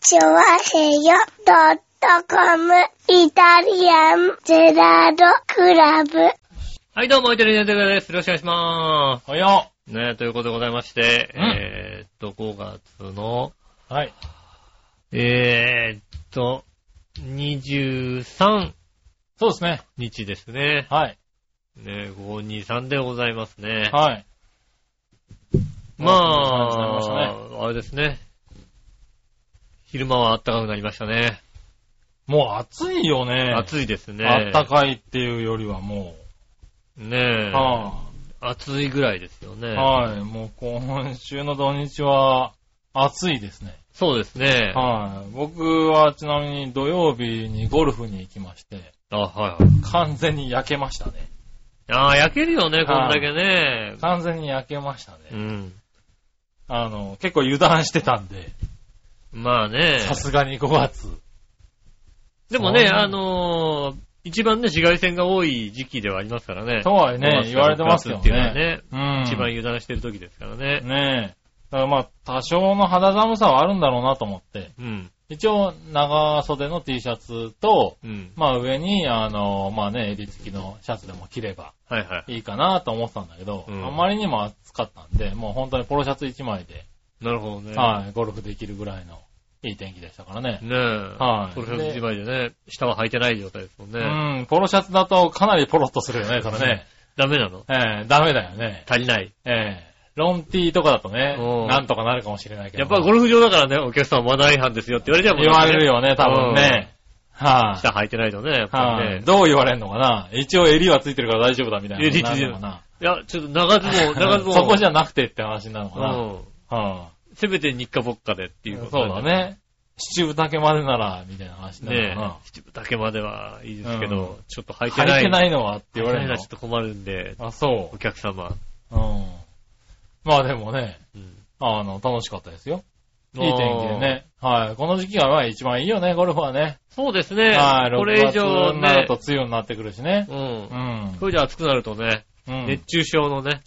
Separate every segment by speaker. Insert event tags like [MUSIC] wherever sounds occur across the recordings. Speaker 1: チョワヘヨドットコムイタリアンゼラードクラブ。
Speaker 2: はい、どうも、イタリアンテグラです。よろしくお願いしま
Speaker 3: はいよ。
Speaker 2: す。ねえ、ということでございまして、
Speaker 3: うん
Speaker 2: えーっと、5月の、
Speaker 3: はい。
Speaker 2: えーっと、23
Speaker 3: そうですね。
Speaker 2: 日ですね。
Speaker 3: はい。
Speaker 2: ねえ、523でございますね。
Speaker 3: はい。
Speaker 2: ま
Speaker 3: ございましたね
Speaker 2: あ、あれですね。昼間は暖かくなりましたね。
Speaker 3: もう暑いよね。
Speaker 2: 暑いですね。
Speaker 3: あったかいっていうよりはも
Speaker 2: ね
Speaker 3: う。
Speaker 2: え、
Speaker 3: は
Speaker 2: 暑いぐらいですよね。
Speaker 3: い。はい。もう今週の土日は暑いですね。
Speaker 2: そうですね。
Speaker 3: はい。僕はちなみに土曜日にゴルフに行きまして、
Speaker 2: あ、はいはい。
Speaker 3: 完全に焼けましたね。
Speaker 2: ああ、焼けるよね、こんだけね。
Speaker 3: 完全に焼けました
Speaker 2: う
Speaker 3: ね。
Speaker 2: ん。
Speaker 3: あの、結構油断してたんで、
Speaker 2: まあね。
Speaker 3: さすがに5月。
Speaker 2: でもね、
Speaker 3: そう
Speaker 2: あのー一番ね、紫外線が多い時期ではありますからね。
Speaker 3: とはいえ
Speaker 2: 5
Speaker 3: ね
Speaker 2: 月、
Speaker 3: 言われてます
Speaker 2: 6
Speaker 3: よ
Speaker 2: 月っていうのは
Speaker 3: ね。
Speaker 2: ね、
Speaker 3: うん。
Speaker 2: 一番油断してる時ですからね。
Speaker 3: ねえ。だからまあ、多少の肌寒さはあるんだろうなと思って。
Speaker 2: うん。
Speaker 3: 一応、長袖の T シャツと、
Speaker 2: うん。
Speaker 3: まあ上に、あの、まあね、襟付きのシャツでも着れば
Speaker 2: はいはい
Speaker 3: いかなと思ってたんだけど、
Speaker 2: うん
Speaker 3: あまりにも暑かったんで、もう本当にポロシャツ1枚で、。
Speaker 2: なるほどね。
Speaker 3: はい、ゴルフできるぐらいのいい天気でしたからね。
Speaker 2: ねえ。
Speaker 3: はい
Speaker 2: これ1枚でね、下は履いてない状態ですもんね。
Speaker 3: うん、ポロシャツだとかなりポロっとするよね、それね。
Speaker 2: ダメなの
Speaker 3: ええダメだよね。
Speaker 2: 足りない。
Speaker 3: ええロン T とかだとね
Speaker 2: うん、
Speaker 3: なんとかなるかもしれないけど。
Speaker 2: やっぱりゴルフ場だからね、お客さんマナー違反ですよって言われちゃうもん
Speaker 3: 言われる。よね、多分ね。はい、
Speaker 2: 下履いてないとね、やっぱ
Speaker 3: は
Speaker 2: り
Speaker 3: い
Speaker 2: ね。
Speaker 3: どう言われんのかな一応襟はついてるから大丈夫だみたいな。
Speaker 2: 襟つい
Speaker 3: な
Speaker 2: てる
Speaker 3: るのかない
Speaker 2: や、ちょっと長ズボン、長ズボン。
Speaker 3: [LAUGHS] そこじゃなくてって話になるのかな、
Speaker 2: うん。
Speaker 3: は
Speaker 2: せめて日課ぼっかでって
Speaker 3: い
Speaker 2: いうこと
Speaker 3: そう
Speaker 2: になっ
Speaker 3: だ
Speaker 2: ちゃ
Speaker 3: ね。七分丈までなら、みたいな話になるのか
Speaker 2: ねえ、七分丈まではいいですけど、
Speaker 3: う
Speaker 2: ちょっと履いて
Speaker 3: な。
Speaker 2: な
Speaker 3: 履い
Speaker 2: い。
Speaker 3: てないのはって
Speaker 2: 言
Speaker 3: 言
Speaker 2: わ
Speaker 3: わ
Speaker 2: れ
Speaker 3: れ
Speaker 2: るの
Speaker 3: る
Speaker 2: は
Speaker 3: の
Speaker 2: ちょっと困るんで、
Speaker 3: あ、そ
Speaker 2: お客様。
Speaker 3: う。うん。まあでもね、
Speaker 2: うん
Speaker 3: あの、楽しかったですよ。いい天気で。ね。はい。この時期がまあ一番いいよね、ゴルフはね。
Speaker 2: そうですね。
Speaker 3: はい。
Speaker 2: これ以
Speaker 3: 6
Speaker 2: 上
Speaker 3: 月にな
Speaker 2: ね
Speaker 3: ると、梅雨になってくるしね。
Speaker 2: う。
Speaker 3: うんん
Speaker 2: こ。れ以上暑くなるとね、
Speaker 3: うん
Speaker 2: 熱。中症のね、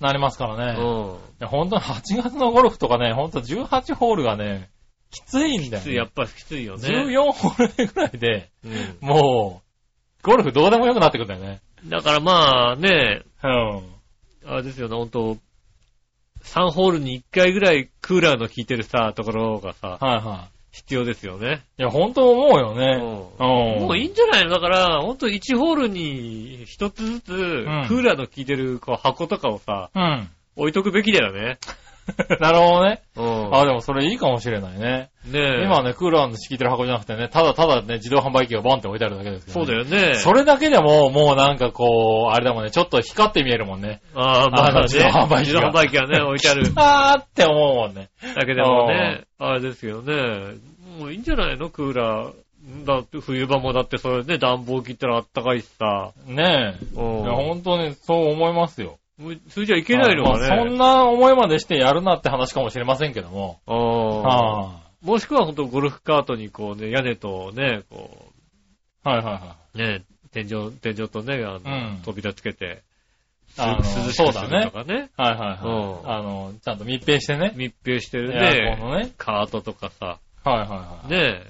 Speaker 3: なりますからね。
Speaker 2: うん。
Speaker 3: いや、本当に8月のゴルフとかね、ほんと18ホールがね、きついん
Speaker 2: き
Speaker 3: だよ、
Speaker 2: つ
Speaker 3: ね。
Speaker 2: い、やっぱりきついよね。
Speaker 3: 14ホール目ぐらいで、
Speaker 2: うん
Speaker 3: もう、ゴルフどうでもよくなってくんだよね。
Speaker 2: だからまあね、
Speaker 3: うん。
Speaker 2: あれですよね、ほんと、3ホールに1回ぐらいクーラーの効いてるさ、ところがさ、
Speaker 3: はいは
Speaker 2: 必要ですよね。
Speaker 3: い。いや、ほんと思うよ
Speaker 2: うん
Speaker 3: ね。うん。
Speaker 2: もういいんじゃないのだから、ほんと1ホールに1つずつ、ク
Speaker 3: ん
Speaker 2: ーラーの効いてるこう箱とかをさ、
Speaker 3: うん。 [LAUGHS]
Speaker 2: 置いとくべきだよね。
Speaker 3: なるほどね。
Speaker 2: うん
Speaker 3: あ、でもそれいいかもしれないね。
Speaker 2: ねえ。
Speaker 3: 今ね、クーラーの敷いてる箱じゃなくてね、ただただね、自動販売機がボンって置いてあるだけですけど、
Speaker 2: そ
Speaker 3: ね。
Speaker 2: うだよね。
Speaker 3: それだけでも、もうなんかこう、あれだもんね、ちょっと光って見えるもんね。
Speaker 2: ああ、まあね。
Speaker 3: あの自動販売機
Speaker 2: 自
Speaker 3: が
Speaker 2: 動販売機がね、置いてある
Speaker 3: あーって思うもんね。
Speaker 2: だけでもね、
Speaker 3: [LAUGHS]
Speaker 2: あれですよね。もういいんじゃないのクーラー。だって冬場もだってそれね、暖房切ったらあったかいしさ。
Speaker 3: ねえ。
Speaker 2: う
Speaker 3: いや、本当にそう思いますよ。
Speaker 2: もうそれじゃいけないのかね。
Speaker 3: まあそんな思いまでしてやるなって話かもしれませんけども。
Speaker 2: うん
Speaker 3: は
Speaker 2: もしくはほんとゴルフカートにこうね、屋根とね、こ
Speaker 3: いはいは
Speaker 2: う、ね、天井、天井とね、あの、
Speaker 3: うん
Speaker 2: 扉つけて、
Speaker 3: い。あの
Speaker 2: 涼しくす
Speaker 3: そ
Speaker 2: る
Speaker 3: う
Speaker 2: と
Speaker 3: だ
Speaker 2: か
Speaker 3: ね。
Speaker 2: ね
Speaker 3: はいはいは
Speaker 2: うん
Speaker 3: い。あの、ちゃんと密閉してね。
Speaker 2: 密閉してる
Speaker 3: エアコン
Speaker 2: ね、
Speaker 3: のね。
Speaker 2: カートとかさ、
Speaker 3: はいはいはい。
Speaker 2: ね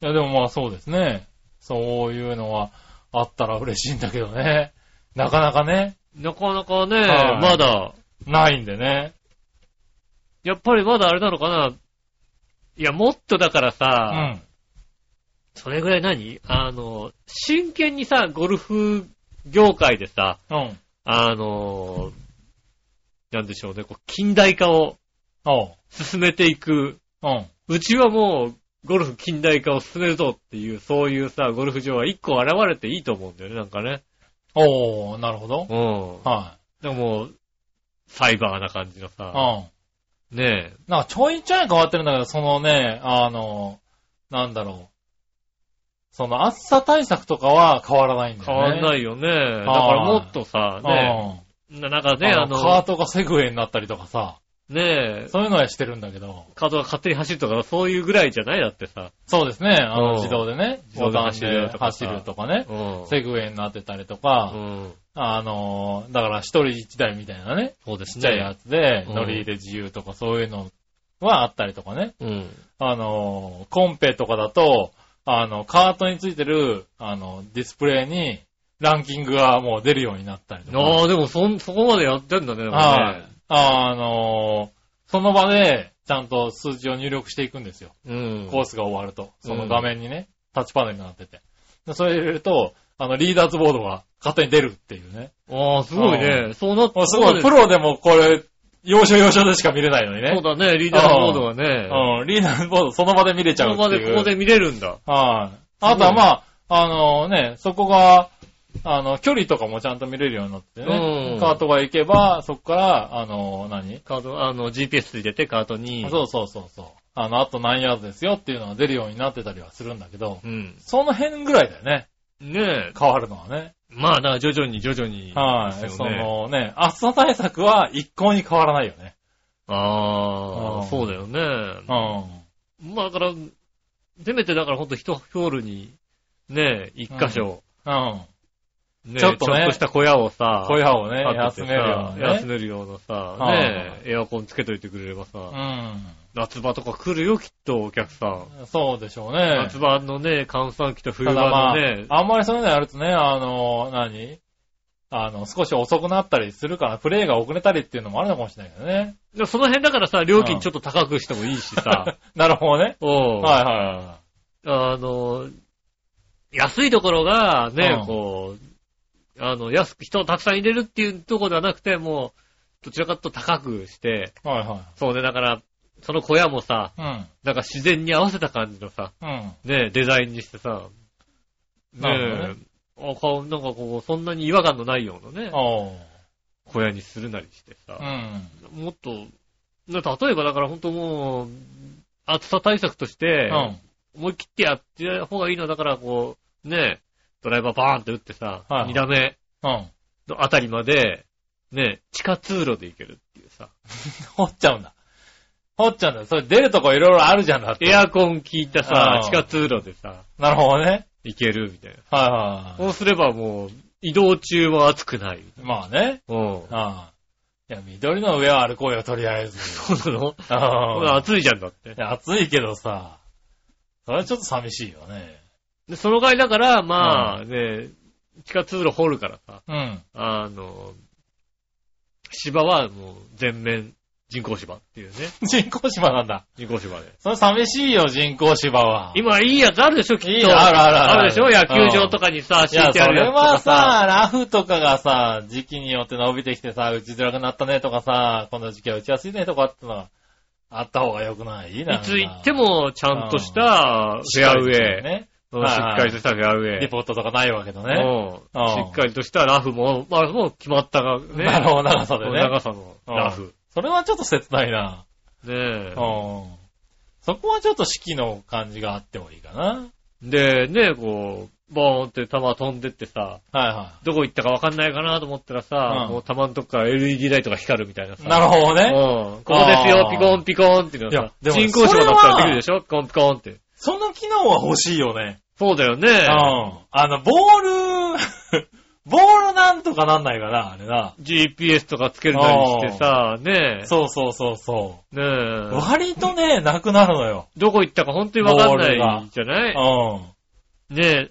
Speaker 2: え、
Speaker 3: いやでもまあそうですね。そういうのはあったら嬉しいんだけどね。なかなかね、
Speaker 2: なかなかね、
Speaker 3: はい
Speaker 2: まだ、
Speaker 3: ないんでね。
Speaker 2: やっぱりまだあれなのかな。いや、もっとだから
Speaker 3: う
Speaker 2: さ、
Speaker 3: ん。
Speaker 2: それぐらい何あの、真剣にさ、ゴルフ業界でさ、
Speaker 3: うん。
Speaker 2: あの、なんでしょうね、こう近代化を
Speaker 3: おう。
Speaker 2: 進めていく。
Speaker 3: うん。
Speaker 2: うちはもう、ゴルフ近代化を進めるぞっていう、そういうさ、ゴルフ場は一個現れていいと思うんだよね、なんかね。
Speaker 3: おー、なるほど。
Speaker 2: うん。
Speaker 3: は
Speaker 2: でももう、サイバーな感じの
Speaker 3: い。う
Speaker 2: さ、
Speaker 3: ん。
Speaker 2: ねえ。
Speaker 3: なんかちょいちょい変わってるんだけど、そのね、あの、なんだろう。その暑さ対策とかは変わらないんだ
Speaker 2: 変
Speaker 3: よね。
Speaker 2: わんないいよね。だからもっとさ、ねななんか
Speaker 3: うん。
Speaker 2: ね、あの、
Speaker 3: カートがセグウェイになったりとかさ、
Speaker 2: ねえ、
Speaker 3: そういうのはしてるんだけど、
Speaker 2: カートが勝手に走るとか、そういうぐらいじゃないだってさ。
Speaker 3: そうですね、あ
Speaker 2: うん
Speaker 3: の自動でね、
Speaker 2: 自動
Speaker 3: ボ
Speaker 2: で
Speaker 3: タン
Speaker 2: 走る
Speaker 3: で
Speaker 2: とかさ
Speaker 3: 走るとかね、
Speaker 2: うん。
Speaker 3: セグウェイになってたりと
Speaker 2: う
Speaker 3: か、
Speaker 2: ん。
Speaker 3: あの、だから一人一台みたいなね、
Speaker 2: そうです
Speaker 3: ちっちゃいやつで
Speaker 2: うん
Speaker 3: 乗り入れ自由とかそういうのはあったりとかね。
Speaker 2: うん。
Speaker 3: あの、コンペとかだと、あの、カートについてる、あの、ディスプレイにランキングがもう出るようになったりとか。
Speaker 2: ああ、でもそん、そこまでやってんだね、でもね
Speaker 3: はい。あの、その場で、ちゃんと数字を入力していくんですよ。
Speaker 2: うん。
Speaker 3: コースが終わると。その画面にね、タッチパネルになってて。でそれ入れると、あの、リーダーズボードが勝手に出るっていうね。
Speaker 2: ああ、すごいね。そうなっ
Speaker 3: もうすごい、プ
Speaker 2: ロ
Speaker 3: ロでもこれ、要所要所でしか見れないのに
Speaker 2: そう
Speaker 3: ね。
Speaker 2: だね、リーダーボードがね。
Speaker 3: うん、リーダーズボードその場で見れちゃ
Speaker 2: そうの
Speaker 3: っていう
Speaker 2: 場。でここで見れるんだ。
Speaker 3: はい。あとはまあ、あのね、そこが、あの、距離とかもちゃんと見れるようになってね。
Speaker 2: うん
Speaker 3: カートが行けば、そこから、あの何
Speaker 2: カート、あの、GPS ついてて、カートに。
Speaker 3: そうそうそうそう。あの、あと何ヤードですよっていうのが出るようになってたりはするんだけど、
Speaker 2: うん。
Speaker 3: その辺ぐらいだよね。
Speaker 2: ねえ。
Speaker 3: 変わるのはね。
Speaker 2: まあ、だから徐々に徐々に。
Speaker 3: はい。
Speaker 2: です
Speaker 3: そ
Speaker 2: よね
Speaker 3: のね、暑さ対策は一向に変わらないよね。
Speaker 2: ああ、
Speaker 3: うん
Speaker 2: そうだよね。
Speaker 3: う
Speaker 2: まあ、だから、せめてだからほんと一フォールに、ねえ、一箇所、
Speaker 3: ん。うん。
Speaker 2: ねえ
Speaker 3: ちょっと
Speaker 2: ち
Speaker 3: ね
Speaker 2: ょっとした小屋をさ、
Speaker 3: 小屋をね、
Speaker 2: 立て
Speaker 3: 休め
Speaker 2: て
Speaker 3: るよ
Speaker 2: さ
Speaker 3: う
Speaker 2: 休
Speaker 3: にね。
Speaker 2: めるようなさ、
Speaker 3: ああ
Speaker 2: ねえ、エアコンつけといてくれればさ、
Speaker 3: う
Speaker 2: 夏場とか来るよ、きっと、お客さん。
Speaker 3: ん。そうでしょうね。
Speaker 2: 夏場のね、換算期と冬
Speaker 3: た
Speaker 2: 場
Speaker 3: だま
Speaker 2: の
Speaker 3: あ、
Speaker 2: ね、
Speaker 3: あんまりそういうのやるとね、あの、何あの、少し遅くなったりするから、プレイが遅れたりっていうのもあるのかもしれないけどね。
Speaker 2: でもその辺だからさ、料金ちょっと高くしてもいいしさ、
Speaker 3: [LAUGHS] なるほどね。
Speaker 2: おう
Speaker 3: はいはいは
Speaker 2: あの、安いところがね、
Speaker 3: うん
Speaker 2: こう、あの、安く、人をたくさん入れるっていうところではなくて、もう、どちらかというと高くして、
Speaker 3: い。は
Speaker 2: そうね、だから、その小屋もさ、
Speaker 3: いはい。
Speaker 2: なんか自然に合わせた感じのさ、
Speaker 3: うん。うん。
Speaker 2: ね、デザインにしてさ、
Speaker 3: なるほど
Speaker 2: ねあかなんかこう、そんなに違和感のないようなね、
Speaker 3: おう。
Speaker 2: 小屋にするなりしてさ
Speaker 3: う、ん。
Speaker 2: もっと、ね例えばだから本当もう、暑さ対策として
Speaker 3: う、ん。
Speaker 2: 思い切ってやってる方がいいのは、だからこう、ね、ドライバーバーンって打ってさ、
Speaker 3: はいはい
Speaker 2: 2打目
Speaker 3: うん。
Speaker 2: のあたりまで、ね、地下通路で行けるっていうさ、
Speaker 3: 掘っちゃうんだ。掘っちゃうんだ。それ出るとこいろいろあるじゃんだって。
Speaker 2: エアコン効いたさ
Speaker 3: あ、ー
Speaker 2: 地下通路でさ、
Speaker 3: なるほどね。
Speaker 2: 行けるみたいな。
Speaker 3: はいはい
Speaker 2: そ
Speaker 3: は
Speaker 2: うすればもう、移動中も暑くない。
Speaker 3: い。まあね。
Speaker 2: うん。
Speaker 3: ああ。いや、緑の上は歩こうよ、とりあえず。
Speaker 2: そうなの [LAUGHS] ほら
Speaker 3: ああ。
Speaker 2: 暑いじゃんだって
Speaker 3: い。や暑いけどさ。それはちょっと寂しいよね。
Speaker 2: で、その代わりだから、まあね、地下通路掘るからさ、
Speaker 3: うん。
Speaker 2: あの、芝はもう全面人工芝っていうね、
Speaker 3: 人工芝なんだ。
Speaker 2: 人工芝で。
Speaker 3: それ寂しいよ、人工芝は。い
Speaker 2: 今いいやつあるでしょ、きっと。
Speaker 3: いいやあるあるある
Speaker 2: でしょ、野球場とかにさ、敷い
Speaker 3: や、
Speaker 2: て
Speaker 3: そ
Speaker 2: あるや
Speaker 3: れ
Speaker 2: つとか
Speaker 3: はさ、ラフとかがさ、時期によって伸びてきてさ、打ちづらくなったねとかさ、この時期は打ちやすいねとかってのは、あった方が良くないなん
Speaker 2: い
Speaker 3: か
Speaker 2: つ行っても、ちゃんとしたフェアウェイ。うん
Speaker 3: ね。は
Speaker 2: し
Speaker 3: い
Speaker 2: っ
Speaker 3: はい
Speaker 2: かりとしたフェアウェイ。
Speaker 3: リポートとかないわけだ
Speaker 2: う
Speaker 3: ね。
Speaker 2: ん
Speaker 3: うん
Speaker 2: しっかりとしたラフも、まあ、もう決まったが、ね。
Speaker 3: なるほど、長さでね。
Speaker 2: 長さのラフ。
Speaker 3: それはちょっと切ないな。
Speaker 2: ねえ
Speaker 3: うん。そこはちょっと四季の感じがあってもいいかな。
Speaker 2: で、ね、こう、ボーンって弾飛んでってさ、
Speaker 3: はいは
Speaker 2: どこ行ったかわかんないかなと思ったらさ、
Speaker 3: うん
Speaker 2: もう弾のとこから LED ライトが光るみたいなさ。
Speaker 3: い。なるほどね。
Speaker 2: うん。ここですよ
Speaker 3: あ、ー
Speaker 2: ピコンピコンっていうの
Speaker 3: い
Speaker 2: さ
Speaker 3: や、でも
Speaker 2: 人工芝だったらで
Speaker 3: それは
Speaker 2: きるでしょピコンピコンって。
Speaker 3: その機能は欲しいよね。
Speaker 2: そうだよ
Speaker 3: う
Speaker 2: ね
Speaker 3: ん。。あの、ボール、 [LAUGHS] ボールなんとかなんないかな、あれな。
Speaker 2: GPS とかつけるなりしてさ、ね
Speaker 3: そうそうそうそ
Speaker 2: え。ね
Speaker 3: う。
Speaker 2: え。
Speaker 3: 割とね、なくなるのよ。
Speaker 2: どこ行ったか本当にわかん
Speaker 3: ボール
Speaker 2: な
Speaker 3: が
Speaker 2: いじゃない
Speaker 3: うん。
Speaker 2: ねえ。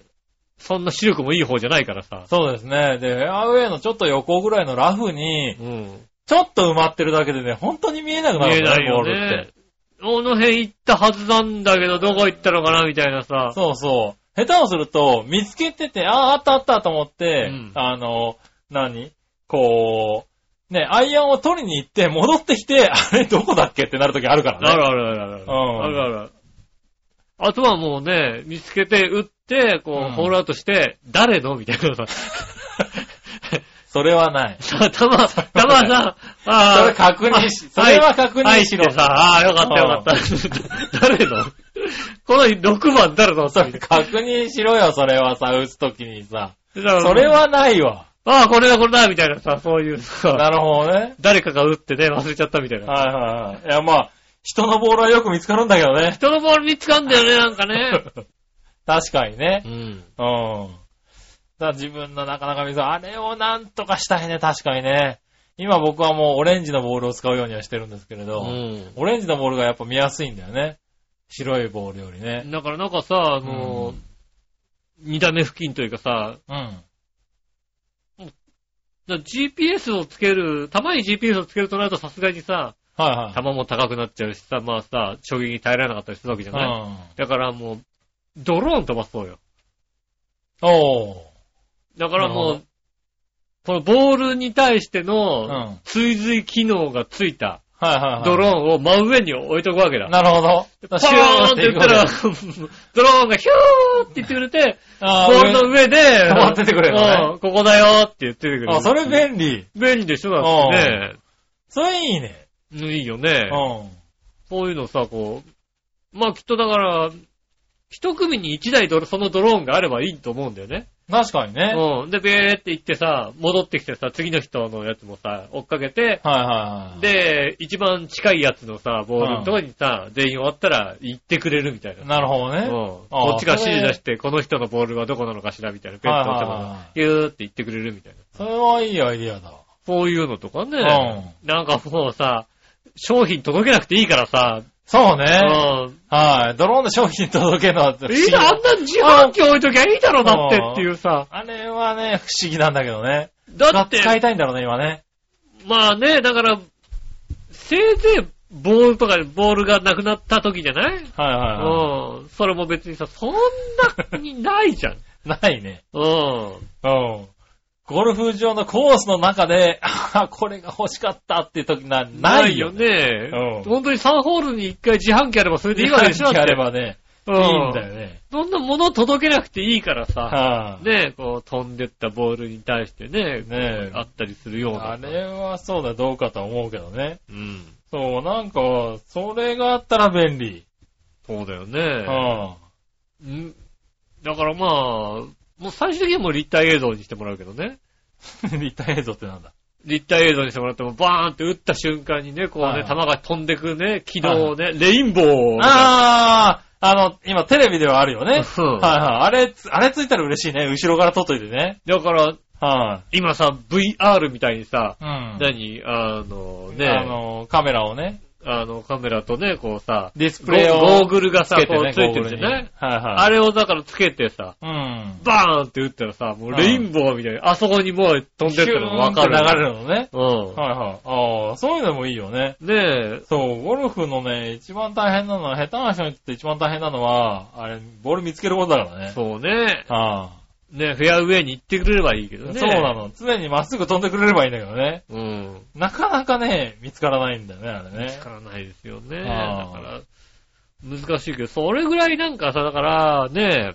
Speaker 2: そんな視力もいい方じゃないからさ。
Speaker 3: そうですね。で、フェアウェイのちょっと横ぐらいのラフに
Speaker 2: う、ん。
Speaker 3: ちょっと埋まってるだけでね、本当に見えなくな
Speaker 2: 見え
Speaker 3: るの
Speaker 2: ない
Speaker 3: ね、ボ
Speaker 2: よ
Speaker 3: ールって
Speaker 2: ね。。この辺行ったはずなんだけど、どこ行ったのかなみたいなさ。
Speaker 3: そうそう。下手をすると、見つけてて、ああ、あったあったと思って、
Speaker 2: うん
Speaker 3: あの、何こう、ね、アイアンを取りに行って、戻ってきて、あれ、どこだっけってなるときあるか
Speaker 2: あ
Speaker 3: らね。
Speaker 2: るあるあるある。
Speaker 3: うん
Speaker 2: あるあるある。あとはもうね、見つけて、打って、こ
Speaker 3: う
Speaker 2: う、
Speaker 3: ん
Speaker 2: ホールアウトして、誰のみたいな
Speaker 3: [LAUGHS]
Speaker 2: さ。
Speaker 3: それはない。
Speaker 2: さ、たま、たま
Speaker 3: [LAUGHS]
Speaker 2: さ、あー
Speaker 3: それ確認しそれは確認
Speaker 2: はい
Speaker 3: しろ
Speaker 2: はいってさ、ああ、よかったよかった。誰のこの6番誰の
Speaker 3: そ
Speaker 2: さ、
Speaker 3: れ確認しろよ、それはさ、打つときにさ。
Speaker 2: だから
Speaker 3: それ、はないわ。
Speaker 2: ああ、これだこれだ、みたいなさ、そういうさ、
Speaker 3: なるほどね。
Speaker 2: 誰かが打ってね、忘れちゃったみたいな。
Speaker 3: はいはいはい。いや、まあ、人のボールはよく見つかるんだけどね。
Speaker 2: 人のボール見つかんだよね、なんかね。
Speaker 3: [LAUGHS] 確かにね
Speaker 2: う。ん。
Speaker 3: うん。だから自分のなかなか水、あれをなんとかしたいね、確かにね。今僕はもうオレンジのボールを使うようにはしてるんですけれ
Speaker 2: う
Speaker 3: ど、
Speaker 2: ん。
Speaker 3: オレンジのボールがやっぱ見やすいんだよね。白いボールよりね。
Speaker 2: だからなんかさ、あの、二段目付近というかさ、
Speaker 3: うん。
Speaker 2: だから GPS をつける、弾に GPS をつけるとなるとさすがにさ、
Speaker 3: はい
Speaker 2: 弾も高くなっちゃうしさ、まあさ、衝撃に耐えられなかったりするわけじゃない、
Speaker 3: はい。
Speaker 2: だからもう、ドローン飛ばそうよ。
Speaker 3: うん。おー。
Speaker 2: だからも
Speaker 3: な
Speaker 2: う、このボールに対して
Speaker 3: うん。
Speaker 2: の
Speaker 3: はい
Speaker 2: 追随機能がついた
Speaker 3: はいはい。
Speaker 2: ドローンを真上に置いとくわけだ。
Speaker 3: なるほど。
Speaker 2: パーンって言ったら、 [LAUGHS] ドローンがヒューって言ってくれて、
Speaker 3: あ
Speaker 2: ボ
Speaker 3: ー
Speaker 2: ールの上で、
Speaker 3: 止まっててくれるのね
Speaker 2: うんここだよって言っててくれる。
Speaker 3: あ、それ便利。
Speaker 2: 便利でしょだって
Speaker 3: それいいね。
Speaker 2: ね。いいよ
Speaker 3: う
Speaker 2: ね
Speaker 3: ん。。はい
Speaker 2: こういうのさ、こう。まあきっとだから、一組に一台ドロそのドローンがあればいいと思うんだよね。
Speaker 3: 確かにね。はい
Speaker 2: うん。で、ベーって行ってさ、戻ってきてさ、次の人のやつもさ、追っかけて、
Speaker 3: はいはい。
Speaker 2: で、一番近いやつのさ、ボールのとこにさ、全員終わったら行ってくれるみたいな。
Speaker 3: なるほど
Speaker 2: うん
Speaker 3: ね。あー
Speaker 2: こっちが指示出して、この人のボールはどこなのかしらみたいな。ペットを押せ
Speaker 3: はいはいは
Speaker 2: ば
Speaker 3: い、
Speaker 2: ギューって言ってくれるみたいな。
Speaker 3: それはいいアイディアだ。
Speaker 2: こういうのとかね。なんかもうさ、商品届けなくていいからさ、
Speaker 3: そうね。
Speaker 2: うん
Speaker 3: はい。ドローンで商品届けるのは不思
Speaker 2: いい
Speaker 3: 議
Speaker 2: な、あんな自販機置いときゃいいだろ、だってっていうさ。
Speaker 3: あれはね、不思議なんだけどね。
Speaker 2: だって、
Speaker 3: 使いたいんだろうね、今ね。
Speaker 2: まあね、だから、せいぜいボールとかでボールがなくなった時じゃない
Speaker 3: はいはいは
Speaker 2: うん。それも別にさ、そんなにないじゃん。
Speaker 3: い。ないね。
Speaker 2: [LAUGHS] うん。
Speaker 3: うん。ゴルフ場のコースの中で、あーこれが欲しかったっていう時な、ないよね。
Speaker 2: ね。
Speaker 3: うん
Speaker 2: 本当に3ホールに1回自販機あればそれでいいわけ [LAUGHS] でしょ
Speaker 3: 自販機あれ
Speaker 2: ば。
Speaker 3: ばね、い
Speaker 2: うん。
Speaker 3: いんだよね。
Speaker 2: そんなもの届けなくていいからさ、
Speaker 3: はい。
Speaker 2: ねえ、こう飛んでったボールに対してね、
Speaker 3: ねえ
Speaker 2: こうあったりするような。
Speaker 3: あれはそうだ、どうかとは思うけどね。
Speaker 2: うん。
Speaker 3: そう、なんか、それがあったら便利。
Speaker 2: そうだよ
Speaker 3: う
Speaker 2: ね。
Speaker 3: ん。
Speaker 2: うん。だからまあ、もう最終的にはもう立体映像にしてもらうけどね。
Speaker 3: 立体映像ってなんだ。 [LAUGHS]
Speaker 2: 立体映像にしてもらっても、バーンって打った瞬間にね、こう
Speaker 3: はい
Speaker 2: ね、球が飛んでくね、軌道をね、レインボーをね。
Speaker 3: あー、あの、今テレビではあるよ
Speaker 2: [LAUGHS]
Speaker 3: ね。
Speaker 2: うん
Speaker 3: はいはい。あれつ、あれついたら嬉しいね。後ろから撮っといてね。
Speaker 2: だから、
Speaker 3: は
Speaker 2: 今さ、VR みたいにさ、
Speaker 3: い。うん。
Speaker 2: 何あのね、
Speaker 3: あ
Speaker 2: あの、
Speaker 3: の、カメラをね、
Speaker 2: カメラとね、こうさ、
Speaker 3: ディス
Speaker 2: ゴ
Speaker 3: プレイを
Speaker 2: ゴーグルが
Speaker 3: つ
Speaker 2: さ、
Speaker 3: けて
Speaker 2: こ
Speaker 3: ね
Speaker 2: う、ついてるじゃない、
Speaker 3: ゴーグルにはいはい。
Speaker 2: あれをだからつけてさ、
Speaker 3: うん。
Speaker 2: バーンって打ったらさ、もうレインボーみたいに、あそこにもう飛んでってるのがわかる。
Speaker 3: ヒューンって流れるのね。
Speaker 2: うん。
Speaker 3: はいはい。ああ、そういうのもいいよね。
Speaker 2: ねえ、
Speaker 3: そう、ゴルフのね、一番大変なのは、下手な人にとって一番大変なのは、あれ、ボール見つけることだからね。
Speaker 2: そうね。
Speaker 3: あ
Speaker 2: ねフェアウェイに行ってくれればいいけど
Speaker 3: あ、
Speaker 2: ね。
Speaker 3: そうなの。常にまっすぐ飛んでくれればいいんだけどね。
Speaker 2: うん。
Speaker 3: なかなかね、見つからないんだよね、あれ
Speaker 2: わ
Speaker 3: ね
Speaker 2: か。らないですよね。だ
Speaker 3: あー
Speaker 2: から、難しいけど、それぐらいなんかさ、だから、ね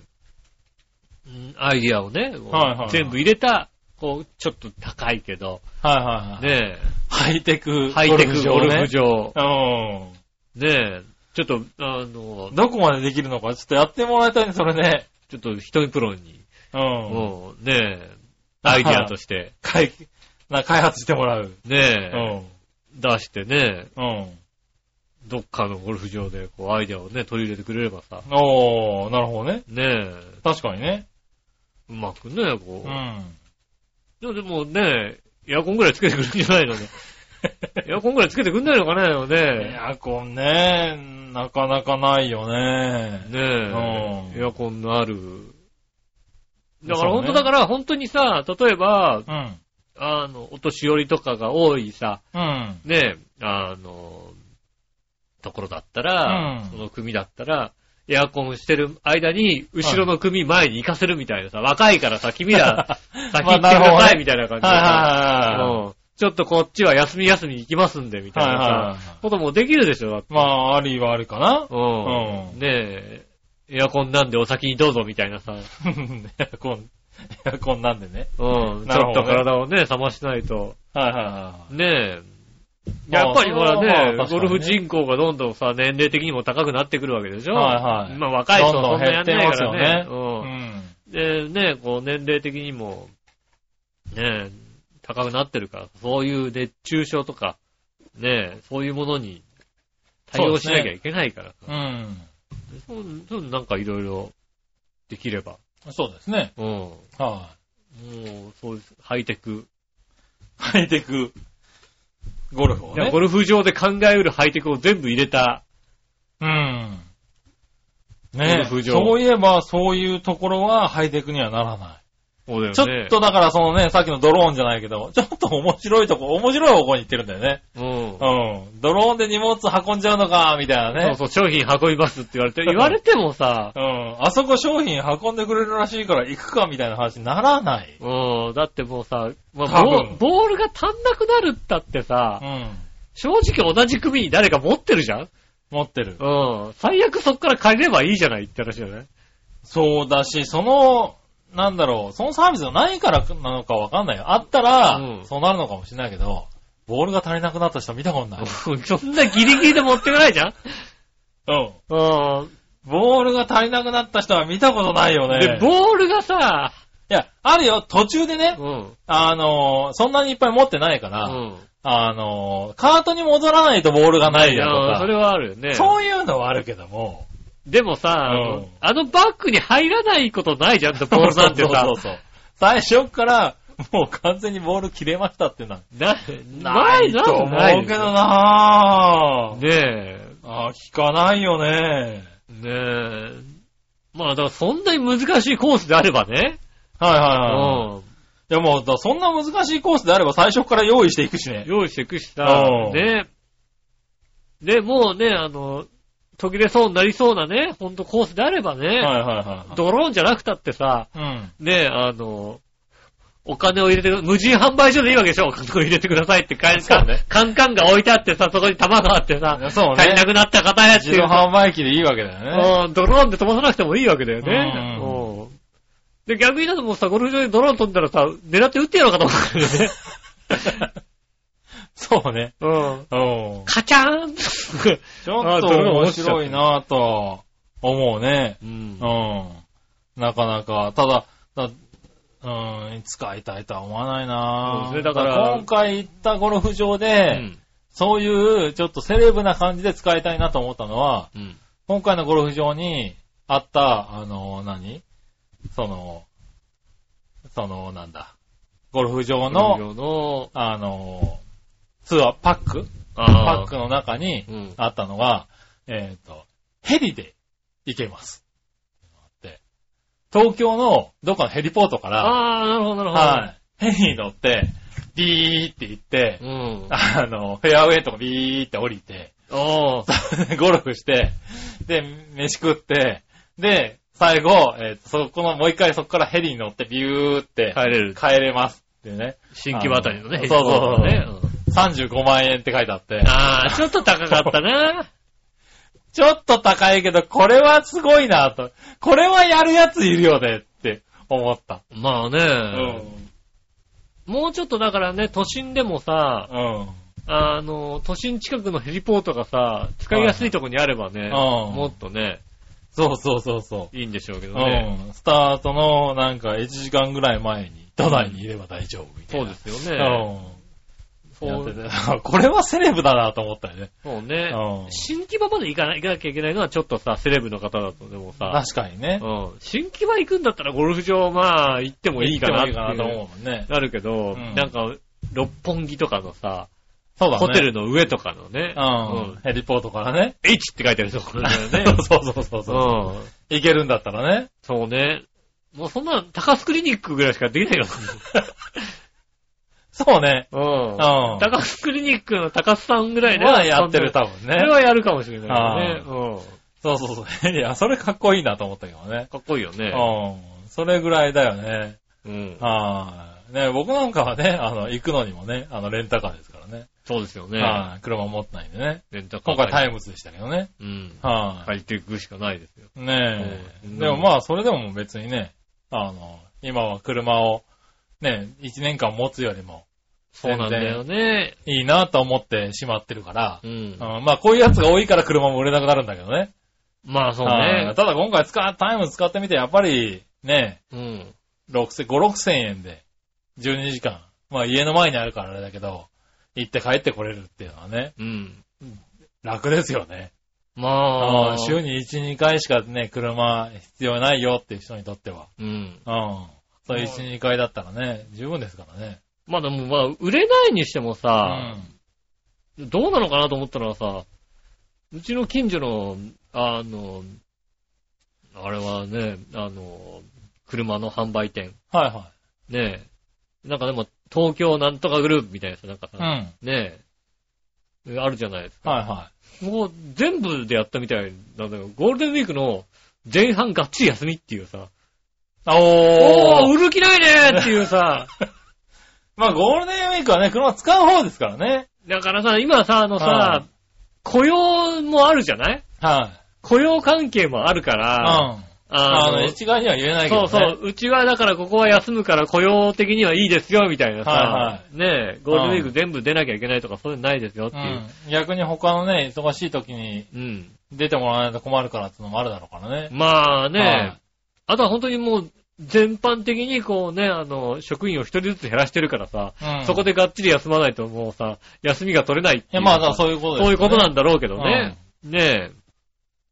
Speaker 2: え、うんアイディアをね、こう
Speaker 3: はいはい
Speaker 2: 全部入れた、こう、ちょっと高いけど、
Speaker 3: はいはいはい。
Speaker 2: ね
Speaker 3: ハイテ
Speaker 2: え、
Speaker 3: ク、
Speaker 2: ハイテクゴ
Speaker 3: ゴル
Speaker 2: ル
Speaker 3: フ
Speaker 2: フ
Speaker 3: 場
Speaker 2: 場、
Speaker 3: ね。
Speaker 2: ねえ、ちょっと、あの
Speaker 3: うん。、どこまでできるのか、ちょっとやってもらいたいね、それね。
Speaker 2: ちょっと人にプロに、
Speaker 3: うん。
Speaker 2: もうねえ、アイディアとして、
Speaker 3: 開、な、開発してもらう。う
Speaker 2: ねえ、
Speaker 3: ん。
Speaker 2: 出してね、
Speaker 3: うん。
Speaker 2: どっかのゴルフ場で、こう、アイディアをね、取り入れてくれればさ、
Speaker 3: おー、なるほどね。
Speaker 2: ねえ、
Speaker 3: 確かにね。
Speaker 2: うまくね、こう
Speaker 3: う、ん。
Speaker 2: でもでもね、エアコンぐらいつけてくるんじゃないの
Speaker 3: [LAUGHS]
Speaker 2: ね。エアコンぐらいつけてくんないのかね、でも
Speaker 3: エ
Speaker 2: ね。
Speaker 3: アコンね、なかなかないよね。
Speaker 2: ね
Speaker 3: う
Speaker 2: え、
Speaker 3: ん
Speaker 2: エアコンのある。だから
Speaker 3: そう
Speaker 2: 本
Speaker 3: ね
Speaker 2: 当だから本当にさ、例えば、
Speaker 3: うん。
Speaker 2: あの、お年寄りとかが多いさ、
Speaker 3: うん。
Speaker 2: ねえ、あの、ところだったら、
Speaker 3: うん
Speaker 2: その組だったら、エアコンしてる間に、後ろの組前に行かせるみたいなさ、若いからさ、君ら先行ってく
Speaker 3: まあなる
Speaker 2: だ
Speaker 3: ほど
Speaker 2: さ
Speaker 3: ね
Speaker 2: いみたいな感じでさ。
Speaker 3: [LAUGHS] はいは
Speaker 2: うんちょっとこっちは休み休み行きますんで、み
Speaker 3: い
Speaker 2: たい
Speaker 3: はい。はいはい
Speaker 2: な
Speaker 3: は
Speaker 2: さ、こともできるでしょ、だって
Speaker 3: い。まあ、ありはあるかな。
Speaker 2: う。
Speaker 3: [LAUGHS] うん
Speaker 2: ね
Speaker 3: ん
Speaker 2: え、エアコンなんでお先にどうぞ、みたいなさ、 [LAUGHS] うん。ち
Speaker 3: エアコン、エアコンなんでね。
Speaker 2: ょっ
Speaker 3: なるほどね
Speaker 2: と体をね、冷ましないと。
Speaker 3: はいはいは
Speaker 2: ねえ、
Speaker 3: まあ
Speaker 2: やっぱりほら
Speaker 3: それは
Speaker 2: ね
Speaker 3: まあ確か
Speaker 2: ゴ
Speaker 3: にね
Speaker 2: ルフ人口がどんどんさ、年齢的にも高くなってくるわけでしょ
Speaker 3: はいはい
Speaker 2: まあ若い人はそんなやんないか
Speaker 3: どんどん減
Speaker 2: ら
Speaker 3: っ
Speaker 2: ね。
Speaker 3: てい。うん。
Speaker 2: うん。で、ねこう年齢的にも、ねえ、高くなってるから、そういう熱中症とか、ねえ、そういうものに対応しなきゃいけないからさ。
Speaker 3: うん。
Speaker 2: そうそうなんかいろいろできれば。
Speaker 3: そうですね。
Speaker 2: うん。も
Speaker 3: は
Speaker 2: う、そういうハイテク。
Speaker 3: い。ハイテク。ゴルフを
Speaker 2: いや
Speaker 3: ね。
Speaker 2: ゴルフ場で考えうるハイテクを全部入れた。
Speaker 3: うん。
Speaker 2: ゴル
Speaker 3: ね
Speaker 2: フ場
Speaker 3: そういえば、そういうところはハイテクにはならない。
Speaker 2: そうだよね。
Speaker 3: ちょっとだからそのね、さっきのドローンじゃないけど、ちょっと面白いとこ、面白い方向に行ってるんだよね。
Speaker 2: うん。
Speaker 3: うん。ドローンで荷物運んじゃうのか、みたいなね。
Speaker 2: そうそう、商品運びますって言われて、言われてもさ、
Speaker 3: うん。あそこ商品運んでくれるらしいから行くか、みたいな話にならない。
Speaker 2: うん、だってもうさ、まあ
Speaker 3: 多
Speaker 2: ボ
Speaker 3: 分
Speaker 2: ー、ボールが足んなくなるったってさ
Speaker 3: う、ん。
Speaker 2: 正直同じ組に誰か持ってるじゃん
Speaker 3: 持ってる。
Speaker 2: うん。最悪そっから借りればいいじゃないって話じゃない
Speaker 3: そうだし、その、なんだろう、そのサービスがないからなのかわかんないよ。あったら、
Speaker 2: うん
Speaker 3: そうなるのかもしれないけど、ボールが足りなくなった人見たことない。
Speaker 2: そんなギリギリで持ってかないじゃん
Speaker 3: うん。
Speaker 2: うん。
Speaker 3: ボールが足りなくなった人は見たことないよね。
Speaker 2: で、
Speaker 3: い
Speaker 2: ボールがさ、
Speaker 3: や、あるよ、途中でね
Speaker 2: う、ん。
Speaker 3: あのーそんなにいっぱい持ってないか
Speaker 2: う
Speaker 3: ら、
Speaker 2: ん。
Speaker 3: あのーカートに戻らないとボールがない
Speaker 2: い
Speaker 3: じゃ
Speaker 2: や
Speaker 3: んとか
Speaker 2: それはあるよね。
Speaker 3: そういうのはあるけども、
Speaker 2: でもさ、あ
Speaker 3: う
Speaker 2: の
Speaker 3: ん
Speaker 2: あのバッグに入らないことないじゃんって、ボールなんてさ
Speaker 3: そうそう。そう最初から、もう完全にボール切れましたっていうのは、
Speaker 2: な、
Speaker 3: ないと思うけどなぁ。
Speaker 2: ねえ。
Speaker 3: あー聞かないよね。
Speaker 2: ねえ。まあ、だからそんなに難しいコースであればね。
Speaker 3: はい
Speaker 2: う
Speaker 3: はい
Speaker 2: ん。
Speaker 3: はい。いやもう、だそんな難しいコースであれば最初から用意していくしね。
Speaker 2: 用意していくしさ
Speaker 3: う、ん
Speaker 2: ねで、もうね、あの、途切れそうになりそうなね、ほんとコースであればね、
Speaker 3: はいはいはい
Speaker 2: ドローンじゃなくたってさ、。 [LAUGHS]
Speaker 3: うん。
Speaker 2: ね、あの、お金を入れて、無人販売所でいいわけでしょお金を入れてくださいってカンカン、カンカンが置いてあってさ、そこに玉があってさ、
Speaker 3: そう
Speaker 2: 足りな
Speaker 3: ね。
Speaker 2: くなった方やって
Speaker 3: 自
Speaker 2: いう
Speaker 3: 動
Speaker 2: さ
Speaker 3: 販売機でいいわけだよね。
Speaker 2: うん、ドローンで飛ばさなくてもいいわけだよね。
Speaker 3: う
Speaker 2: うんで、逆にだともうさ、ゴルフ場でドローン飛んだらさ、狙って撃ってやろうかと思うよね。
Speaker 3: [LAUGHS] そうね。
Speaker 2: うん。
Speaker 3: うん。
Speaker 2: カチャーン
Speaker 3: ちょっと面白いなぁと、思うね。
Speaker 2: うん
Speaker 3: うん。なかなか、ただ、だうん、使いたいとは思わないなぁ
Speaker 2: そうですねだから
Speaker 3: 今回行ったゴルフ場で、そういう、ちょっとセレブな感じで使いたいなと思ったのは、
Speaker 2: うん。
Speaker 3: 今回のゴルフ場にあった、あの、何その、その、なんだ。ゴルフ場
Speaker 2: こ
Speaker 3: の、
Speaker 2: の、
Speaker 3: あの、ツアーパックパ
Speaker 2: あ
Speaker 3: ックの中に
Speaker 2: ーうん。
Speaker 3: あったのが、えっ、と、ヘリで行けます。って東京のどっかのヘリポートから、
Speaker 2: あー、なるほど、なるほど。
Speaker 3: はい、ヘリに乗って、ビーって行って、
Speaker 2: うん。
Speaker 3: あの、フェアウェイとかビーって降りて、 [LAUGHS]
Speaker 2: おー。
Speaker 3: ゴルフして、で、飯食って、で、最後、えーそこの、もう一回そこからヘリに乗ってビューって
Speaker 2: 帰れる。
Speaker 3: 帰れますっていうね。
Speaker 2: 新規渡りのね
Speaker 3: あ、のそうそうそう
Speaker 2: ね。ん
Speaker 3: 35万円って書いてあって。
Speaker 2: あー、ちょっと高かった
Speaker 3: [LAUGHS]
Speaker 2: な。
Speaker 3: ちょっと高いけど、これはすごいなと。これはやるやついるよねって思った。
Speaker 2: まあ
Speaker 3: う
Speaker 2: ね、。もうちょっとだからね、都心でもさ、
Speaker 3: うん。
Speaker 2: あの、都心近くのヘリポートがさ、使いやすいとこにあればね、
Speaker 3: はいうん
Speaker 2: もっとね、
Speaker 3: そうそうそうそ
Speaker 2: いいんでしょうけど
Speaker 3: う。
Speaker 2: ね。
Speaker 3: うん。スタートの、なんか、1時間ぐらい前に、都内にいれば大丈夫みたい
Speaker 2: そう
Speaker 3: な。
Speaker 2: で
Speaker 3: う
Speaker 2: すよね。
Speaker 3: うん。 [LAUGHS]
Speaker 2: そう
Speaker 3: やっててこれはセレブだなと思ったよね。
Speaker 2: そうね
Speaker 3: う。ん
Speaker 2: 新規場まで行かな行かなきゃいけないのはちょっとさ、セレブの方だとでもさ、
Speaker 3: 確かにね。
Speaker 2: うん新規場行くんだったらゴルフ場まあ行ってもいいかなって
Speaker 3: 行ってもいいかなと思
Speaker 2: いう
Speaker 3: もんね。
Speaker 2: なるけど、
Speaker 3: うん
Speaker 2: なんか、六本木とかのさ、
Speaker 3: そうだね。
Speaker 2: ホテルの上とかのね、
Speaker 3: うん。ヘリポートからね。
Speaker 2: H って書いてあるところだよね。
Speaker 3: [LAUGHS] そうそうそう
Speaker 2: う
Speaker 3: そう。
Speaker 2: ん。
Speaker 3: 行けるんだったらね。
Speaker 2: そうね。もうそんな、高須クリニックぐらいしかでき
Speaker 3: [LAUGHS]
Speaker 2: ないよ。
Speaker 3: そうね。
Speaker 2: うん
Speaker 3: うん。高
Speaker 2: 高須クリニックの高須さんぐらいね。
Speaker 3: はやってる、
Speaker 2: そんな
Speaker 3: 多分
Speaker 2: それ
Speaker 3: ね。
Speaker 2: はやるかもしれないけどね。う
Speaker 3: そうそうそう。いや、それかっこいいなと思ったけどね
Speaker 2: ん。。かっこいいよね。
Speaker 3: うん。それぐらいだよね。
Speaker 2: うん。
Speaker 3: はい。ね、僕なんかはね、あの、行くのにもね、あの、レンタカーですからね。
Speaker 2: そうですよね。
Speaker 3: はい。車持ってないんでね。
Speaker 2: レンタカー。
Speaker 3: 今回タイムズでしたけどね。
Speaker 2: うん。
Speaker 3: は
Speaker 2: 借りていくしかないですよ。
Speaker 3: い。ね
Speaker 2: う
Speaker 3: え。
Speaker 2: ん
Speaker 3: でもまあ、それでも別にね、あの、今は車を、ね、1年間持つよりも
Speaker 2: そうなんだよね。
Speaker 3: いいなと思ってしまってるから、
Speaker 2: うん。
Speaker 3: うんまあ、こういうやつが多いから車も売れなくなるんだけどね。
Speaker 2: まあそう
Speaker 3: は
Speaker 2: ね
Speaker 3: い。ただ今回使っ、タイム使ってみて、やっぱり、ね、
Speaker 2: うん。
Speaker 3: 6000、5、6000円で、12時間。まあ家の前にあるからあれだけど、行って帰ってこれるっていうのはね、
Speaker 2: うん。
Speaker 3: 楽ですよね。
Speaker 2: まあ、
Speaker 3: うん週に1、2回しかね、車必要ないよっていう人にとっては。
Speaker 2: うん。
Speaker 3: うん。そううん1、2回だったらね、十分ですからね。
Speaker 2: まあでもまあ、売れないにしても
Speaker 3: う
Speaker 2: さ、
Speaker 3: ん。
Speaker 2: どうなのかなと思ったのはさ、うちの近所の、あの、あれはね、あの、車の販売店。
Speaker 3: はいは
Speaker 2: ねえ。なんかでも、東京なんとかグループみたいなさ、なんかさ、
Speaker 3: い。うん。はい
Speaker 2: ねえ。あるじゃないですか。
Speaker 3: は
Speaker 2: もう全部でやったみたいなんだよ。ゴールデンウィークの前半がっちり休みっていうさ、
Speaker 3: い。お
Speaker 2: おー、
Speaker 3: ー
Speaker 2: 売る気ないねーっていう
Speaker 3: [LAUGHS]
Speaker 2: さ、
Speaker 3: まあゴールデンウィークはね、車使う方ですからね。
Speaker 2: だからさ、今さ、あの
Speaker 3: は
Speaker 2: さ
Speaker 3: い、
Speaker 2: 雇用もあるじゃない
Speaker 3: は
Speaker 2: 雇用関係もあるか
Speaker 3: い。うん。
Speaker 2: ら、
Speaker 3: あ
Speaker 2: あの
Speaker 3: の、一概には言えないけど
Speaker 2: そう
Speaker 3: ね。
Speaker 2: そう、うちはだからここは休むから雇用的にはいいですよ、みたいなさ、
Speaker 3: は
Speaker 2: ねえ、ゴールデンウィーク全部出なきゃいけないとかそういうのないですよって
Speaker 3: う
Speaker 2: い
Speaker 3: ん
Speaker 2: う。。
Speaker 3: 逆に他のね、忙しい時に
Speaker 2: うん。
Speaker 3: 出てもらわないと困るからってのもあるだろうからね。
Speaker 2: まあね、
Speaker 3: はい
Speaker 2: あとは本当にもう、全般的にこうね、あの、職員を一人ずつ減らしてるからさ、
Speaker 3: うん。
Speaker 2: そこでがっちり休まないともうさ、休みが取れないって
Speaker 3: い
Speaker 2: い
Speaker 3: や、
Speaker 2: う
Speaker 3: まあ、そういうことです、ね。
Speaker 2: そういうことなんだ
Speaker 3: だ
Speaker 2: ろうけどね。ねえ、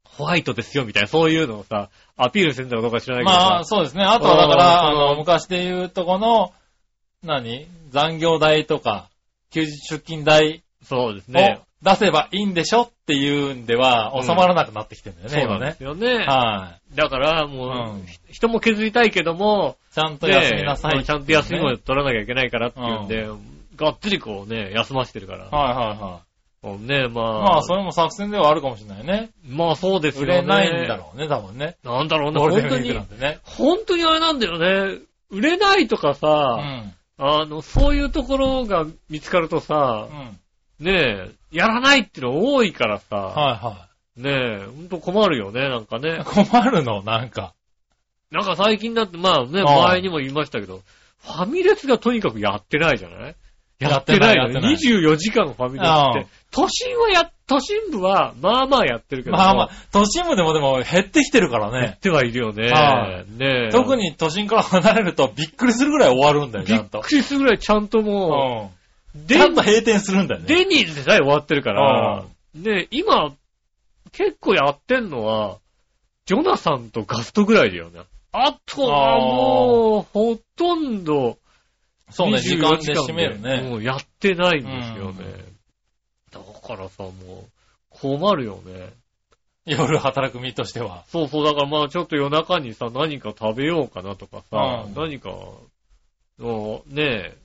Speaker 2: ホワイトですよみたいな、そういうのをさ、アピールしてんだかどうか知らないけどさ。
Speaker 3: まあ、そうですね。あとはだから、
Speaker 2: う
Speaker 3: あ
Speaker 2: ん
Speaker 3: の、昔で言うとこの、何残業代とか、休日出勤代
Speaker 2: そうです
Speaker 3: を
Speaker 2: ね。
Speaker 3: 出せばいいんでしょっていうんでは、収まらなくなってきてるんだよ
Speaker 2: そうなん
Speaker 3: ね、今
Speaker 2: で
Speaker 3: ね
Speaker 2: す。よね。
Speaker 3: は
Speaker 2: だから、
Speaker 3: い。う
Speaker 2: もう、
Speaker 3: ん。
Speaker 2: 人も削りたいけども、
Speaker 3: ちゃんと
Speaker 2: ね
Speaker 3: 休みなさい、
Speaker 2: ちゃんと休みを取らなきゃいけないからっていうんで、がっつりこうね、休ませてるから。
Speaker 3: はいはいはい。
Speaker 2: もうね、まあ、
Speaker 3: まあ、それも作戦ではあるかもしれないね。
Speaker 2: まあそうですよ
Speaker 3: 売
Speaker 2: ね。
Speaker 3: れないんだろうね、多分ね。
Speaker 2: なんだろうね、
Speaker 3: ゴール
Speaker 2: 本
Speaker 3: デンウ
Speaker 2: 当
Speaker 3: ィークなん
Speaker 2: に、
Speaker 3: てね。
Speaker 2: 本当にあれなんだよね。売れないとか
Speaker 3: う
Speaker 2: さ、
Speaker 3: ん。
Speaker 2: あの、そういうところが見つかるとさ
Speaker 3: う、ん。
Speaker 2: ねえ、やらないっての多いからさ、
Speaker 3: は
Speaker 2: ねえ、ほんと困るよね、なんか
Speaker 3: いは
Speaker 2: ね
Speaker 3: い。。困るの、なんか。
Speaker 2: なんか最近だって、まあね、
Speaker 3: ん
Speaker 2: 前にも言いましたけど、ファミレスがとにかくやってないじゃないやってないよ
Speaker 3: やって
Speaker 2: ね。
Speaker 3: ない
Speaker 2: 24時間ファミレスっ
Speaker 3: うん
Speaker 2: て。都心はや、都心部は、まあまあやってるけど。
Speaker 3: まあまあ、都心部でもでも減ってきてるから
Speaker 2: や
Speaker 3: ね
Speaker 2: っ。てはいるよね
Speaker 3: は。
Speaker 2: ねえ。
Speaker 3: 特。に都心から離れるとびっくりするぐらい終わるんだよ、ち
Speaker 2: び
Speaker 3: ゃん
Speaker 2: っ
Speaker 3: と。
Speaker 2: くりするぐらいちゃんとも
Speaker 3: うん。
Speaker 2: う、
Speaker 3: ち
Speaker 2: デ
Speaker 3: ゃんと閉店するんだよね。
Speaker 2: デニーズでさえ終わってるから、で、今、結構やってんのは、ジョナサンとガストぐらいだよね。あとは
Speaker 3: あー
Speaker 2: もう、ほとんど、
Speaker 3: そうね、時間
Speaker 2: 24
Speaker 3: で閉めるね。
Speaker 2: もうやってないんですよね。だからさ、もう、困るよね。
Speaker 3: 夜働く身としては。
Speaker 2: そうそう、だからまあちょっと夜中にさ、何か食べようかなとかさ、
Speaker 3: うん
Speaker 2: 何か、のねえ、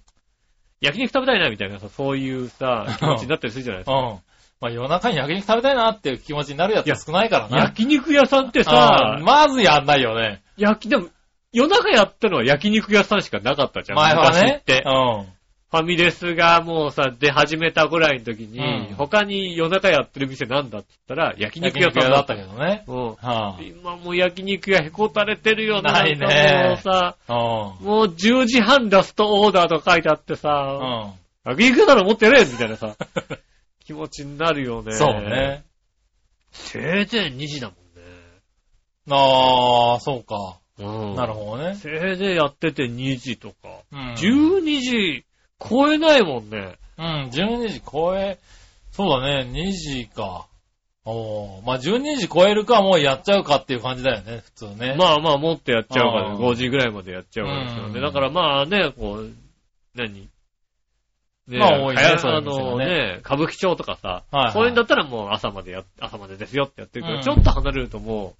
Speaker 2: 焼肉食べたいなみたいなさ、そういう
Speaker 3: [LAUGHS]
Speaker 2: さ、気持ちになったりするじゃないです
Speaker 3: う
Speaker 2: か
Speaker 3: ん。。まあ夜中に焼肉食べたいなっていう気持ちになるやつ
Speaker 2: いや
Speaker 3: は少ないからな。
Speaker 2: 焼肉屋さんって
Speaker 3: あ
Speaker 2: さ
Speaker 3: ー、まずやんないよね。
Speaker 2: 焼き、でも、夜中やったのは焼肉屋さんしかなかったじゃん。
Speaker 3: 前は
Speaker 2: 昔っ
Speaker 3: ね。
Speaker 2: て
Speaker 3: う。ん。
Speaker 2: ファミレスがもうさ、出始めたぐらいの時に、
Speaker 3: うん
Speaker 2: 他に夜中やってる店なんだって言ったら、焼肉
Speaker 3: 焼
Speaker 2: 屋さ
Speaker 3: 肉屋
Speaker 2: ん
Speaker 3: だ
Speaker 2: だ
Speaker 3: っ
Speaker 2: ったた。
Speaker 3: けどね。
Speaker 2: うん。
Speaker 3: は
Speaker 2: 今もう焼肉屋へこたれてるよ
Speaker 3: ない
Speaker 2: な
Speaker 3: ね
Speaker 2: んかもうさ、
Speaker 3: あ。うん。
Speaker 2: もう10時半ラストオーダーと書いてあって
Speaker 3: う
Speaker 2: さ、
Speaker 3: ん。
Speaker 2: 焼肉屋なら持ってやれみたいな
Speaker 3: [LAUGHS]
Speaker 2: さ、気持ちになるよね。
Speaker 3: そう。ね。
Speaker 2: せいぜい2時だも
Speaker 3: ああ、そうか。
Speaker 2: んね。うん。
Speaker 3: なるほどね。
Speaker 2: せいぜいやってて2時とか。
Speaker 3: うん。
Speaker 2: 12時超えないもんね。
Speaker 3: うん、12時超え、そうだね、2時か。おーまあ12時超えるかもうやっちゃうかっていう感じだよね、普通ね。
Speaker 2: まあまあ、もっとやっちゃうから、
Speaker 3: あー
Speaker 2: 5時ぐらいまでやっちゃうからですよ
Speaker 3: う
Speaker 2: ね。
Speaker 3: ん
Speaker 2: だからまあね、こう、何ね
Speaker 3: まあ多いね
Speaker 2: 早く
Speaker 3: そういう
Speaker 2: あ
Speaker 3: 店はね
Speaker 2: のね、歌舞伎町とかさ、
Speaker 3: はいはい
Speaker 2: そういうんだったらもう朝までや、朝までですよってやってるけど、
Speaker 3: うん
Speaker 2: ちょっと離れるとも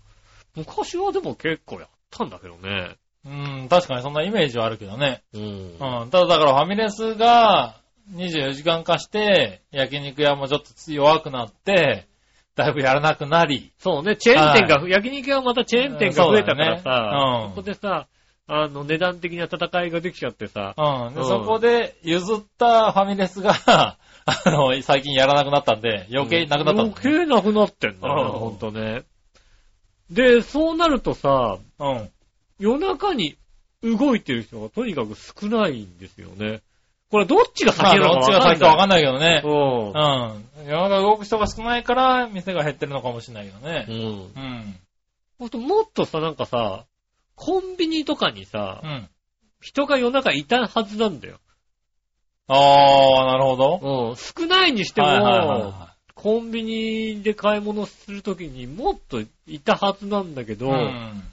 Speaker 2: う、昔はでも結構やったんだけどね。
Speaker 3: うん、確かにそんなイメージはあるけどね。
Speaker 2: うん。
Speaker 3: うん、ただだからファミレスが24時間化して、焼肉屋もちょっと弱くなって、だいぶやらなくなり、
Speaker 2: そうね、チェーン店が、焼肉屋はまたチェーン店が増えたからさ、
Speaker 3: うん
Speaker 2: そこでさ、あの、値段的な戦いができちゃってさ、
Speaker 3: うん、で
Speaker 2: うん
Speaker 3: そこで譲ったファミレスが、 [LAUGHS] あの、最近やらなくなったんで、余計なくなったんだね、
Speaker 2: 余計なくなってんだよね、
Speaker 3: うん
Speaker 2: ほんとね。で、そうなるとさ、
Speaker 3: うん。
Speaker 2: 夜中に動いてる人がとにかく少ないんですよね。これどっちが
Speaker 3: まあ、
Speaker 2: 先なの
Speaker 3: どっ
Speaker 2: か
Speaker 3: ちが
Speaker 2: わか
Speaker 3: 先
Speaker 2: ん
Speaker 3: かわか
Speaker 2: ない。
Speaker 3: んないけどね。
Speaker 2: うん
Speaker 3: うん。世の中動く人が少ないから、店が減ってるのかもしれないけど
Speaker 2: う
Speaker 3: ね。
Speaker 2: ん。
Speaker 3: うん。
Speaker 2: ほんともっとさ、なんかさ、コンビニとかにさ
Speaker 3: う、ん。
Speaker 2: 人が夜中いたはずなんだよ。
Speaker 3: あー、なるほど。
Speaker 2: うん。少ないにして
Speaker 3: はいはいはい
Speaker 2: も、
Speaker 3: は
Speaker 2: コンビニで買い物するときにもっといたはずなんだけ
Speaker 3: い
Speaker 2: ど、
Speaker 3: うん。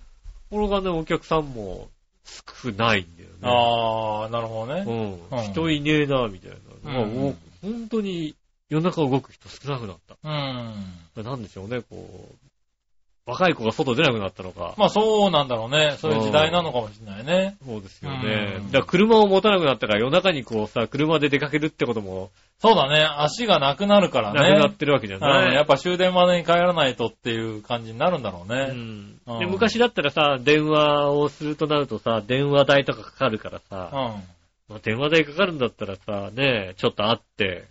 Speaker 2: これがね、お客さんも少ないんだよね。
Speaker 3: あー、なるほどね。
Speaker 2: うん
Speaker 3: うん
Speaker 2: 人いねえな、みたいな。
Speaker 3: うん
Speaker 2: まあお本当に夜中動く人少なくなった。
Speaker 3: うん。
Speaker 2: これなんでしょうね、こう、若い子が外出なくなったのか。
Speaker 3: まあそうなんだろうね。そういう時代なのかもしれないね。
Speaker 2: そうですよね
Speaker 3: う。ん
Speaker 2: だから車を持たなくなったから夜中にこうさ、車で出かけるってことも
Speaker 3: そうだね。足がなくなるから
Speaker 2: なく
Speaker 3: ね。
Speaker 2: なってるわけじゃ
Speaker 3: うんや
Speaker 2: な
Speaker 3: っ
Speaker 2: い。
Speaker 3: ぱ終電までに帰らないとっていう感じになるんだろう
Speaker 2: う
Speaker 3: ね。
Speaker 2: ん
Speaker 3: うん
Speaker 2: で昔だったらさ、電話をするとなるとさ、電話代とかかかるから
Speaker 3: うん。
Speaker 2: さ、まあ電話代かかるんだったらさ、ねえ、ちょっと会って、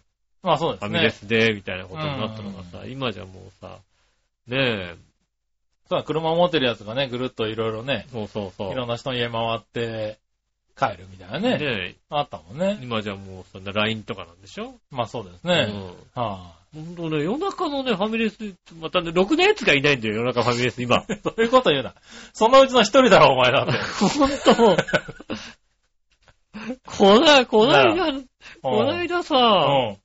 Speaker 3: まあそうで
Speaker 2: ファ
Speaker 3: す
Speaker 2: ミレ
Speaker 3: ね。
Speaker 2: スで、みたいなことになったのがさ、今じゃもうさ、ねえ、
Speaker 3: そうだ車を持ってるやつがね、ぐるっといろいろね、
Speaker 2: そうそうそう。
Speaker 3: いろんな人の家回って帰るみたいなね。
Speaker 2: ね
Speaker 3: あったもん
Speaker 2: え、
Speaker 3: ね。
Speaker 2: 今じゃもうそんな LINE とかなんでしょ
Speaker 3: まあそうですね。
Speaker 2: うん
Speaker 3: は
Speaker 2: ほんとね、夜中のね、ファミレス、またね、ろくな奴がいないんだよ、夜中ファミレス、今。
Speaker 3: あ、そういうこと言うな。そのうちの一人だろ、お前
Speaker 2: [LAUGHS]
Speaker 3: だって。
Speaker 2: ほんと。 [LAUGHS] こない、こないだ、こないださ、
Speaker 3: うん。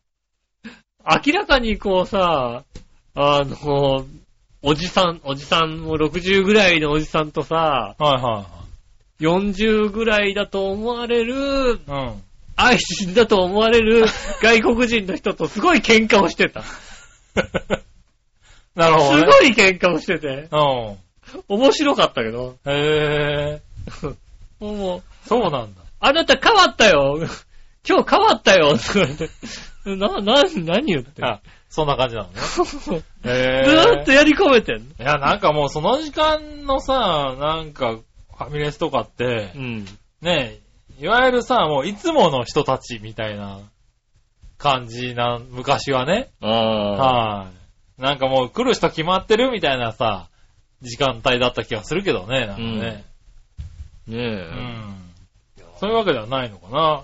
Speaker 2: 明らかにこうさ、あの、おじさん、おじさんも60ぐらいのおじさんとさ、
Speaker 3: はいは
Speaker 2: 40ぐらいだと思われる、[LAUGHS]
Speaker 3: いはい。うん。
Speaker 2: 愛人だと思われる外国人の人とすごい喧嘩をして
Speaker 3: [LAUGHS]
Speaker 2: た。す
Speaker 3: なるほど、ね。
Speaker 2: ごい喧嘩をしてて、
Speaker 3: うん。
Speaker 2: 面白かったけど、
Speaker 3: へえ。
Speaker 2: もう、
Speaker 3: そうなんだ。
Speaker 2: あなた変わったよ [LAUGHS] 今日変わったよ [LAUGHS] って言われて。な、な、何言ってんの
Speaker 3: あ、そんな感じなのね。
Speaker 2: [LAUGHS] ず
Speaker 3: へ
Speaker 2: ーっとやり込めてんの。
Speaker 3: いや、なんかもうその時間のさ、なんか、ファミレスとかって
Speaker 2: う、ん。
Speaker 3: ねえ、いわゆるさ、もういつもの人たちみたいな感じな、昔はね。
Speaker 2: ああ。
Speaker 3: はい。なんかもう来る人決まってるみたいなさ、時間帯だった気がするけどね、なんかね。
Speaker 2: ね
Speaker 3: う
Speaker 2: え。
Speaker 3: ん。そういうわけではないのかな。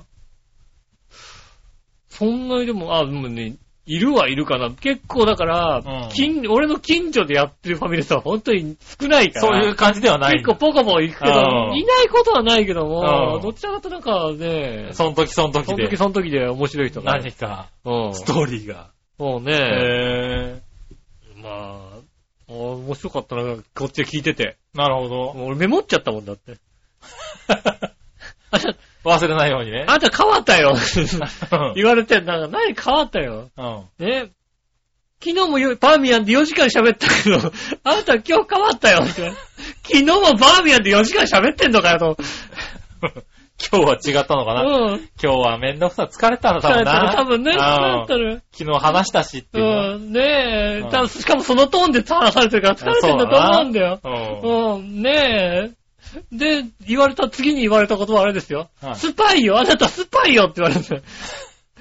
Speaker 2: そんなにでも、あ、でもね、いるはいるかな。結構だから、
Speaker 3: うん
Speaker 2: 近、俺の近所でやってるファミレスは本当に少ないから。
Speaker 3: そういう感じではない。
Speaker 2: 結構ポコポコ行くけど、
Speaker 3: うん
Speaker 2: いないことはないけど
Speaker 3: う
Speaker 2: も
Speaker 3: ん、
Speaker 2: どちらかとなんかね、
Speaker 3: その時その
Speaker 2: そ
Speaker 3: 時
Speaker 2: の時
Speaker 3: で。
Speaker 2: その時で面白い人が。
Speaker 3: 何か、
Speaker 2: うん。
Speaker 3: ス
Speaker 2: そ
Speaker 3: トーリーが。
Speaker 2: うね。
Speaker 3: へえ。
Speaker 2: まあ、あー面白かったな、こっちで聞いてて。
Speaker 3: なるほど。
Speaker 2: もう俺メモっちゃったもんだって。あな
Speaker 3: 忘れないようにね
Speaker 2: た、。あなた変わったよ
Speaker 3: うん
Speaker 2: 言われてんだから、何変わったよ。
Speaker 3: うん。
Speaker 2: ね。昨日もよパーミヤンで4時間喋ったけど、あなた今日変わったよって。昨日もパーミヤンで4時間喋ってんのかよと。
Speaker 3: 今日は違ったの
Speaker 2: う
Speaker 3: かな。
Speaker 2: ん。
Speaker 3: 今日はめんどくさ、疲れたの多
Speaker 2: 疲れ
Speaker 3: 分
Speaker 2: た
Speaker 3: な。
Speaker 2: る、多分ね。
Speaker 3: うん
Speaker 2: 疲れてる。
Speaker 3: 昨日話したしっていうのは。
Speaker 2: うん。ねえ
Speaker 3: うん。
Speaker 2: ただしかもそのトーンで話されてるから疲れてんだと思うんだよ。
Speaker 3: うん。
Speaker 2: うん、ねえ。で、言われた、次に言われたことはあれですよ。
Speaker 3: はい
Speaker 2: スパイよ、あなたスパイよって言われて。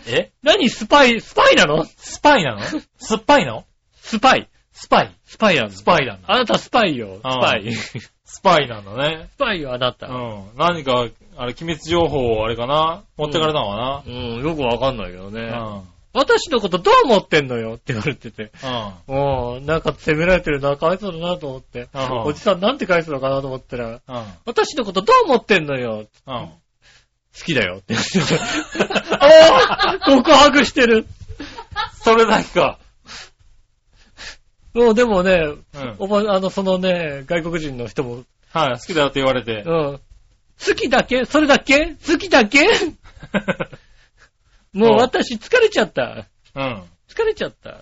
Speaker 3: え
Speaker 2: 何スパイ、スパイなの
Speaker 3: スパ
Speaker 2: [LAUGHS]
Speaker 3: イなの酸っぱいの
Speaker 2: スパイ。
Speaker 3: スパイ。
Speaker 2: スパイなんだ
Speaker 3: スパイなんだ。
Speaker 2: あなたスパイよ、スパイ。ス
Speaker 3: スパイなんだね。
Speaker 2: パイよ、あな
Speaker 3: う
Speaker 2: た。
Speaker 3: ん。何か、あれ、機密情報をあれかな持ってかれたのか
Speaker 2: うん、よくわかんないけどね。
Speaker 3: な
Speaker 2: 私のことどう思ってんのよって言われてて。
Speaker 3: うん。うん。
Speaker 2: うん、なんか責められてるな、かわいそうだなと思って。
Speaker 3: うん
Speaker 2: おじさんなんて返すのかなと思ったら、
Speaker 3: うん。
Speaker 2: 私のことどう思ってんのよ。
Speaker 3: うん。
Speaker 2: 好きだよって言わ
Speaker 3: [LAUGHS]
Speaker 2: れて。ああ告白してる。
Speaker 3: それだけか。
Speaker 2: もうでもね、
Speaker 3: うん。
Speaker 2: おば、あの、そのね、外国人の人も、
Speaker 3: はい、好きだよって言われて
Speaker 2: う。ん。好きだけそれだけ好きだけもう私疲れちゃった。
Speaker 3: [LAUGHS] うん。
Speaker 2: 疲れちゃった。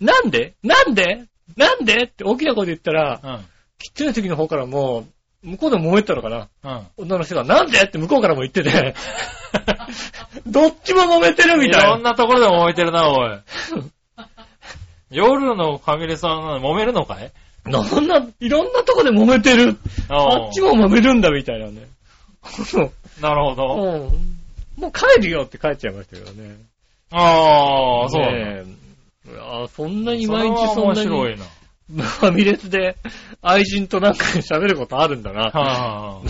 Speaker 2: なんでなんでなんでって大きな声で言ったら、
Speaker 3: うん。
Speaker 2: きっちい席の方からもう、向こうでも燃えてたのかな
Speaker 3: うん。
Speaker 2: 女の人が、なんでって向こうからも言ってて、どっちも揉めてるみ
Speaker 3: い
Speaker 2: たい
Speaker 3: ろん
Speaker 2: な。
Speaker 3: なところで揉めてるな、お
Speaker 2: [LAUGHS]
Speaker 3: い。夜のファミレスは揉めるのかい
Speaker 2: どんな、いろんなとこで揉めてる。あっちも揉めるんだみたいなね。
Speaker 3: なるほ
Speaker 2: う
Speaker 3: ど。
Speaker 2: んもう帰るよって帰っちゃいましたけどね。
Speaker 3: ああ、そうなんだ。
Speaker 2: ねえいやそんなに
Speaker 3: それ
Speaker 2: 毎日
Speaker 3: は
Speaker 2: そん
Speaker 3: 面
Speaker 2: な
Speaker 3: 白
Speaker 2: に [LAUGHS]
Speaker 3: いな。
Speaker 2: ファミレスで愛人となんか喋ることあるんだな。
Speaker 3: はい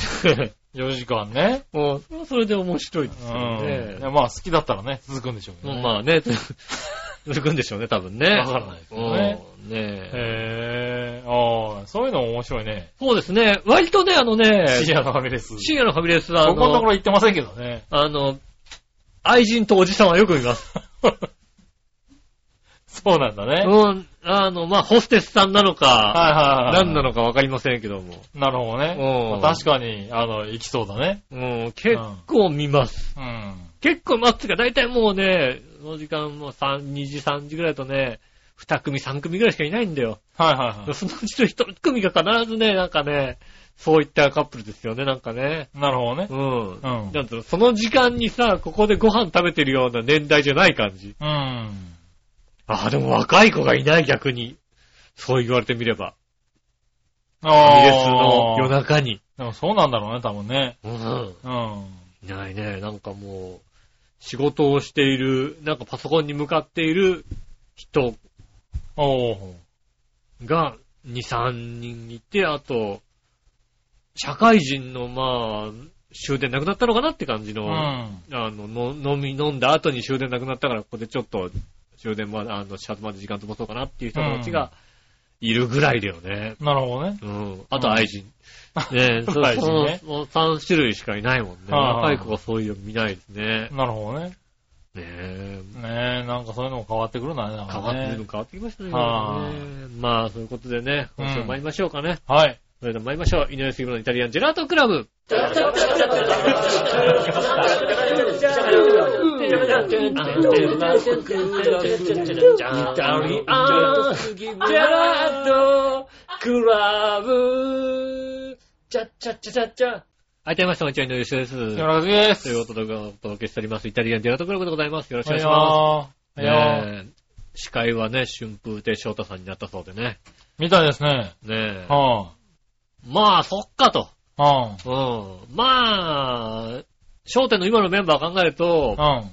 Speaker 3: 4時間ね。
Speaker 2: [LAUGHS] もう、それで面白いです
Speaker 3: う
Speaker 2: よ
Speaker 3: ん。いや
Speaker 2: ね。
Speaker 3: まあ好きだったらね、続くんでしょうけど
Speaker 2: もう
Speaker 3: ね。
Speaker 2: まあね、 [LAUGHS] 続くんでしょうね、多分ね。
Speaker 3: わからないですけどね
Speaker 2: うん。ねえ
Speaker 3: へえ、ああ、そういうのも面白いね。
Speaker 2: そうですね、割とね、あの
Speaker 3: 深
Speaker 2: ね、
Speaker 3: 夜のファミレス。
Speaker 2: 深夜のファミレスは、あ
Speaker 3: 僕のとこ
Speaker 2: の、
Speaker 3: ろ行ってませんけどね。
Speaker 2: あの、愛人とおじさんはよく見
Speaker 3: [LAUGHS]
Speaker 2: ます。
Speaker 3: そうなんだね。はいは
Speaker 2: うん、あの、まあ、ホステスさんなのか、
Speaker 3: いはい。
Speaker 2: 何なのかわかりませんけども。
Speaker 3: なるほどね。
Speaker 2: うん
Speaker 3: まあ確かに、あの、行きそうだね。
Speaker 2: うん、結構見ます。
Speaker 3: うん。
Speaker 2: 結構待つが、だいたいもうね、その時間も3、2時、3時ぐらいだとね、2組、3組ぐらいしかいないんだよ。
Speaker 3: はいはいは
Speaker 2: そのうちの1組が必ずね、なんかね、そういったカップルですよね、なんかね。
Speaker 3: い。なるほどね。
Speaker 2: うん。
Speaker 3: うん
Speaker 2: なんつうのその時間にさ、ここでご飯食べてるような年代じゃない感じ。
Speaker 3: うん。
Speaker 2: ああ、でも若い子がいない、逆に。そう言われてみれば。ミ
Speaker 3: あ
Speaker 2: レスの夜
Speaker 3: 中。
Speaker 2: 中に。
Speaker 3: でもそうなんだろうね、多分ね。
Speaker 2: うん。
Speaker 3: うん。
Speaker 2: いないね。なんかもう、仕事をしている、なんかパソコンに向かっている人
Speaker 3: おー。
Speaker 2: が2、3人いて、あと、社会人の、まあ、終電なくなったのかなって感じの、
Speaker 3: う
Speaker 2: あ
Speaker 3: ん。
Speaker 2: のの、飲み、飲んだ後に終電なくなったから、ここでちょっと、終電まで、あの、シャツまで時間飛ばそうかなっていう人たちが、いるぐらいだよね。
Speaker 3: なるほどね。
Speaker 2: うん。あと愛
Speaker 3: [LAUGHS]
Speaker 2: 人。ねえ、そう
Speaker 3: 愛人ね
Speaker 2: その3種類しかいないもんね。
Speaker 3: はあはあ
Speaker 2: 若い子がそういうの見ないですね。
Speaker 3: なるほどね。
Speaker 2: ねえ。
Speaker 3: ねえ、なんかそういうのも変わってくるんだね、なんか
Speaker 2: 変わってくるの
Speaker 3: ね。
Speaker 2: 変わってきましたね。
Speaker 3: はあ
Speaker 2: ねえまあ、そういうことでね、今週も参りましょうかね。
Speaker 3: はい。
Speaker 2: それでは参りましょう。井上杉村のイタリアンジェラートクラブ。はい、どうも、こんにちは、井上杉です。
Speaker 3: よろしくで
Speaker 2: と
Speaker 3: す。
Speaker 2: いうことで、お届けしております。イタリアンジェラートクラブでございます。よろしくお
Speaker 3: は
Speaker 2: 願いします。
Speaker 3: いよー。はいよー。
Speaker 2: ねえ司会はね、春風亭昇太さんになったそうでね。
Speaker 3: みたいですね。
Speaker 2: ねえ。
Speaker 3: は
Speaker 2: まあ、そっかと。
Speaker 3: ぁ。は
Speaker 2: うん。まあ、焦点の今のメンバー考えると、
Speaker 3: ぁ。うん。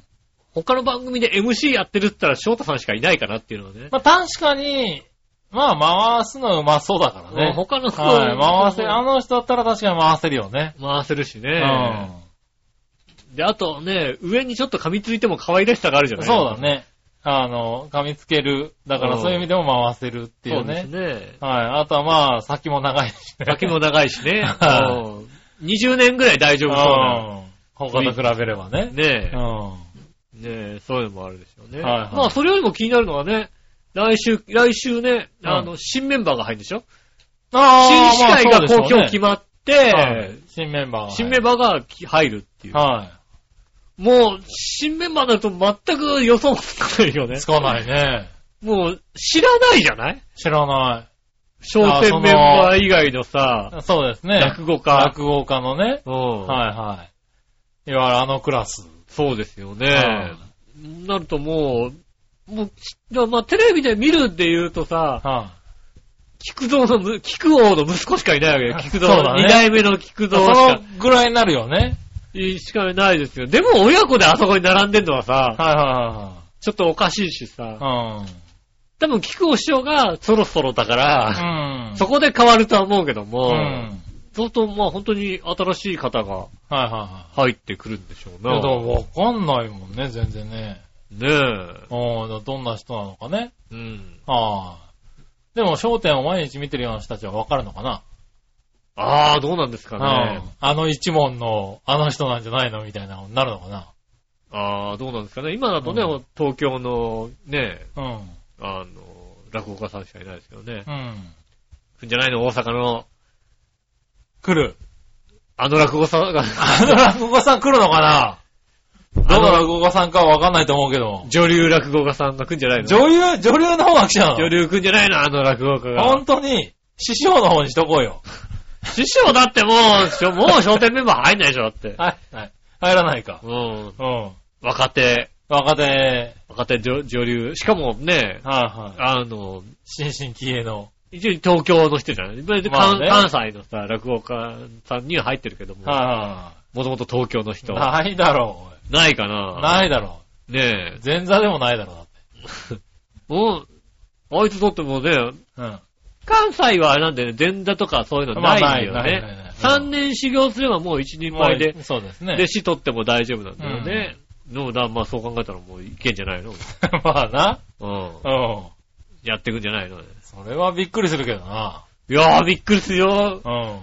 Speaker 2: 他の番組で MC やってるって言ったら翔太さんしかいないかなっていうのはね。
Speaker 3: まあ確かに、まあ回すのうまそうだから
Speaker 2: うん
Speaker 3: ね。
Speaker 2: 他の人
Speaker 3: はい、回せ、あの人だったら確かに回せるよね。
Speaker 2: 回せるし
Speaker 3: う
Speaker 2: ね。
Speaker 3: ん。
Speaker 2: で、あとね、上にちょっと噛みついても可愛らしさがあるじゃない
Speaker 3: そうだ。ね。あの、噛みつける。だからそういう意味でも回せるってい
Speaker 2: そううです
Speaker 3: ね。
Speaker 2: ね。
Speaker 3: はい。あとはまあ、先も長いしね。
Speaker 2: 先も長いしね。
Speaker 3: [LAUGHS] はい
Speaker 2: うん20年ぐらい大丈
Speaker 3: う。
Speaker 2: 夫そうなん
Speaker 3: 他と比べればね。
Speaker 2: ね
Speaker 3: う
Speaker 2: え
Speaker 3: ん。。
Speaker 2: ねえ、そういうのもあるでしょうね。
Speaker 3: はいはい
Speaker 2: まあ、それよりも気になるのはね、来週、来週ね、あの、
Speaker 3: う
Speaker 2: 新メンバーが入るでしょ
Speaker 3: あ
Speaker 2: 新司会がこう今日決
Speaker 3: ま
Speaker 2: まっ
Speaker 3: はい
Speaker 2: て、
Speaker 3: 新メンバーが。
Speaker 2: 新メンバーがき入るっていう。
Speaker 3: は
Speaker 2: もう、新メンバーになると全く予想もつかないよね
Speaker 3: い。。つかないね。
Speaker 2: もう、知らないじゃない
Speaker 3: 知らな
Speaker 2: 商店メンバー以外のさ、
Speaker 3: い。そうですね。
Speaker 2: 落語家。
Speaker 3: 落語家のね。
Speaker 2: うん。
Speaker 3: はいはい。いわゆるあのクラス。
Speaker 2: そうですよ
Speaker 3: は
Speaker 2: ね。なるともう、もう、だからまあ、テレビで見るって言うとさ、
Speaker 3: は
Speaker 2: 菊蔵のむ、菊王の息子しかいないわけよ。菊
Speaker 3: そう
Speaker 2: 蔵、
Speaker 3: だ
Speaker 2: 二、
Speaker 3: ね
Speaker 2: 代目の菊
Speaker 3: い。そ
Speaker 2: 蔵し
Speaker 3: の
Speaker 2: か
Speaker 3: ぐらいになるよね。
Speaker 2: い、しかいないですよ。でも親子であそこに並んでんのはさ、
Speaker 3: はいは
Speaker 2: ちょっとおかしいしさ
Speaker 3: い、は
Speaker 2: 多分菊尾師匠がそろそろだから、
Speaker 3: い。うん。うん。
Speaker 2: そこで変わるとは思うけども、
Speaker 3: うん。
Speaker 2: 相当まあ本当に新しい方が
Speaker 3: はいはいは
Speaker 2: 入ってくるんでしょう
Speaker 3: い。いや、だから
Speaker 2: な。
Speaker 3: わかんないもんね、全然ね。
Speaker 2: ね
Speaker 3: うん、だからどんな人なのかね。
Speaker 2: え。うん。
Speaker 3: ああ。でも、焦点を毎日見てるような人たちはわかるのかな。
Speaker 2: ああ、どうなんですか
Speaker 3: うん
Speaker 2: ね。
Speaker 3: あの一問の、あの人なんじゃないのみたいなのになるのかな。
Speaker 2: ああ、どうなんですかね。今だとね、
Speaker 3: うん
Speaker 2: 東京のね、
Speaker 3: うん。
Speaker 2: あの、落語家さんしかいないですけどね。
Speaker 3: うん。
Speaker 2: くんじゃないの大阪の、
Speaker 3: 来る。
Speaker 2: あの落語さんが、
Speaker 3: あの落語家さん来るのかな
Speaker 2: あ
Speaker 3: どの落語家さんかはわかんないと思うけど。
Speaker 2: 女流落語家さんがくんじゃないの
Speaker 3: 女優、女流の方が来ちゃうの
Speaker 2: 女流くんじゃないのあの落語家が。
Speaker 3: 本当に、師匠の方にしとこうよ。
Speaker 2: 師匠だってもう、しょもう笑点メンバー入んないでしょ、だって。
Speaker 3: はい。はい。入らないか。
Speaker 2: うん。
Speaker 3: うん。
Speaker 2: 若手、
Speaker 3: 若手、はい
Speaker 2: 若手女女流。しかもね、
Speaker 3: はい。
Speaker 2: あの、
Speaker 3: 新進気鋭の。
Speaker 2: 一応東京の人じゃない、まあ
Speaker 3: まあね
Speaker 2: 関関西のさ、落語家さんには入ってるけども、
Speaker 3: は
Speaker 2: もともと東京の
Speaker 3: い
Speaker 2: 人。
Speaker 3: はい。ないだろう
Speaker 2: ないか
Speaker 3: お。
Speaker 2: ない
Speaker 3: ないだろ
Speaker 2: ね
Speaker 3: う。前座でもないだろうだって。
Speaker 2: え。もう、あいつとってもね、
Speaker 3: う
Speaker 2: 関西はあれなんでね、前座とかそういうの
Speaker 3: ん。ま
Speaker 2: な
Speaker 3: あ
Speaker 2: いん
Speaker 3: な
Speaker 2: だ
Speaker 3: い、
Speaker 2: よ
Speaker 3: ない、ない
Speaker 2: ね。
Speaker 3: ない。
Speaker 2: 3年修行すればもう一人
Speaker 3: もう
Speaker 2: 前で、
Speaker 3: そうですね
Speaker 2: 弟。子取っても大丈夫なんだよね。の、だ、まあそう考えたらもういけんじゃないの
Speaker 3: [LAUGHS] まあな。
Speaker 2: うん。
Speaker 3: うん。
Speaker 2: やってくんじゃないのね
Speaker 3: それはびっくりするけどな。
Speaker 2: いやー、びっくりするよ。
Speaker 3: うん。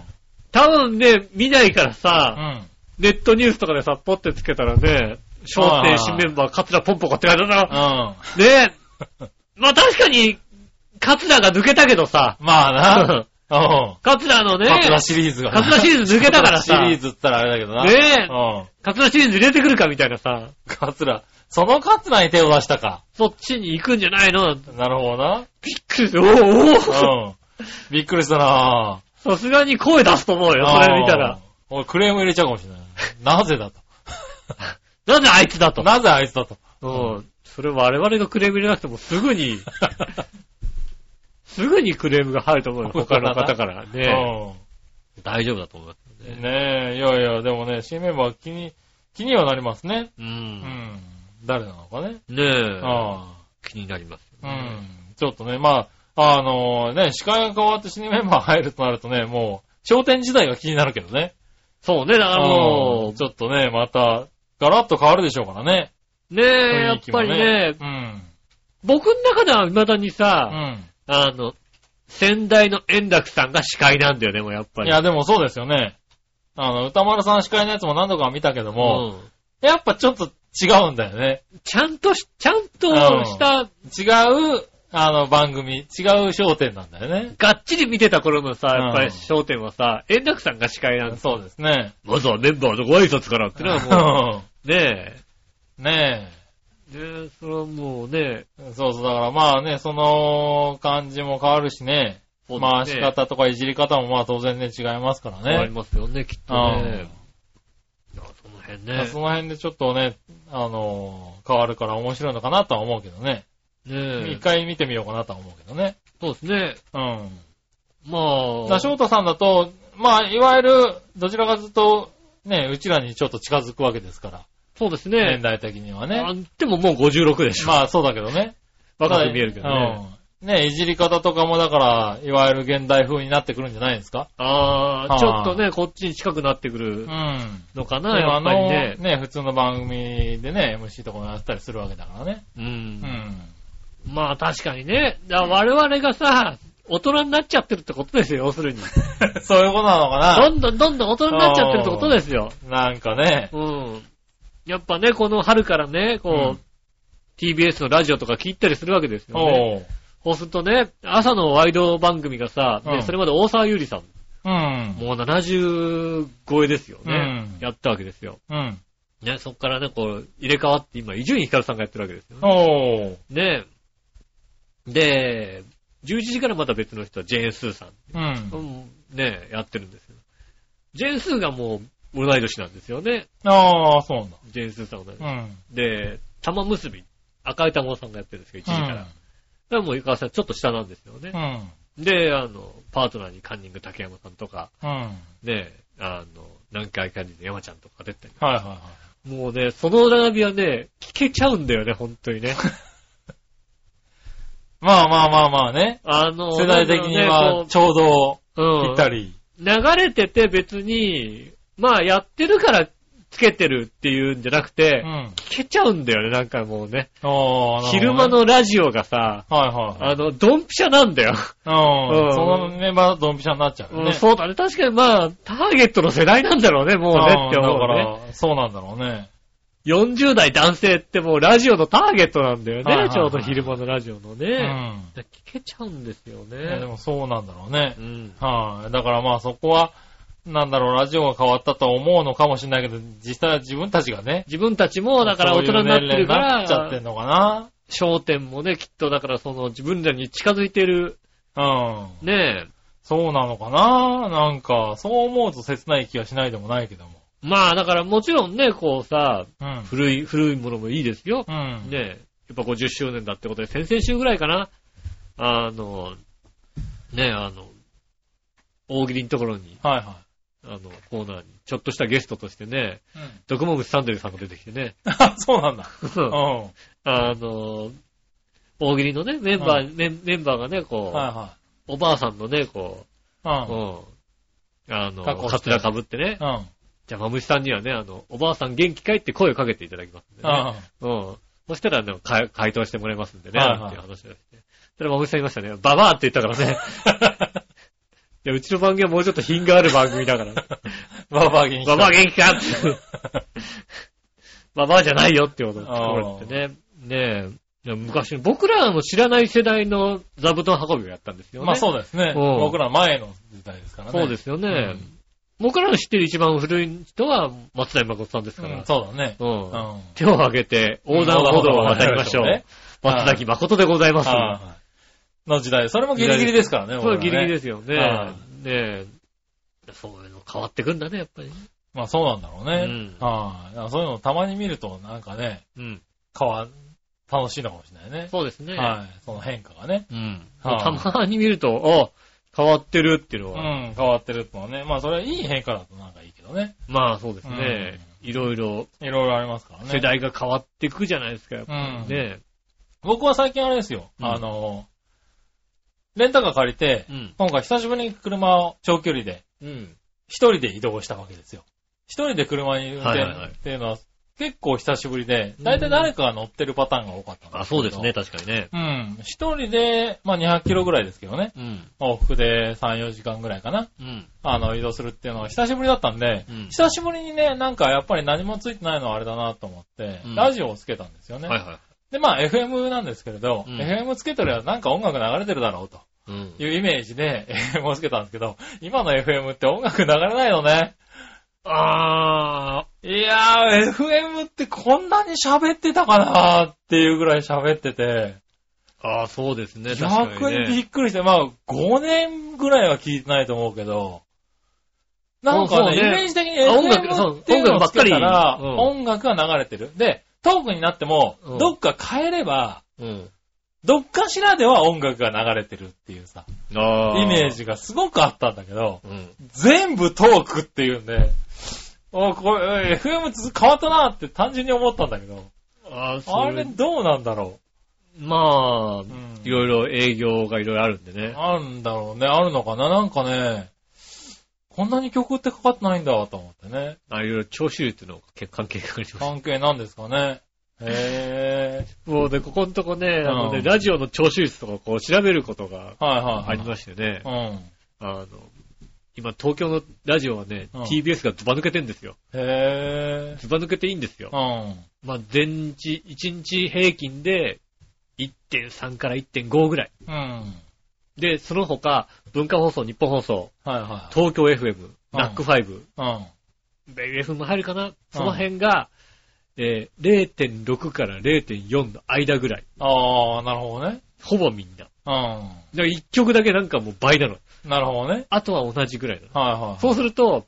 Speaker 2: 多分ね、見ないから
Speaker 3: う
Speaker 2: さ、
Speaker 3: ん。
Speaker 2: ネットニュースとかでさ、ポッてつけたらね、商店新メンバー、カツラポンポコって書いてある
Speaker 3: うん。
Speaker 2: な。ねえ。まあ確かに、カツラが抜けたけどさ、
Speaker 3: まあな。 [LAUGHS] うん。
Speaker 2: カツラのね、
Speaker 3: カツラシリーズが。
Speaker 2: カツラシリーズ抜けたからさ
Speaker 3: カツラシリーズって言ったらあれだけどな。
Speaker 2: ねえ
Speaker 3: うん。
Speaker 2: カツラシリーズ出てくるかみたいなさ、
Speaker 3: カツラ。そのカツラに手を出したか。
Speaker 2: そっちに行くんじゃないのなんて
Speaker 3: なるほどな。
Speaker 2: びっくりする。 [LAUGHS] おお
Speaker 3: うん。びっくりした [LAUGHS] な
Speaker 2: さすがに声出すと思うよ、それ見たら。。
Speaker 3: うん俺クレーム入れちゃうかもしれない。なぜだ
Speaker 2: なぜあいつだ
Speaker 3: [LAUGHS]
Speaker 2: と。
Speaker 3: と。なぜあいつだと。
Speaker 2: うん。それ我々がクレーム入れなくてもすぐ [LAUGHS] に、すぐにクレームが入ると思うよ、 [LAUGHS] 他の方からね。大丈夫だと思います。
Speaker 3: うん。ねえ、いやいや、でもね、新メンバー気に、気にはなりますね。
Speaker 2: う。
Speaker 3: うんん。誰なのかね。
Speaker 2: ねえ。
Speaker 3: あ
Speaker 2: 気になります。
Speaker 3: あ。うん。ちょっとね、まあ、あのね、司会が変わって新メンバー入るとなるとね、もう、商店時代が気になるけどね。
Speaker 2: そうね、だから
Speaker 3: う
Speaker 2: も
Speaker 3: んちょっとね、また、ガラッと変わるでしょうからね。
Speaker 2: う、ねえ、や
Speaker 3: 雰
Speaker 2: っ
Speaker 3: 囲気も
Speaker 2: ぱりね、
Speaker 3: うん。
Speaker 2: 僕の中では未だに
Speaker 3: う
Speaker 2: さ、
Speaker 3: ん。
Speaker 2: あの、先代の円楽さんが司会なんだよね、もうやっぱ
Speaker 3: い
Speaker 2: り。
Speaker 3: や、でもそうですよね。あの、歌丸さん司会のやつも何度か見たけど
Speaker 2: う
Speaker 3: も、
Speaker 2: ん
Speaker 3: やっぱちょっと違うんだよね。
Speaker 2: ちゃんとし、ちゃんとした、
Speaker 3: 違う、あの、番組、違う焦点なんだよね。
Speaker 2: がっちり見てた頃のさ、やっぱ
Speaker 3: う
Speaker 2: り
Speaker 3: ん
Speaker 2: 焦点はさ、円楽さんが司会
Speaker 3: [LAUGHS]
Speaker 2: なんです。
Speaker 3: そうですね。
Speaker 2: まずはメンバーのご挨拶からってのはも [LAUGHS] う、ね
Speaker 3: うん [LAUGHS] ね
Speaker 2: え。ねそれはもうね、
Speaker 3: え。そうそう、だからまあね、その感じも変わるしね。
Speaker 2: そう
Speaker 3: まあ、
Speaker 2: です
Speaker 3: 仕
Speaker 2: ね
Speaker 3: 方とかいじり方もまあ当然ね、違いますから
Speaker 2: 変わり
Speaker 3: ね。
Speaker 2: ますよね、きっと
Speaker 3: うん
Speaker 2: ね。いやその辺
Speaker 3: まあ
Speaker 2: ね。
Speaker 3: その辺でちょっとね、あの変わるから面白いのかなとは思うけどね。
Speaker 2: ね
Speaker 3: 一回見てみようかなとは思うけどね。
Speaker 2: そうですね。
Speaker 3: うん。
Speaker 2: ま
Speaker 3: だか
Speaker 2: あ
Speaker 3: ら、翔太さんだと、まあ、いわゆる、どちらかずっと、ね、うちらにちょっと近づくわけですから。
Speaker 2: そうです
Speaker 3: 年
Speaker 2: ね。
Speaker 3: 代的には
Speaker 2: あ
Speaker 3: ね。
Speaker 2: でももう56でしょ。
Speaker 3: まあ、そうだけどね。
Speaker 2: 若く見えるけどね。
Speaker 3: うん。ね、いじり方とかもだから、いわゆる現代風になってくるんじゃないですか
Speaker 2: あ
Speaker 3: は
Speaker 2: あ、
Speaker 3: あ
Speaker 2: ちょっとね、こっちに近くなってく
Speaker 3: う
Speaker 2: る
Speaker 3: ん。
Speaker 2: のか
Speaker 3: で
Speaker 2: な、
Speaker 3: も
Speaker 2: や
Speaker 3: あ
Speaker 2: っぱり
Speaker 3: の、
Speaker 2: ね。
Speaker 3: ね、普通の番組でね、MC とかもやったりするわけだからね。
Speaker 2: う。
Speaker 3: うんん。
Speaker 2: まあ確かにね。だから我々がさ、大人になっちゃってるってことですよ、要す
Speaker 3: [LAUGHS]
Speaker 2: るに。
Speaker 3: そういうことなの
Speaker 2: ど
Speaker 3: か
Speaker 2: んどんどんどん大人になっちゃってるってことですよ。
Speaker 3: ななんかね。
Speaker 2: うん。やっぱね、この春からね、こう、
Speaker 3: うん
Speaker 2: TBS のラジオとか聞いたりするわけですよね。
Speaker 3: おう。
Speaker 2: そうするとね、朝のワイド番組がさ、ね
Speaker 3: うん
Speaker 2: それまで大沢優里さん、
Speaker 3: うん。
Speaker 2: もう70超えですよね、
Speaker 3: うん
Speaker 2: やったわけですよ。
Speaker 3: うん。
Speaker 2: ね、そっからね、こう、入れ替わって今、伊集院光さんがやってるわけですよね。
Speaker 3: おう。
Speaker 2: ねで、11時からまた別の人はジェーン・スーさん。
Speaker 3: うん
Speaker 2: う。んねやってるんですよ。ジェーン・スーがもう同い年なんですよね。
Speaker 3: ああ、そうなんだ。
Speaker 2: ジェーン・スーさんは同い年。
Speaker 3: うん。
Speaker 2: で、玉結び、赤い玉緒さんがやってるんですけど、1時から。だからもう、ゆかわさんちょっと下なんですよね
Speaker 3: う。ん。
Speaker 2: で、あの、パートナーにカンニング竹山さんとか、
Speaker 3: うん。はい
Speaker 2: ね、あの、南海管理の山ちゃんとか出て
Speaker 3: はいは
Speaker 2: もうね、その並びはね、聞けちゃうんだよね、本当
Speaker 3: [LAUGHS]
Speaker 2: にね。
Speaker 3: い。まあまあまあまあね。
Speaker 2: あの、
Speaker 3: 世代的には
Speaker 2: なんだ
Speaker 3: ちょうど
Speaker 2: ろうね
Speaker 3: ぴ
Speaker 2: こう
Speaker 3: ったり。
Speaker 2: うん、流れてて別に、まあやってるからつけてるっていうんじゃなくて、
Speaker 3: うん。
Speaker 2: 聞けちゃうんだよね、なんかもうね。
Speaker 3: ああ、なるほどね
Speaker 2: 昼間。のラジオがさ、
Speaker 3: はいはい
Speaker 2: あの、ドンピシャなんだよ。
Speaker 3: はい。
Speaker 2: う
Speaker 3: うんん。そのメンバードンピシャになっちゃうよ
Speaker 2: うん
Speaker 3: ね。
Speaker 2: そうだね。確かにまあ、ターゲットの世代なんだろうね、もうねって思
Speaker 3: だか
Speaker 2: うね。
Speaker 3: ら、そうなんだろうね。
Speaker 2: 40代男性ってもうラジオのターゲットなんだよ
Speaker 3: はいはい
Speaker 2: ね
Speaker 3: は、い
Speaker 2: ちょうど昼間のラジオの
Speaker 3: う
Speaker 2: ね。
Speaker 3: ん。
Speaker 2: 聞けちゃうんですよ
Speaker 3: いやで
Speaker 2: ね。
Speaker 3: もそうなんだろうね
Speaker 2: う。ん。
Speaker 3: はい。だからまあそこは、なんだろう、ラジオが変わったとは思うのかもしれないけど、実際は自分たちがね。
Speaker 2: 自分たちもだから大人になってるか
Speaker 3: そういう年齢になっちゃって
Speaker 2: ら
Speaker 3: ん、のかな。
Speaker 2: 焦点もね、きっとだからその自分らに近づいてる、
Speaker 3: うん。
Speaker 2: ねえ。
Speaker 3: そうなのかななんか、そう思うと切ない気がしないでもないけども。
Speaker 2: まあだからもちろんね、こうさ、
Speaker 3: うん。
Speaker 2: 古い、古いものもいいですよ
Speaker 3: う。ん。
Speaker 2: ねえ、やっぱ50周年だってことで、先々週ぐらいかな、あの、ねえ、あの、大喜利のところに、
Speaker 3: はいは
Speaker 2: あの、コーナーに、ちょっとしたゲストとしてね、
Speaker 3: い。うん。
Speaker 2: ドクモグサンデルさんが出てきて
Speaker 3: [LAUGHS]
Speaker 2: ね、
Speaker 3: あ、 [LAUGHS] そうなんだ。うん。は
Speaker 2: [LAUGHS] あの、大喜利のね、メンバー、メンメンバーがね、
Speaker 3: い
Speaker 2: こう、
Speaker 3: は
Speaker 2: おばあさんのね、こ、
Speaker 3: いううん。
Speaker 2: うんあの、
Speaker 3: 格好して
Speaker 2: カツラかぶってね
Speaker 3: う、ん。
Speaker 2: じゃあ、まむしさんにはね、あの、おばあさん元気かいって声をかけていただきますんでね。
Speaker 3: うん。
Speaker 2: うん。そしたら、ね、か回答してもらいますんでね、
Speaker 3: はいはい
Speaker 2: っていう話をして。それ、まぶしさん言いましたね。ババアって言ったからね。
Speaker 3: [LAUGHS]
Speaker 2: いや、うちの番組はもうちょっと品がある番組だから。
Speaker 3: ババア元気。
Speaker 2: ババア元気かって。ババアじゃないよってことを言ってね。ねえ。いや昔の、僕らの知らない世代の座布団運びをやったんですよね。
Speaker 3: まあ
Speaker 2: う
Speaker 3: そうですね。
Speaker 2: うん
Speaker 3: 僕ら前の時代ですからね。
Speaker 2: そうですよね。
Speaker 3: うん
Speaker 2: 僕らの知ってる一番古い人は松田誠さんです
Speaker 3: う
Speaker 2: から。
Speaker 3: んそうだね。
Speaker 2: うん
Speaker 3: うん。は
Speaker 2: 手を挙げて横断歩道を渡りましょう。
Speaker 3: うん横断
Speaker 2: 松崎誠でございます。
Speaker 3: いの時代。それもギリギリですからね、。
Speaker 2: そうギリギリですすよね。
Speaker 3: は
Speaker 2: ねえ。そういうの変わってくんだね、やっぱり。
Speaker 3: まあそうなんだろうね。
Speaker 2: うん
Speaker 3: はいだからそういうのたまに見ると、なんかね、
Speaker 2: うん。
Speaker 3: 変わ、楽しいのかもしれないね。
Speaker 2: そうですね。
Speaker 3: はい。その変化がね。
Speaker 2: うん。
Speaker 3: はい
Speaker 2: たまに見ると、あ変わってるっていうの
Speaker 3: う
Speaker 2: は、
Speaker 3: ん、変わってるってのはね。まあそれはいい変化だとなんかいいけどね。
Speaker 2: まあそうですね。いろいろ
Speaker 3: いろいろありますからね。
Speaker 2: 世代が変わっていくじゃないですか、やっぱりね。
Speaker 3: 僕は最近あれですよ。
Speaker 2: うん
Speaker 3: あの、レンタカー借りて、
Speaker 2: うん。
Speaker 3: 今回久しぶりに車を長距離で、
Speaker 2: うん。
Speaker 3: 一人で移動したわけですよ。一人で車に運転
Speaker 2: はいはいはい
Speaker 3: っていうのは結構久しぶりで、だいたい誰かが乗ってるパターンが多かったん
Speaker 2: あ、そうですね、
Speaker 3: けど。
Speaker 2: 確かにね。
Speaker 3: うん。一人で、まあ200キロぐらいですけどね。
Speaker 2: うん。
Speaker 3: 往復で3、4時間ぐらいかな。
Speaker 2: うん。
Speaker 3: あの、移動するっていうのは久しぶりだったんで、
Speaker 2: うん
Speaker 3: 久しぶりにね、なんかやっぱり何もついてないのはあれだなと思って、
Speaker 2: うん
Speaker 3: ラジオをつけたんですよね。
Speaker 2: はいは
Speaker 3: で、まあ FM なんですけれど、
Speaker 2: うん
Speaker 3: FM つけてるやつなんか音楽流れてるだろうと
Speaker 2: い。うん。
Speaker 3: いうイメージで FM をつけたんですけど、今の FM って音楽流れないのね。
Speaker 2: あ
Speaker 3: いやー、FM ってこんなに喋ってたかなーっていうぐらい喋ってて、
Speaker 2: ー、あーそうですね、確か
Speaker 3: 逆
Speaker 2: に
Speaker 3: にび
Speaker 2: ね。
Speaker 3: っくりして、まあ5年ぐらいは聞いてないと思うけど、なん
Speaker 2: そ
Speaker 3: か
Speaker 2: うそう
Speaker 3: ね、
Speaker 2: ね
Speaker 3: イメージ的に
Speaker 2: あ音楽
Speaker 3: FM っていうのをつけたら、
Speaker 2: そう
Speaker 3: 音楽が流れてる。で、トークになっても
Speaker 2: うん、
Speaker 3: どっか変えれば、
Speaker 2: うん。
Speaker 3: どっかしらでは音楽が流れてるっていうさ、
Speaker 2: あ
Speaker 3: イメー。ジがすごくあったんだけど、
Speaker 2: うん。
Speaker 3: 全部トークっていうんで、おこれ、えー FM つ変わったなって単純に思ったんだけど、
Speaker 2: あーそ
Speaker 3: あ
Speaker 2: れ
Speaker 3: れ、どうなんだろ
Speaker 2: まあ
Speaker 3: う。う、ん
Speaker 2: いろいろ営業がいろいろあるんでね。
Speaker 3: あるんだろうね、あるのかな、なんかね、こんなに曲ってかかってないんだと思ってね、
Speaker 2: あ、いろいろ聴取率の関係があります。
Speaker 3: 関係なんですかね。へ
Speaker 2: もうね、ここのとこね、あのね、
Speaker 3: うん
Speaker 2: ラジオの聴取率とかこう調べることが
Speaker 3: ぇー。はいはい、はい。
Speaker 2: ありましてね、
Speaker 3: うん。
Speaker 2: あの、今東京のラジオはね、
Speaker 3: うん
Speaker 2: TBS がズバ抜けてんですよ。
Speaker 3: へぇ
Speaker 2: ズバ抜けていいんですよ
Speaker 3: ー。。うん。
Speaker 2: まあ、前日、1日平均で1.3から1.5ぐらい。
Speaker 3: うん。
Speaker 2: で、その他、文化放送、日本放送、
Speaker 3: はいは
Speaker 2: 東京 FM、ナックファイブ、
Speaker 3: い。うん。
Speaker 2: ベイビー FM も入るかなその辺が、えー0.6から0.4の間ぐらい。
Speaker 3: あー、なるほどね。
Speaker 2: ほぼみんな。だ
Speaker 3: う
Speaker 2: から1曲だけなんかもう倍なの。
Speaker 3: ん。なるほどね。
Speaker 2: あとは同じぐらいなの。
Speaker 3: はいはい。
Speaker 2: そうすると、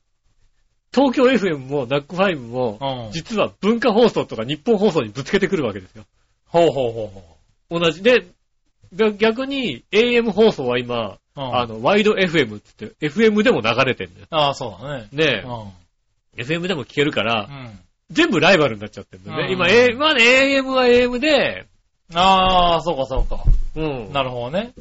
Speaker 2: 東京 FM もナックファイブも、
Speaker 3: うん。
Speaker 2: 実は文化放送とか日本放送にぶつけてくるわけですよ。
Speaker 3: ほうほうほうほ
Speaker 2: 同じ。で、で逆に AM 放送は今、
Speaker 3: う。うん、
Speaker 2: あの、ワイド FM って言って FM でも流れてんだよ。
Speaker 3: ああ、そうだね。
Speaker 2: ね
Speaker 3: うん。
Speaker 2: え、FM でも聞けるから、
Speaker 3: うん。
Speaker 2: 全部ライバルになっちゃってるんだよね。
Speaker 3: うん
Speaker 2: 今、A、まあね、AM は AM で、
Speaker 3: ああ、そうかそうか。
Speaker 2: うん。
Speaker 3: なるほどね。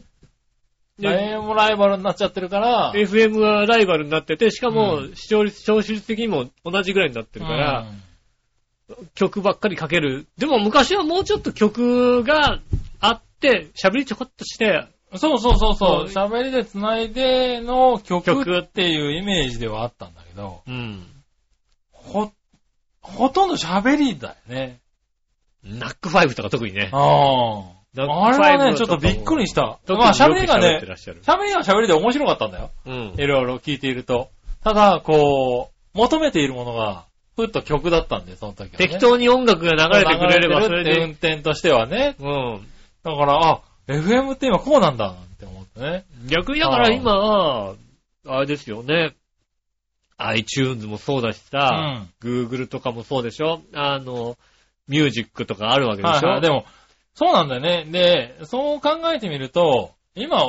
Speaker 2: で
Speaker 3: AM ライバルになっちゃってるから、
Speaker 2: FM はライバルになってて、しかも
Speaker 3: う、
Speaker 2: 視聴率、聴取率的にも同じぐらいになってるから、曲ばっかりかける。でも昔はもうちょっと曲があって、喋りちょこっとして、
Speaker 3: うんそうそうそうそう。
Speaker 2: そ
Speaker 3: 喋りで繋いでの曲
Speaker 2: 曲
Speaker 3: っていうイメージではあったんだけど、
Speaker 2: うん。
Speaker 3: ほ、ほとんど喋りだよね。
Speaker 2: ナックファイブとか特にね。
Speaker 3: あ
Speaker 2: ナック
Speaker 3: あ。あ
Speaker 2: フ
Speaker 3: れ
Speaker 2: ァイブ
Speaker 3: はね、
Speaker 2: は
Speaker 3: ちょっとびっくりした。
Speaker 2: 特に
Speaker 3: まあ
Speaker 2: よく
Speaker 3: 喋りが
Speaker 2: 喋っ
Speaker 3: ね
Speaker 2: て、らっしゃる。
Speaker 3: 喋りは喋りで面白かったんだよ。
Speaker 2: うん。
Speaker 3: いろいろ聞いていると。ただ、こう、求めているものが、ふっと曲だったんで、その時は、ね。
Speaker 2: 適当に音楽が流れてくれれば、それ
Speaker 3: 流てるって運
Speaker 2: で、
Speaker 3: 転としてはね。
Speaker 2: うん。
Speaker 3: だから、あ、FM って今こうなんだ、って思ってね。
Speaker 2: 逆にだから今は、あれですよね。iTunes もそうだし
Speaker 3: う
Speaker 2: さ、
Speaker 3: ん。
Speaker 2: Google とかもそうでしょあの、ミュージックとかあるわけで
Speaker 3: はい
Speaker 2: しょ、
Speaker 3: はい。でも、そうなんだよね。で、そう考えてみると、今、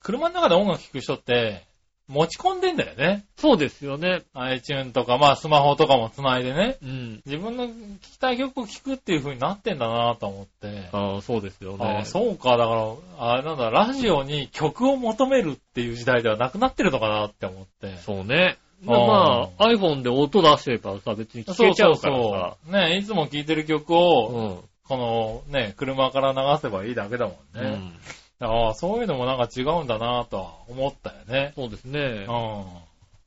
Speaker 3: 車の中で音楽聴く人って、持ち込んでんだよね。
Speaker 2: そうですよね。
Speaker 3: iTune とか、まあ、スマホとかも繋いでね。
Speaker 2: うん。
Speaker 3: 自分の聴きたい曲を聴くっていう風になってんだなと思って。
Speaker 2: ああ、そうですよ
Speaker 3: あ
Speaker 2: ね
Speaker 3: あ、。そうか。だから、あなんだ、ラジオに曲を求めるっていう時代ではなくなってるのかなって思って。
Speaker 2: そうね。ま
Speaker 3: あ
Speaker 2: あ、iPhone で音出してるからさ、別に聞けちゃうからさ。
Speaker 3: う。ねいつも聴いてる曲
Speaker 2: う
Speaker 3: を、
Speaker 2: ん
Speaker 3: このね、車から流せばいいだけだもん
Speaker 2: う
Speaker 3: ね。
Speaker 2: ん。
Speaker 3: ああ、そういうのもなんか違うんだなとは思ったよね。
Speaker 2: そうですね。
Speaker 3: うん。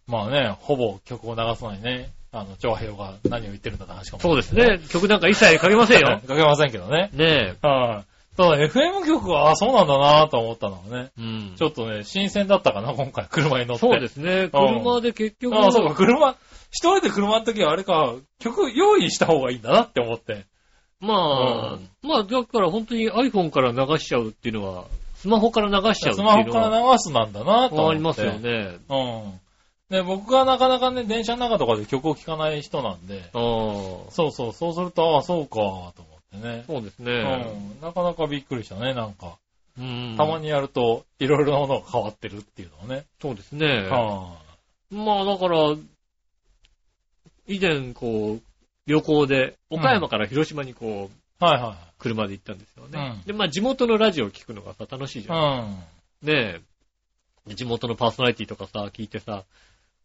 Speaker 3: まあね、ほぼ曲を流さないね。あの、長平が何を言ってるんだって話かも。 [LAUGHS]
Speaker 2: そうです。ね。曲なんか一切かけませんよ
Speaker 3: か。けませんけどね。
Speaker 2: ねえ。
Speaker 3: はい、そう、FM 局は、あそうなんだなと思ったのはね。
Speaker 2: うん。
Speaker 3: ちょっとね、新鮮だったかな、今回、車に乗って。
Speaker 2: そうですね。車で結局、
Speaker 3: ああ、そうか、車、一人で車の時はあれか、曲用意した方がいいんだなって思って。
Speaker 2: まあ、まあ、だから本当に iPhone から流しちゃうっていうのは、スマホから流しちゃうっ
Speaker 3: ス
Speaker 2: ていう
Speaker 3: マホ
Speaker 2: の
Speaker 3: から
Speaker 2: は、
Speaker 3: 流すなんだなと思って。
Speaker 2: ありますよ。ね。
Speaker 3: うん。で、僕がなかなかね、電車の中とかで曲を聴かない人なんで、
Speaker 2: ああ、そ
Speaker 3: そうそう、そうすると、ああ、そうか、と思ってね。
Speaker 2: うです
Speaker 3: う
Speaker 2: ね。
Speaker 3: ん。なかなかびっくりしたね、なんか。
Speaker 2: うん
Speaker 3: たま。にやると、いろいろなものが変わってるっていうのをね。
Speaker 2: そうですね。
Speaker 3: は
Speaker 2: まあ、だから、以前、こう、旅行で、岡山から広島にこう、
Speaker 3: あはいは
Speaker 2: 車で行ったんですよね。
Speaker 3: うん
Speaker 2: で、まあ、地元のラジオを聞くのがさ、楽しいじ
Speaker 3: い
Speaker 2: ゃん。
Speaker 3: はい。
Speaker 2: ねえ、地元のパーソナリティとかさ、聞いてさ、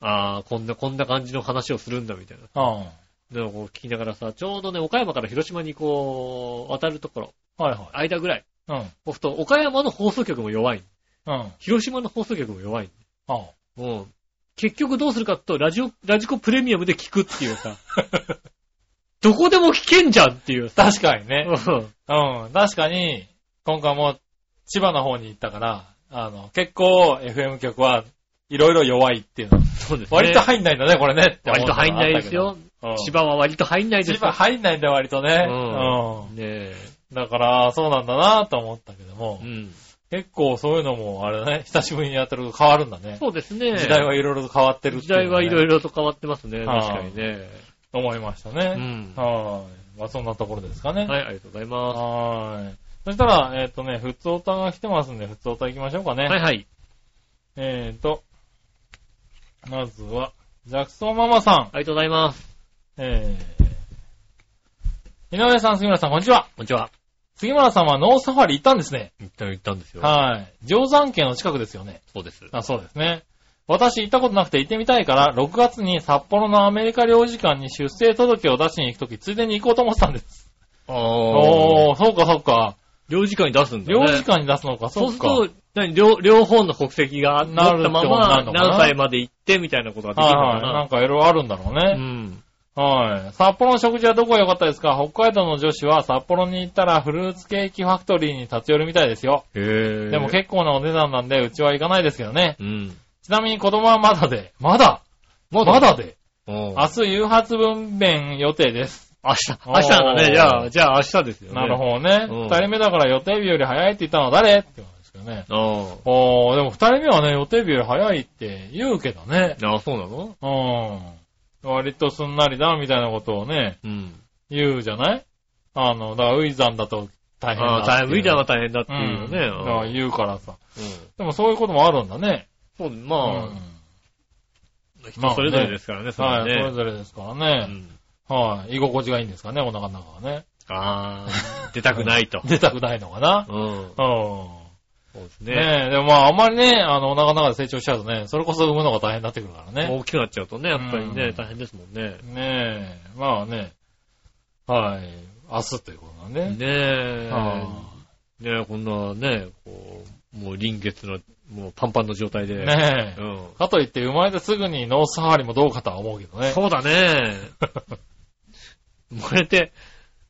Speaker 2: ああ、こんな、こんな感じの話をするんだみたいな。
Speaker 3: うん。は
Speaker 2: でもこう聞きながらさ、ちょうどね、岡山から広島にこう、渡るところ、
Speaker 3: いはい。
Speaker 2: 間ぐらい。
Speaker 3: うん。
Speaker 2: そうすると、岡山の放送局も弱い。
Speaker 3: うん。あ
Speaker 2: 広島の放送局も弱い。
Speaker 3: あ。
Speaker 2: うん。結局どうするかっていうと、ラジオ、ラジコプレミアムで聞くっていう
Speaker 3: [LAUGHS]
Speaker 2: さ、どこでも聞けんじゃんっていうさ。
Speaker 3: 確かにね。
Speaker 2: うん
Speaker 3: うん、確かに、今回も千葉の方に行ったから、あの、結構 FM 局はいろいろ弱いっていうの。
Speaker 2: そうですね。
Speaker 3: 割と入んないんだね、これね。って思
Speaker 2: 割
Speaker 3: う
Speaker 2: と
Speaker 3: のが
Speaker 2: 入んない
Speaker 3: あ
Speaker 2: で
Speaker 3: った
Speaker 2: す
Speaker 3: けど
Speaker 2: よ。。千葉は割と入んない
Speaker 3: うん。
Speaker 2: で
Speaker 3: 千
Speaker 2: すよ
Speaker 3: 葉。入んないんだよ、割とね。
Speaker 2: うん
Speaker 3: うん。
Speaker 2: ねえ。
Speaker 3: だから、そうなんだなと思ったけども
Speaker 2: う、ん。
Speaker 3: 結構そういうのも、あれだね、久しぶりにやってると変わるんだね。
Speaker 2: そうですね。
Speaker 3: 時代はいろいろと変わってるって
Speaker 2: 時代はいろい
Speaker 3: ろ。
Speaker 2: ろと変わってますね。
Speaker 3: はい
Speaker 2: 確かにね。
Speaker 3: 思いました
Speaker 2: う
Speaker 3: ね。
Speaker 2: ん。は
Speaker 3: はい。まあそんなところですかね。
Speaker 2: い、ありがとうございま
Speaker 3: はーい。そしたら、えっ、とね、普通オタが来てますんで、普通オタ行きましょうかね。
Speaker 2: す。はいはい。
Speaker 3: えっ、と、まずは、ジャクソンママさん。
Speaker 2: ありがとうございます。
Speaker 3: えー、井上さん、杉村さん、こんにちは。
Speaker 2: こんにちは。
Speaker 3: 杉村さんはノーサファリ行ったんですね。
Speaker 2: 一旦行ったんですよ。
Speaker 3: はい。定山県の近くですよね。
Speaker 2: そうです。
Speaker 3: あ、そうですね。私行ったことなくて行ってみたいから、6月に札幌のアメリカ領事館に出生届を出しに行くとき、ついでに行こうと思ってたんです。
Speaker 2: あ
Speaker 3: おー、そうかそうか。
Speaker 2: 領事館に出すんだよ
Speaker 3: 領
Speaker 2: ね。
Speaker 3: 事館に出すのか、
Speaker 2: そ
Speaker 3: そうう
Speaker 2: する
Speaker 3: か。
Speaker 2: と、何両、両方の国籍が持
Speaker 3: なる
Speaker 2: っ
Speaker 3: ったて
Speaker 2: ま
Speaker 3: ことにな
Speaker 2: ま、
Speaker 3: るのかな
Speaker 2: 何歳まで行ってみたいなことができるの
Speaker 3: はいはい。な
Speaker 2: か
Speaker 3: んかいろいろあるんだろう
Speaker 2: な。う
Speaker 3: ね。
Speaker 2: ん。
Speaker 3: はい。札幌の食事はどこが良かったですか北海道の女子は札幌に行ったらフルーツケーキファクトリーに立ち寄るみたいですよ。
Speaker 2: へぇ
Speaker 3: でも結構なお値段なんで、うちは行かないですけどね。
Speaker 2: うん。
Speaker 3: ちなみに子供はまだで。まだまだで。
Speaker 2: 明
Speaker 3: 明日夕発分娩予定です。
Speaker 2: 明日、明日なんだね。
Speaker 3: おー
Speaker 2: じゃあ、じゃあ明日ですよね。
Speaker 3: なるほどね。
Speaker 2: うん
Speaker 3: 二人目だから予定日より早いって言ったのは誰ってことですけどね。
Speaker 2: ど。
Speaker 3: おー、でも二人目はね、予定日より早いって言うけどね。
Speaker 2: ああ、そうなの
Speaker 3: うん。割とすんなりだ、みたいなことをね、
Speaker 2: うん。
Speaker 3: 言うじゃないあの、だから、ウイザンだと大変
Speaker 2: あ
Speaker 3: だ
Speaker 2: あ、
Speaker 3: っ
Speaker 2: 大
Speaker 3: ていう。
Speaker 2: 変、ウィダーは大変だっていうよね。
Speaker 3: うんだから言うからさ。
Speaker 2: うん
Speaker 3: でもそういうこともあるんだね。
Speaker 2: そう、
Speaker 3: う
Speaker 2: まあ、
Speaker 3: まあ
Speaker 2: 人
Speaker 3: ね
Speaker 2: それぞれですからね、それ
Speaker 3: はい、
Speaker 2: は
Speaker 3: そ
Speaker 2: ね
Speaker 3: れぞれですから
Speaker 2: う
Speaker 3: ね。
Speaker 2: ん
Speaker 3: はい、居心地がいいんですかね、お腹の中はね。。
Speaker 2: ああ、出たくない [LAUGHS] と
Speaker 3: 出たくないのかな。
Speaker 2: うん。
Speaker 3: う
Speaker 2: そうです
Speaker 3: ん。
Speaker 2: ね。
Speaker 3: ねえ、でもまあ、あんまりね、あの、お腹の中で成長しちゃうとね、それこそ産むのが大変になってくるからね。
Speaker 2: 大きくなっちゃうとね、やっぱり
Speaker 3: う
Speaker 2: ね、
Speaker 3: ん
Speaker 2: 大変ですもんね。
Speaker 3: ねえ、まあね、はい、明日ということなんで。
Speaker 2: ねえ。
Speaker 3: は
Speaker 2: ねえ、こんなね、こう、もう臨月の、もうパンパンの状態
Speaker 3: い
Speaker 2: で。
Speaker 3: ねえ
Speaker 2: う。ん。
Speaker 3: かといって生まれてすぐにノースハーリもどうかとは思うけどね。、
Speaker 2: そうだね。 [LAUGHS] 生まれて、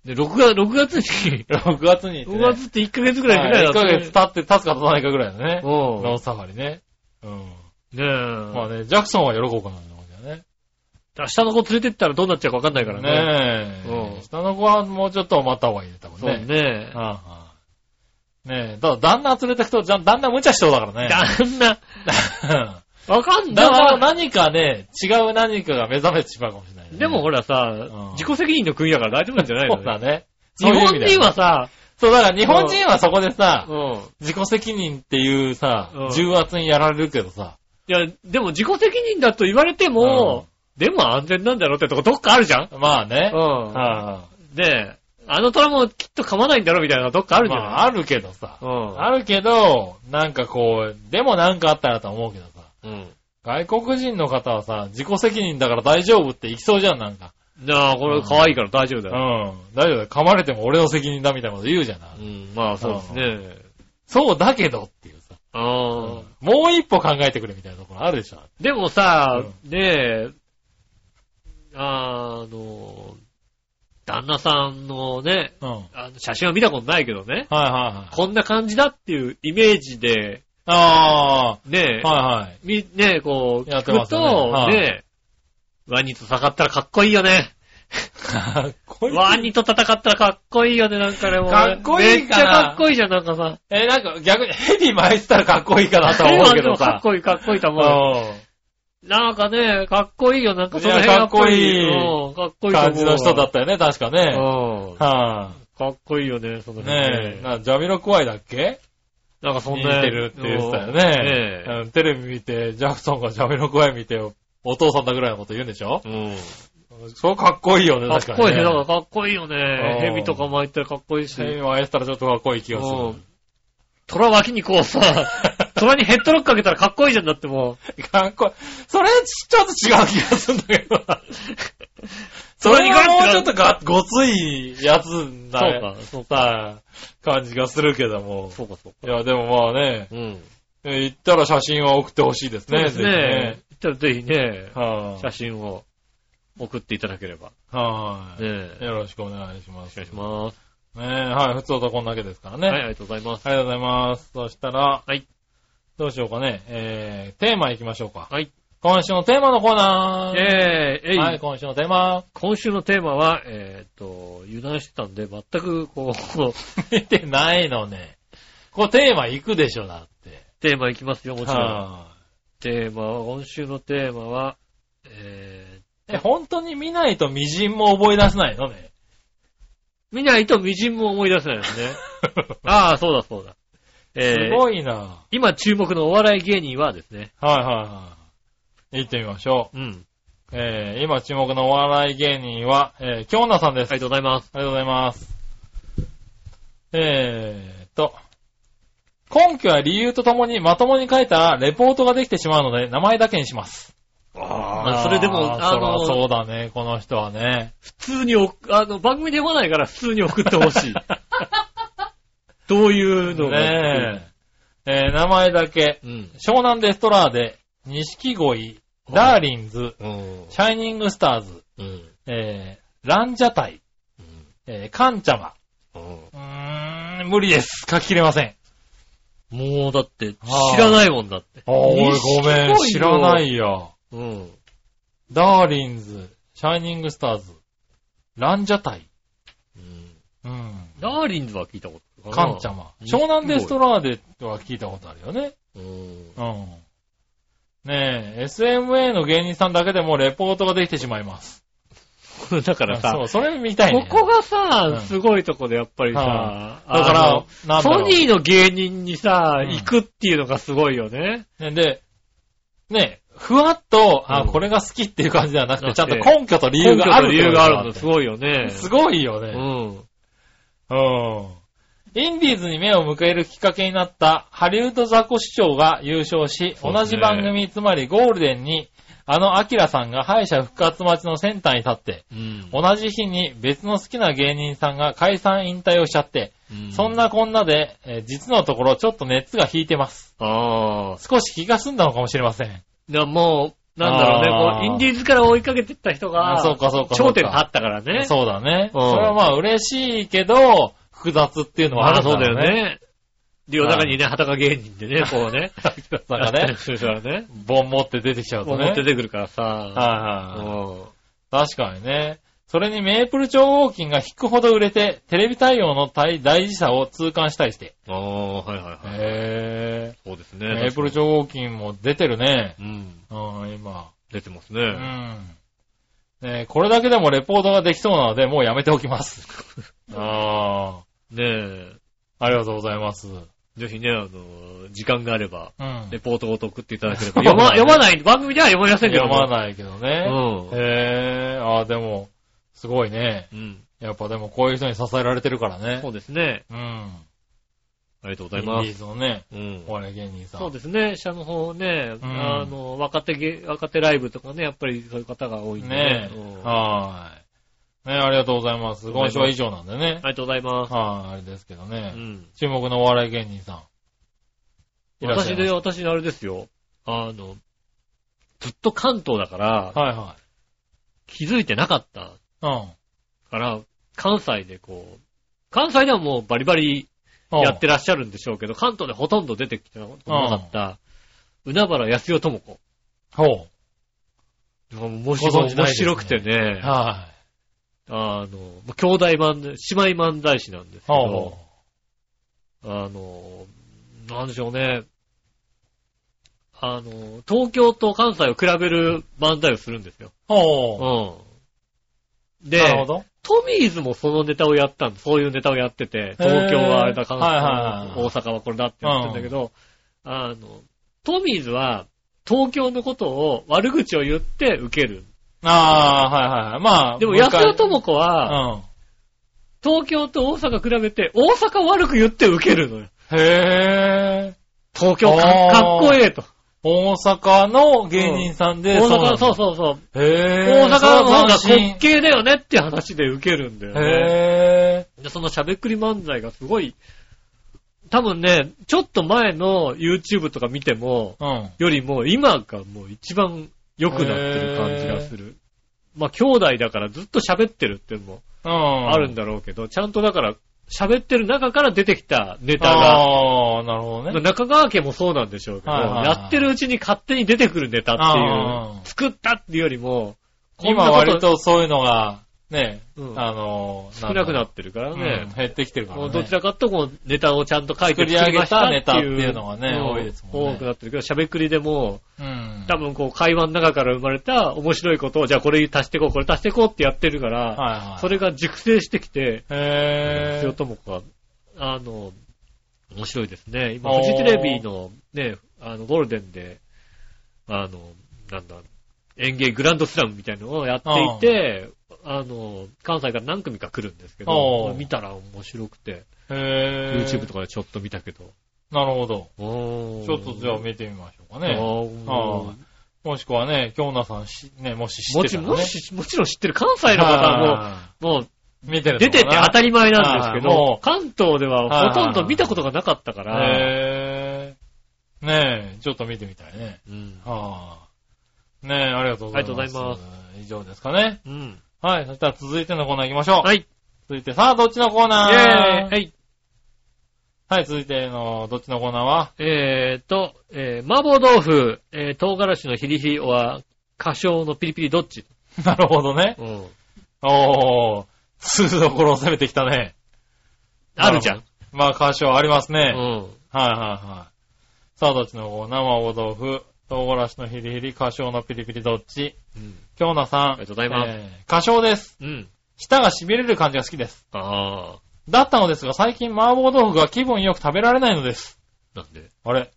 Speaker 2: で、6月、6月に
Speaker 3: 6月に行ってね、
Speaker 2: 6月って1ヶ月くらいじゃない
Speaker 3: 1ヶ月
Speaker 2: た。
Speaker 3: 経って経つか経たないかぐらいだね。
Speaker 2: うん。
Speaker 3: ノーサファリね。うん。
Speaker 2: ねえ。
Speaker 3: まあね、ジャクソンは喜ぶかなって思うんだよね。
Speaker 2: 明日の子連れてったらどうなっちゃうかわかんないからね。
Speaker 3: ね
Speaker 2: う
Speaker 3: え。
Speaker 2: ん
Speaker 3: 下の子はもうちょっと待った方がいいね、多分
Speaker 2: そう
Speaker 3: ね。
Speaker 2: ね。
Speaker 3: はあはあねえ、ただ旦那連れてくと、じゃ旦那無茶しそうだからね。
Speaker 2: 旦那、
Speaker 3: [LAUGHS]
Speaker 2: わかん
Speaker 3: 旦那は
Speaker 2: ない。
Speaker 3: 何かね、違う何かが目覚めてしまうかもしれないね。
Speaker 2: でもほら
Speaker 3: うん
Speaker 2: さ、自己責任の国だから大丈夫なんじゃない
Speaker 3: そうだ
Speaker 2: の
Speaker 3: ね。
Speaker 2: 日本人は
Speaker 3: そういう意味だよね、
Speaker 2: さ、
Speaker 3: そうだから日本人はそこでさ
Speaker 2: う、ん。
Speaker 3: 自己責任っていうさ
Speaker 2: うん、
Speaker 3: 重圧にやられるけどさ。
Speaker 2: いや、でも自己責任だと言われても、でも安全なんだろうってとこどっかあるじゃん
Speaker 3: まあね。
Speaker 2: うん
Speaker 3: はあ
Speaker 2: で、あの虎もきっと噛まないんだろうみたいなどっかあるじゃ
Speaker 3: ま
Speaker 2: ん。
Speaker 3: ああるけどさ。
Speaker 2: うん。
Speaker 3: あるけど、なんかこう、でもなんかあったらと思うけどさ。
Speaker 2: うん。
Speaker 3: 外国人の方はさ、自己責任だから大丈夫って言いそうじゃん、なんか。
Speaker 2: じゃあ、これ可愛いから大丈夫
Speaker 3: う
Speaker 2: だ
Speaker 3: ん
Speaker 2: よ。。
Speaker 3: 大丈夫だよ。噛まれても俺の責任だみたいなこと言うじゃんな
Speaker 2: う。ん。まあ、そうですね。
Speaker 3: そうだけどっていうさ。
Speaker 2: ああ。
Speaker 3: もう一歩考えてくれみたいなところあるでしょ。
Speaker 2: でもさ、ねえ、あの、旦那さんのね、
Speaker 3: うん。はい
Speaker 2: あの写真は見たことないけどね、
Speaker 3: はいはい。
Speaker 2: こんな感じだっていうイメージで、
Speaker 3: あ
Speaker 2: ね
Speaker 3: あ、、はいはい。
Speaker 2: み、ね、こう、
Speaker 3: や
Speaker 2: 聞
Speaker 3: ってま
Speaker 2: く
Speaker 3: すよねは
Speaker 2: と、
Speaker 3: い
Speaker 2: ね、ワニと戦ったらかっこいいよね。
Speaker 3: かっこいい。
Speaker 2: ワニと戦ったらかっこいいよね、なんかね、もう
Speaker 3: かっこいい
Speaker 2: めっち
Speaker 3: かな
Speaker 2: ゃかっこいいじゃん、なんかさ。
Speaker 3: え、なんか逆にヘビ巻いてたらかっこいいかなとは思うけ
Speaker 2: か
Speaker 3: ど
Speaker 2: っ
Speaker 3: さ。
Speaker 2: こいい、かっこいいと思うよ。なんかね、かっこいいよ、なんかその
Speaker 3: い
Speaker 2: 辺
Speaker 3: やかっこいい
Speaker 2: うんかっこ
Speaker 3: う
Speaker 2: い
Speaker 3: ん。
Speaker 2: いと思うわ
Speaker 3: 感じの人だったよね、確かね。
Speaker 2: うん
Speaker 3: は
Speaker 2: かっこいいよね、そ
Speaker 3: い。
Speaker 2: の辺
Speaker 3: ねえ、なジャミロクワイだっけ
Speaker 2: なんかそん
Speaker 3: 似
Speaker 2: な。
Speaker 3: てるって言ってたよ
Speaker 2: ね
Speaker 3: ね。うんテレビ見て、ジャクソンがジャミロクワイ見て、お父さんだぐらいのこと言うんでしょ
Speaker 2: えうん
Speaker 3: そうかっこいいよね、
Speaker 2: か
Speaker 3: 確か
Speaker 2: っ
Speaker 3: に
Speaker 2: こ
Speaker 3: ね。
Speaker 2: いいね、だからかっこいいよね。
Speaker 3: うん
Speaker 2: 蛇とか巻いたらかっこいいし。
Speaker 3: ヘビ巻いてたらちょっとかっこいい気がす
Speaker 2: うん虎脇にこうさ、 [LAUGHS] 虎にヘッドロックかけたらかっこいいじゃんだってもう。
Speaker 3: る。かっこいい。それ、ちょっと違う気がするんだけどな。そ
Speaker 2: [LAUGHS] そ
Speaker 3: れ
Speaker 2: れ
Speaker 3: が
Speaker 2: が
Speaker 3: もうちょっとが、ごついやつな
Speaker 2: そうか、そうか。
Speaker 3: さ、感じがするけども。
Speaker 2: そうか、そうか。
Speaker 3: いや、でもまあね、
Speaker 2: うん。
Speaker 3: え行ったら写真は送ってほしいです
Speaker 2: そう
Speaker 3: ね、
Speaker 2: ですね。じゃあぜひね
Speaker 3: ぜひね。、は
Speaker 2: 写真を送っていただければ。
Speaker 3: い。はい
Speaker 2: ねえ。
Speaker 3: よろしくお願いしま
Speaker 2: お
Speaker 3: す。
Speaker 2: 願いします。
Speaker 3: ねえ、はい、普通とこんだけですからね。
Speaker 2: はい、ありがとうございます。
Speaker 3: ありがとうございます。そしたら、
Speaker 2: はい。
Speaker 3: どうしようかね。えー、テーマ行きましょうか。
Speaker 2: はい。
Speaker 3: 今週のテーマのコーナー。
Speaker 2: えー、えい、
Speaker 3: はい、今週のテーマ。
Speaker 2: 今週のテーマは、えーっと、油断してたんで、全くこう、 [LAUGHS]
Speaker 3: 見てないのね。こうテーマ行くでしょ、だって。
Speaker 2: テーマいきますよ、もちろん。
Speaker 3: は
Speaker 2: テーマは、今週のテーマは、え
Speaker 3: いえ、本当に見ないと微塵も思い出せないのね。
Speaker 2: ー、見ないと微塵も思い出せない [LAUGHS] ですね。ああ、そうだそうだ。 [LAUGHS] え
Speaker 3: す
Speaker 2: ー、
Speaker 3: ごいな。
Speaker 2: 今注目のお笑い芸人はですね、
Speaker 3: はいはいはい。行ってみましょ
Speaker 2: うん。
Speaker 3: う。えー、今注目のお笑い芸人は、えー、京奈さんです。
Speaker 2: ありがとうございます。
Speaker 3: ありがとうございます。えーっと、根拠や理由とともにまともに書いたレポートができてしまうので、名前だけにします。
Speaker 2: あそれでも、あ
Speaker 3: そら
Speaker 2: の、
Speaker 3: そうだね、この人はね。
Speaker 2: 普通にお、あの、番組で読まないから普通に送ってほ
Speaker 3: [LAUGHS]
Speaker 2: しい。どういうのが
Speaker 3: ねえ。えー名前だけ、
Speaker 2: うん。
Speaker 3: 湘南デストラーデ、錦鯉、ダーリンズ、
Speaker 2: うん。
Speaker 3: シャイニングスターズ、
Speaker 2: うん。
Speaker 3: えー、ランジャタイ、えー、カンチャマ。
Speaker 2: うん。
Speaker 3: うーん、無理です。書ききれません。
Speaker 2: もうだって、知らないもんだって。
Speaker 3: あー、俺ごめん、
Speaker 2: 錦鯉
Speaker 3: 知ら
Speaker 2: の
Speaker 3: ないよ。
Speaker 2: うん。
Speaker 3: ダーリンズ、シャイニングスターズ、ランジャタイ、
Speaker 2: うん
Speaker 3: うん、
Speaker 2: ダーリンズは聞いたことあるか
Speaker 3: カ
Speaker 2: な。
Speaker 3: ンチャマ、
Speaker 2: 錦
Speaker 3: 湘
Speaker 2: 鯉
Speaker 3: 南デストラーデとは聞いたことあるよね。
Speaker 2: うん。
Speaker 3: うん。ねえ、SMA の芸人さんだけでもレポートができてしまいます。
Speaker 2: だからさ
Speaker 3: そ、う、それ見たいね。
Speaker 2: ここが
Speaker 3: うん
Speaker 2: さ、すごいとこでやっぱり
Speaker 3: は
Speaker 2: さ、
Speaker 3: だ
Speaker 2: あ
Speaker 3: か
Speaker 2: の、
Speaker 3: ら、なんだ
Speaker 2: ソ
Speaker 3: ろ
Speaker 2: ニーの芸人にさ、
Speaker 3: うん
Speaker 2: 行くっていうのがすごいよね。
Speaker 3: う。ねで、ねえ、ふわっと、あ、
Speaker 2: うん
Speaker 3: これが好きっていう感じじゃなくて、ちゃんと
Speaker 2: なくて
Speaker 3: 根拠と理由がある
Speaker 2: 根拠と理由があるの
Speaker 3: っ
Speaker 2: す
Speaker 3: てこと
Speaker 2: ごいよね
Speaker 3: だ。すごいよね。
Speaker 2: うん。
Speaker 3: うん。インディーズに目を向けるきっかけになったハリウッドザコシショウが優勝し、
Speaker 2: そう
Speaker 3: 同
Speaker 2: です
Speaker 3: じ
Speaker 2: ね
Speaker 3: 番組、つまりゴールデンに、あのアキラさんが敗者復活待ちのセンターに立って、
Speaker 2: うん
Speaker 3: 同じ日に別の好きな芸人さんが解散引退をしちゃって、そん。なこんなで、えー実のところちょっと熱が引いてます。
Speaker 2: ああ。
Speaker 3: 少し気が済んだのかもしれません。
Speaker 2: でもう、なんだろ
Speaker 3: あ
Speaker 2: う
Speaker 3: ー
Speaker 2: ね、こう、インディーズから追いかけてった人
Speaker 3: あ
Speaker 2: が、
Speaker 3: そうかそうかそうか
Speaker 2: 頂点に立ったからね。う。
Speaker 3: そうだね。
Speaker 2: うん
Speaker 3: それはまあ嬉しいけど、複雑っていうのは
Speaker 2: ま
Speaker 3: あ
Speaker 2: あ
Speaker 3: る
Speaker 2: そうだ
Speaker 3: から
Speaker 2: よ
Speaker 3: ね。
Speaker 2: ね。で、夜中にね、裸芸人でね、こうね。
Speaker 3: アキラさんがね、
Speaker 2: そうしたらね。
Speaker 3: ボン持って出てきちゃうとね。
Speaker 2: 持って
Speaker 3: はい
Speaker 2: 出てくるからさ。
Speaker 3: はいは
Speaker 2: う
Speaker 3: い。
Speaker 2: ん
Speaker 3: 確かにね。それにメープル超合金が引くほど売れて、テレビ対応の大大事さを痛感したりして。
Speaker 2: ああ、はいはいはい。
Speaker 3: へ
Speaker 2: そうです
Speaker 3: ぇ
Speaker 2: ね。
Speaker 3: ー。メープル超合金も出てるね。
Speaker 2: うん。
Speaker 3: うん、今。
Speaker 2: 出てます
Speaker 3: う
Speaker 2: ね。
Speaker 3: ん。ねこれだけでもレポートができそうなので、もうやめてお
Speaker 2: [LAUGHS]
Speaker 3: きます。あ
Speaker 2: ねえ。
Speaker 3: あ、ありがとうございます。う
Speaker 2: ぜひね、あの、時間があれば、
Speaker 3: ん。
Speaker 2: レポートごと送っていただければ。
Speaker 3: そうだ
Speaker 2: [LAUGHS] 読
Speaker 3: ね
Speaker 2: ま、読まない、番組では読まりませんけど
Speaker 3: 読
Speaker 2: も。
Speaker 3: まないけどね。
Speaker 2: い。
Speaker 3: へぇー。ああ、でも、すごいね。
Speaker 2: うん。うん。
Speaker 3: やっぱでもこういう人に支えられてるからね
Speaker 2: そ。うですね。
Speaker 3: うん。
Speaker 2: ありがとうござ
Speaker 3: イン
Speaker 2: い
Speaker 3: デ
Speaker 2: ま
Speaker 3: ィ
Speaker 2: す。
Speaker 3: ーズのね、
Speaker 2: うん。
Speaker 3: お笑い芸人さん。
Speaker 2: そうですね、下の方ね、
Speaker 3: うん
Speaker 2: あの、若手芸、若手ライブとかね、やっぱりそういう方が多いんで
Speaker 3: ね
Speaker 2: ね。う
Speaker 3: え。
Speaker 2: んあ
Speaker 3: はーい。ねえありがとうございます。今週は以上なんでね
Speaker 2: り。がとうございます。
Speaker 3: はい、あれですけど
Speaker 2: う
Speaker 3: ね。
Speaker 2: ん。
Speaker 3: 注目のお笑い芸人さん。いらっし
Speaker 2: 私
Speaker 3: ゃいま
Speaker 2: で、
Speaker 3: す。
Speaker 2: 私あれですよ。あの、ずっと関東だから、
Speaker 3: はいはい。
Speaker 2: 気づいてなかった
Speaker 3: うん。
Speaker 2: から、関西でこう、関西ではもうバリバリやってらっしゃるんでしょうけど、関東でほとんど出てきてなかった、うなばらやすよともこ。
Speaker 3: ほう。
Speaker 2: 面
Speaker 3: ご存知ないですね
Speaker 2: 白くてね、
Speaker 3: は
Speaker 2: あの、兄弟漫才、姉妹漫才師なんです
Speaker 3: い。
Speaker 2: けど
Speaker 3: ほ、
Speaker 2: あの、なんでしょうね。あの、東京と関西を比べる漫才をするんですよ。
Speaker 3: う。ほ
Speaker 2: うん。
Speaker 3: う。
Speaker 2: で、
Speaker 3: なるほど。
Speaker 2: トミーズもそのネタをやったんだそういうネタをやってて、東京はあれだ、関西
Speaker 3: はい
Speaker 2: は
Speaker 3: はいはい
Speaker 2: 大阪はこれだって言ってんだけど、あの、トミーズは東京のことを悪口を言って受ける。
Speaker 3: ああ、はいはい。まあ。
Speaker 2: でも、安田
Speaker 3: も
Speaker 2: 智子は、東京と大阪比べて、大阪を悪く言って受けるのよ。
Speaker 3: うん。へえ。
Speaker 2: 東京か
Speaker 3: あー
Speaker 2: かっこええと。
Speaker 3: 大阪の芸人さんで、
Speaker 2: 大阪、そう
Speaker 3: う
Speaker 2: そうそう。
Speaker 3: なんだ。へ
Speaker 2: 大阪
Speaker 3: え。
Speaker 2: の方が
Speaker 3: それは斬
Speaker 2: 滑稽だよねって話で受けるんだよ
Speaker 3: 新
Speaker 2: ね。
Speaker 3: へえ。
Speaker 2: で、そのしゃべっくり漫才がすごい、多分ね、ちょっと前の YouTube とか見ても、
Speaker 3: うん。
Speaker 2: よりも今がもう一番良くなってる感じがする。まあ、兄弟だからずっと喋ってるっていうのも
Speaker 3: うん。
Speaker 2: あるんだろうけど、ちゃんとだから喋ってる中から出てきたネタが、
Speaker 3: ああ、なるほどね。
Speaker 2: 中川家もそうなんでしょうけど、
Speaker 3: はいはいはい
Speaker 2: やってるうちに勝手に出てくるネタって
Speaker 3: あ
Speaker 2: いう、
Speaker 3: ー
Speaker 2: 作ったっていうよりも、こんな
Speaker 3: 今
Speaker 2: こと
Speaker 3: 割とそういうのが、ね、
Speaker 2: うん
Speaker 3: あの、
Speaker 2: 少なくな
Speaker 3: て
Speaker 2: ってるからね。
Speaker 3: 減ってきてるから
Speaker 2: も
Speaker 3: ね。
Speaker 2: うどちらかというとこうネタをちゃんと書いて
Speaker 3: 作り上げたネタ
Speaker 2: 作
Speaker 3: っ
Speaker 2: り上
Speaker 3: て
Speaker 2: げ
Speaker 3: い
Speaker 2: た
Speaker 3: うのがね
Speaker 2: ん
Speaker 3: 多いですもんね
Speaker 2: 多くなってるけど、喋くりでも、
Speaker 3: うん。
Speaker 2: 多分こう会話の中から生まれた面白いことを、じゃあこれ足してこう、これ足してこうってやってるから、
Speaker 3: はいはい。
Speaker 2: それが熟成してきて、
Speaker 3: へ
Speaker 2: 強
Speaker 3: ー。
Speaker 2: ともこは、あの、面白いですね。今、フジテレビのね、あの、ゴールデンで、あの、なんだ、演芸グランドスラムみたいなのをやっていて、あの、関西から何組か来るんですけど
Speaker 3: おー、
Speaker 2: 見たら面白くて、
Speaker 3: へー。
Speaker 2: YouTube とかでちょっと見たけど。
Speaker 3: なるほど。
Speaker 2: おー
Speaker 3: ちょっとじゃあ見てみましょうか
Speaker 2: あ
Speaker 3: ね。
Speaker 2: ー
Speaker 3: あーもしくはね、京奈さんし、ね、もし知っ
Speaker 2: も
Speaker 3: てた
Speaker 2: ち
Speaker 3: らね。
Speaker 2: もし、もちろん知ってる関西の方
Speaker 3: は
Speaker 2: も、もう
Speaker 3: い、見てる
Speaker 2: 出てて当た
Speaker 3: り
Speaker 2: り前なんですけ
Speaker 3: はいも
Speaker 2: ど
Speaker 3: う、
Speaker 2: 関東ではほとんど見たことがなかったから、
Speaker 3: へー。ねえ、ちょっと見てみたいね。
Speaker 2: うん
Speaker 3: はあ。ねえ、ありがとうご
Speaker 2: あ
Speaker 3: ざいます。
Speaker 2: りがとうござい
Speaker 3: す。以上ですかね。
Speaker 2: うん。
Speaker 3: はい、そしたら続いてのコーナー行きましょう。
Speaker 2: はい。イ
Speaker 3: 続いて、さあ、どっちのコー
Speaker 2: ェー
Speaker 3: ナ
Speaker 2: イ
Speaker 3: ー
Speaker 2: はい。
Speaker 3: はい、続いての、どっちのコーナーは
Speaker 2: えーっと、えー麻婆豆腐、えー唐辛子のヒリヒリは、花椒のピリピリどっち
Speaker 3: なるほどね。
Speaker 2: うん。
Speaker 3: おー、通どころを攻めてきたね。
Speaker 2: あるじゃん。
Speaker 3: まあ、干渉ありますね。
Speaker 2: う
Speaker 3: はい
Speaker 2: ん。
Speaker 3: はいはい。さあ、どっちの方生お豆腐、唐辛子のヒリヒリ、花椒のピリピリどっち
Speaker 2: うん。
Speaker 3: 京奈さん。
Speaker 2: ありがとうございます
Speaker 3: えー。花椒です。
Speaker 2: うん。
Speaker 3: 舌が痺れる感じが好きです。
Speaker 2: あ
Speaker 3: だったのですが、最近麻婆豆腐が気分よく食べられないのです。
Speaker 2: ー。なんで
Speaker 3: あれ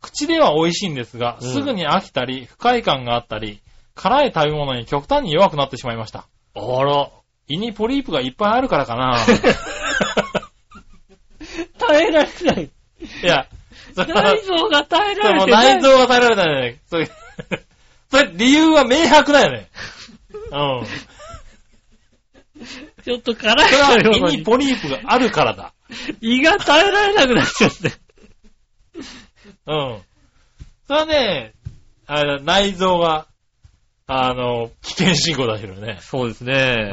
Speaker 3: 口では美味しいんですが、
Speaker 2: うん
Speaker 3: すぐに飽きたり、不快感があったり、辛い食べ物に極端に弱くなってしまいました。
Speaker 2: あら。
Speaker 3: 胃にポリープがいっぱいあるから
Speaker 2: [LAUGHS]
Speaker 3: かな。
Speaker 2: 耐えられ [LAUGHS] ない。
Speaker 3: いや、それは
Speaker 2: 内臓が耐え
Speaker 3: そ
Speaker 2: ら
Speaker 3: れ
Speaker 2: れ
Speaker 3: も
Speaker 2: て
Speaker 3: う
Speaker 2: ない。
Speaker 3: 内臓が耐えられないね。それ、 [LAUGHS] それ理由は明白だよね。うん。
Speaker 2: ちょっと辛い
Speaker 3: そ
Speaker 2: [LAUGHS]
Speaker 3: れ
Speaker 2: のよう
Speaker 3: は胃
Speaker 2: に
Speaker 3: にポリープがあるからだ。
Speaker 2: 胃が耐えられなくなっちゃって。
Speaker 3: うん。それはね、あの内臓が、あの、危険信号出してるよね。
Speaker 2: そうです
Speaker 3: う
Speaker 2: ね。
Speaker 3: ん。い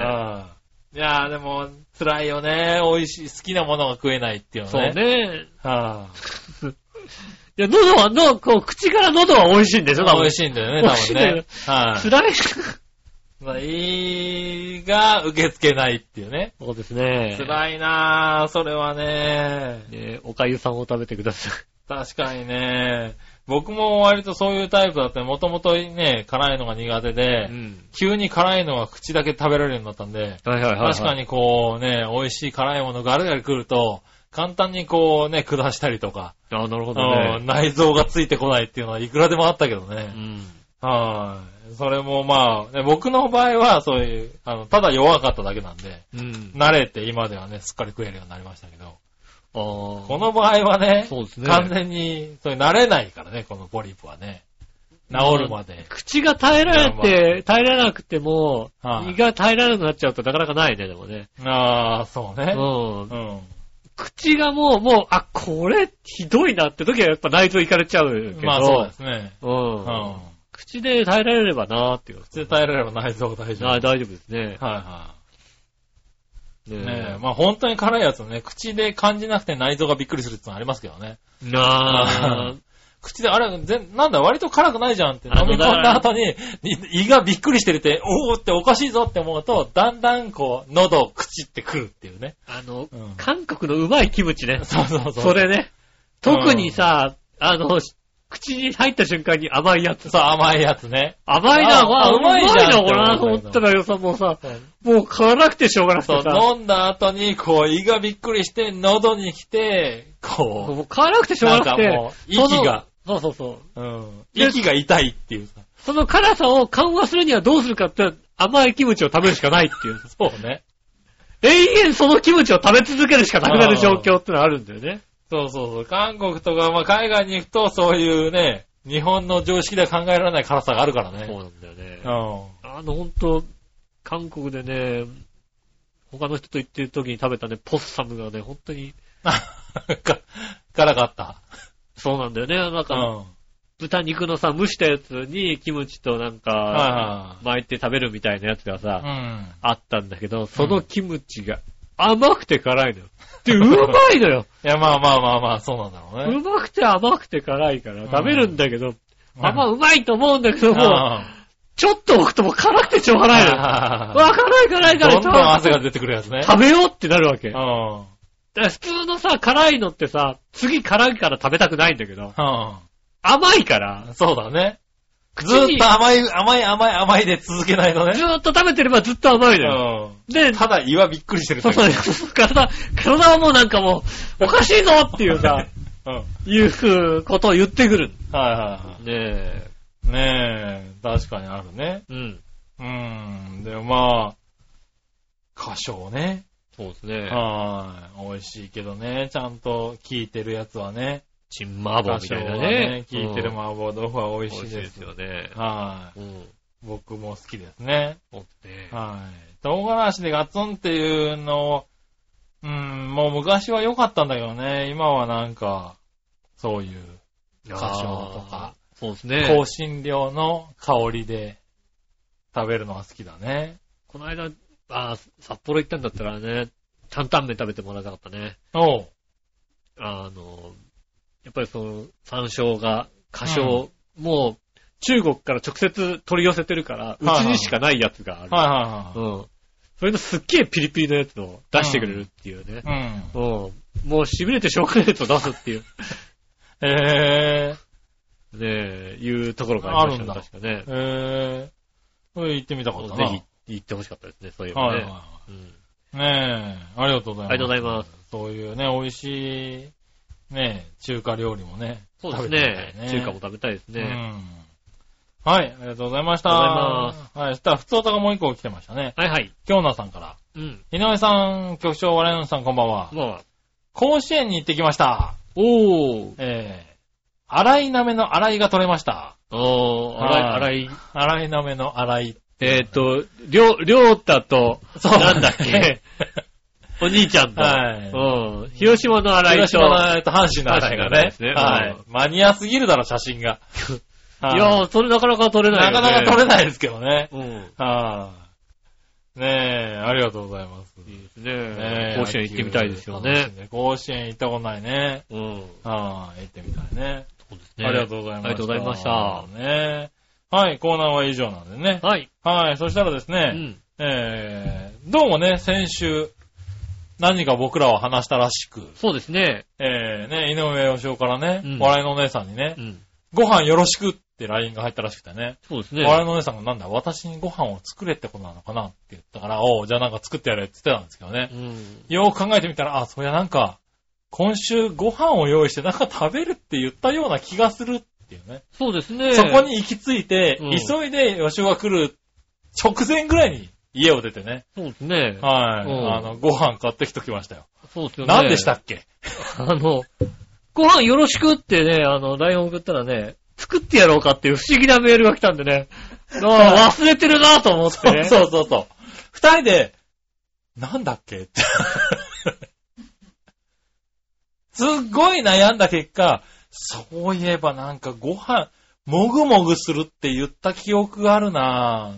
Speaker 3: やーでも、辛いよね。美味しい、好きなものが食えないっていうの
Speaker 2: そう
Speaker 3: ね。
Speaker 2: ね。
Speaker 3: は
Speaker 2: で、喉は、の、こう、口から喉は美味しいんでしょ、多
Speaker 3: あ、美
Speaker 2: 分
Speaker 3: 味。しいんだよね、
Speaker 2: 美
Speaker 3: 多
Speaker 2: 味しいん
Speaker 3: 分
Speaker 2: だよ
Speaker 3: ね。はい、
Speaker 2: 辛い。
Speaker 3: まあ胃が受け付けないっていうね。
Speaker 2: そうですね。い。
Speaker 3: 辛いなぁ、それはね。
Speaker 2: ね、おかゆさんを食べてください。
Speaker 3: 確かにね。僕も割とそういうタイプだったもともとね、辛いのが苦手で、
Speaker 2: ん。
Speaker 3: 急に辛いのが口だけ食べられるようになったんで、
Speaker 2: はいはいはい、
Speaker 3: 確か。にこうね、美味しい辛いものガリガリ来ると、簡単にこうね、下したりとか、
Speaker 2: あなるほど
Speaker 3: うん
Speaker 2: ね。
Speaker 3: 内臓がついてこないっていうのはいくらでもあったけど
Speaker 2: う
Speaker 3: ね。
Speaker 2: ん。
Speaker 3: はい。それもまあ、ね僕の場合はそういう、あの、ただ弱かっただけなんで、
Speaker 2: うん。
Speaker 3: 慣れて今ではね、すっかり食えるようになりましたけど、
Speaker 2: あー
Speaker 3: この場合はね、
Speaker 2: そうですね。
Speaker 3: 完全に、それ慣れないからね、このポリープはね。治るまで。
Speaker 2: 口が耐えられて、耐えられなくても、
Speaker 3: はい
Speaker 2: 胃が耐えられなくなっちゃうとなかなかないね、でもね。
Speaker 3: ああ、そう
Speaker 2: う
Speaker 3: ね。
Speaker 2: ん
Speaker 3: う。ん。
Speaker 2: 口がもう、もう、あ、これ、ひどいなって時はやっぱ内臓いかれちゃうけど。
Speaker 3: まあそうですね。
Speaker 2: う。
Speaker 3: うんん。
Speaker 2: 口で耐えられればなーっていう。
Speaker 3: 口で耐えられれば内臓大丈夫。
Speaker 2: あ
Speaker 3: はい
Speaker 2: 大丈夫ですね。
Speaker 3: は
Speaker 2: ねえ
Speaker 3: ねえ、 [LAUGHS] まあ本当に辛いやつね、口で感じなくて内臓がびっくりするってのありますけどね。
Speaker 2: なあ、
Speaker 3: 口で、あれ、ぜなんだ、割と辛くないじゃんって飲み込んだ後に、い胃がびっくりしてるって、おおっておかしいぞって思うと、だんだんこう、喉、口ってくるっていうね。
Speaker 2: あの、
Speaker 3: うん
Speaker 2: 韓国のうまいキムチね。
Speaker 3: そうそうそう。
Speaker 2: それね。特にさ、あの、し口に入った瞬間に甘いやつ。
Speaker 3: そう、甘いやつね。
Speaker 2: 甘いな、
Speaker 3: あ
Speaker 2: わあ、
Speaker 3: あ
Speaker 2: うまいな、
Speaker 3: うまい
Speaker 2: これ
Speaker 3: な
Speaker 2: な、
Speaker 3: って
Speaker 2: と思
Speaker 3: 思
Speaker 2: っ
Speaker 3: っ
Speaker 2: た
Speaker 3: けど
Speaker 2: たらよさ、もうさ、もう辛くてしょうがなく
Speaker 3: そ
Speaker 2: て
Speaker 3: う、
Speaker 2: さ、
Speaker 3: 飲んだ後に、こう、胃がびっくりして、喉に来て、こ
Speaker 2: もう辛くてしょうがなく
Speaker 3: なんかもう
Speaker 2: て、
Speaker 3: 息が
Speaker 2: その。そうそうそう。
Speaker 3: う、うん。息が痛いっていうさ。
Speaker 2: その辛さを緩和するにはどうするかって、甘いキムチを食べるしかないっていう。
Speaker 3: そうね。
Speaker 2: 永遠そのキムチを食べ続けるしかなくなる状況ってのはあるんだよね。
Speaker 3: そうそうそう。韓国とか、まあ、海外に行くと、そういうね、日本の常識では考えられない辛さがあるから
Speaker 2: そう
Speaker 3: ね。
Speaker 2: なんだよね。
Speaker 3: うん。
Speaker 2: あの、ほんと、韓国でね、他の人と行ってる時に食べたね、ポッサムがね、本当に、
Speaker 3: か、辛かった。
Speaker 2: そうなんだよね。なん
Speaker 3: うん。
Speaker 2: か、豚肉のさ、蒸したやつにキムチとなん
Speaker 3: は
Speaker 2: か、巻いて食べるみたいなやつが
Speaker 3: う
Speaker 2: さ、
Speaker 3: ん。
Speaker 2: あったんだけど、そのキムチが甘くて辛
Speaker 3: [LAUGHS]
Speaker 2: いのよ。で、うまいのよ。
Speaker 3: いや、まあまあまあまあ、そうなんだろうね。
Speaker 2: うまくて甘くて辛いから、食べるんだけど、
Speaker 3: うん
Speaker 2: あんまうまいと思うんだけど、
Speaker 3: うん
Speaker 2: もう、ちょっと置くともう辛くてしょうがないのよ。
Speaker 3: は
Speaker 2: わ、辛い辛い
Speaker 3: いは
Speaker 2: 辛
Speaker 3: いはいど
Speaker 2: い
Speaker 3: んどん汗が出てくるやつね。
Speaker 2: 食べようってなるわけ。
Speaker 3: うん。
Speaker 2: だか
Speaker 3: うん。
Speaker 2: ら普通のさ、辛いのってさ、次辛いから食べたくないんだけど、甘いから、
Speaker 3: そうだね。ず
Speaker 2: 口
Speaker 3: ーっ
Speaker 2: に
Speaker 3: と甘い、甘い甘い甘いで続けないのね
Speaker 2: ず。ーっと食べてればずっと甘いのよ。
Speaker 3: う
Speaker 2: で
Speaker 3: ん。、ただ胃はびっくりしてる
Speaker 2: そ
Speaker 3: だ
Speaker 2: う
Speaker 3: けう
Speaker 2: そう、体、体はもうなんかもう、おかしいぞっていうさ、
Speaker 3: ん。はい
Speaker 2: いうことを言ってくる。ね
Speaker 3: は
Speaker 2: え。
Speaker 3: いはい。ねえ、確かにあるね。
Speaker 2: うん。
Speaker 3: うーん。でもまあ、歌唱ね。
Speaker 2: そうですね。
Speaker 3: はーい。美味しいけどね、ちゃんと効いてるやつはね。
Speaker 2: チンマーボーみたいなね。
Speaker 3: 効いてる麻婆豆腐は
Speaker 2: 美
Speaker 3: 美味しい
Speaker 2: 味しい
Speaker 3: で
Speaker 2: ですす。よね。
Speaker 3: はい。
Speaker 2: うん。
Speaker 3: 僕も好きですね。
Speaker 2: そうね。
Speaker 3: はい。唐辛子でガツンっていうのを、うん、もう昔は良かったんだけどね。今はなんか、そういう、
Speaker 2: あー
Speaker 3: 花椒とか。
Speaker 2: そうですね。
Speaker 3: 香辛料の香りで食べるのが好きだね。
Speaker 2: この間、あー札幌行ったんだったらね、担々麺食べてもらいたかったね。
Speaker 3: おう。
Speaker 2: あの、やっぱりその、山椒が、花椒、もう、中国から直接取り寄せてるから、うち
Speaker 3: はい
Speaker 2: にしかないやつがある。
Speaker 3: はいはいは
Speaker 2: うん。それのすっげえピリピリのやつを出してくれるっていうね
Speaker 3: い。。うん。
Speaker 2: うん。もう痺れてしょうがないやつを出すっていう、
Speaker 3: え
Speaker 2: ねえ、いうところがありましたね。
Speaker 3: あるんだ
Speaker 2: 確かね
Speaker 3: ー、。えー、これ行ってみたかったな。
Speaker 2: ぜひ行ってほしかったですね、そういえば
Speaker 3: はい
Speaker 2: ね。
Speaker 3: はいは
Speaker 2: うん
Speaker 3: い。ねえ、ありがとうございます。
Speaker 2: ありがとうございます。
Speaker 3: そういうね、美味しい、ねえ、中華料理もね。
Speaker 2: そうです
Speaker 3: 食べてみ
Speaker 2: ね
Speaker 3: たいね
Speaker 2: 中華も食べたいですね。
Speaker 3: うん。はい、ありがとうございました。
Speaker 2: ありがとう
Speaker 3: はい、そしたら、普通歌がもう一個来てましたね。
Speaker 2: はいはい。
Speaker 3: 京奈さんから。
Speaker 2: うん。
Speaker 3: 井上さん、局長、笑いのおじさん、こんばんは。
Speaker 2: まあ、
Speaker 3: 甲子園に行ってきました。
Speaker 2: おー。
Speaker 3: えー、洗いなめの洗いが取れました。
Speaker 2: おー、洗い、洗い。
Speaker 3: 洗いなめの洗い。
Speaker 2: えっ、と、りょう、りょうたと、
Speaker 3: そう
Speaker 2: なんだっ
Speaker 3: [LAUGHS]
Speaker 2: けお兄ちゃんと、
Speaker 3: はい。
Speaker 2: うん。広島の洗いと、
Speaker 3: 広島の洗いと阪神の洗いが
Speaker 2: 阪神の洗い
Speaker 3: ね
Speaker 2: ですね。
Speaker 3: はい
Speaker 2: うん。
Speaker 3: マニアすぎるだろ、写真が。はい
Speaker 2: いやー、それなかなか取れな
Speaker 3: ない
Speaker 2: よ
Speaker 3: か
Speaker 2: ね。
Speaker 3: なか撮れないですけどね。
Speaker 2: うん。
Speaker 3: はい。ねえ、ありがとうございます。
Speaker 2: いいです
Speaker 3: ね
Speaker 2: ね。
Speaker 3: え
Speaker 2: 甲子園行ってみたいですよ
Speaker 3: 楽
Speaker 2: ね
Speaker 3: し。んで甲子園行ったことないね。
Speaker 2: うん。
Speaker 3: はい、行ってみたいね。
Speaker 2: そうですね。
Speaker 3: ありがとうございました。
Speaker 2: ありがとうございました。
Speaker 3: ねえ。はい、コーナーは以上なんでね。
Speaker 2: はい。
Speaker 3: はい、そしたらです
Speaker 2: う
Speaker 3: ね、
Speaker 2: ん。
Speaker 3: えー、どうもね、先週、何か僕らを話したらしく、
Speaker 2: そうですね。
Speaker 3: えー、ね、井上義雄からね、
Speaker 2: うん
Speaker 3: 笑いのお姉さんにね、
Speaker 2: うん。
Speaker 3: ご飯よろしくって LINE が入ったらしくてね、
Speaker 2: そうですね。
Speaker 3: 笑いのお姉さんがなんだ、私にご飯を作れってことなのかなって言ったから、おう、じゃあなんか作ってやれって言ってたんですけどね。
Speaker 2: うん。
Speaker 3: よく考えてみたら、あ、そりゃなんか、今週ご飯を用意してなんか食べるって言ったような気がするっていうね。
Speaker 2: そうですね。
Speaker 3: そこに行き着いて、
Speaker 2: うん
Speaker 3: 急いで吉尾が来る直前ぐらいに家を出てね。
Speaker 2: そうですね。
Speaker 3: はい。
Speaker 2: うん
Speaker 3: あの、ご飯買ってきときましたよ。
Speaker 2: そうですよね。
Speaker 3: 何でしたっけ
Speaker 2: あの、ご飯よろしくってね、あの、ライオン送ったらね、作ってやろうかっていう不思議なメールが来たんで [LAUGHS] ね、ああ忘れてるなと思っ
Speaker 3: そ
Speaker 2: て
Speaker 3: う
Speaker 2: ね。
Speaker 3: そうそうそう。二人で、なんだっけって。すっごい悩んだ結果、そういえばなんかご飯、もぐもぐするって言った記憶があるなぁ。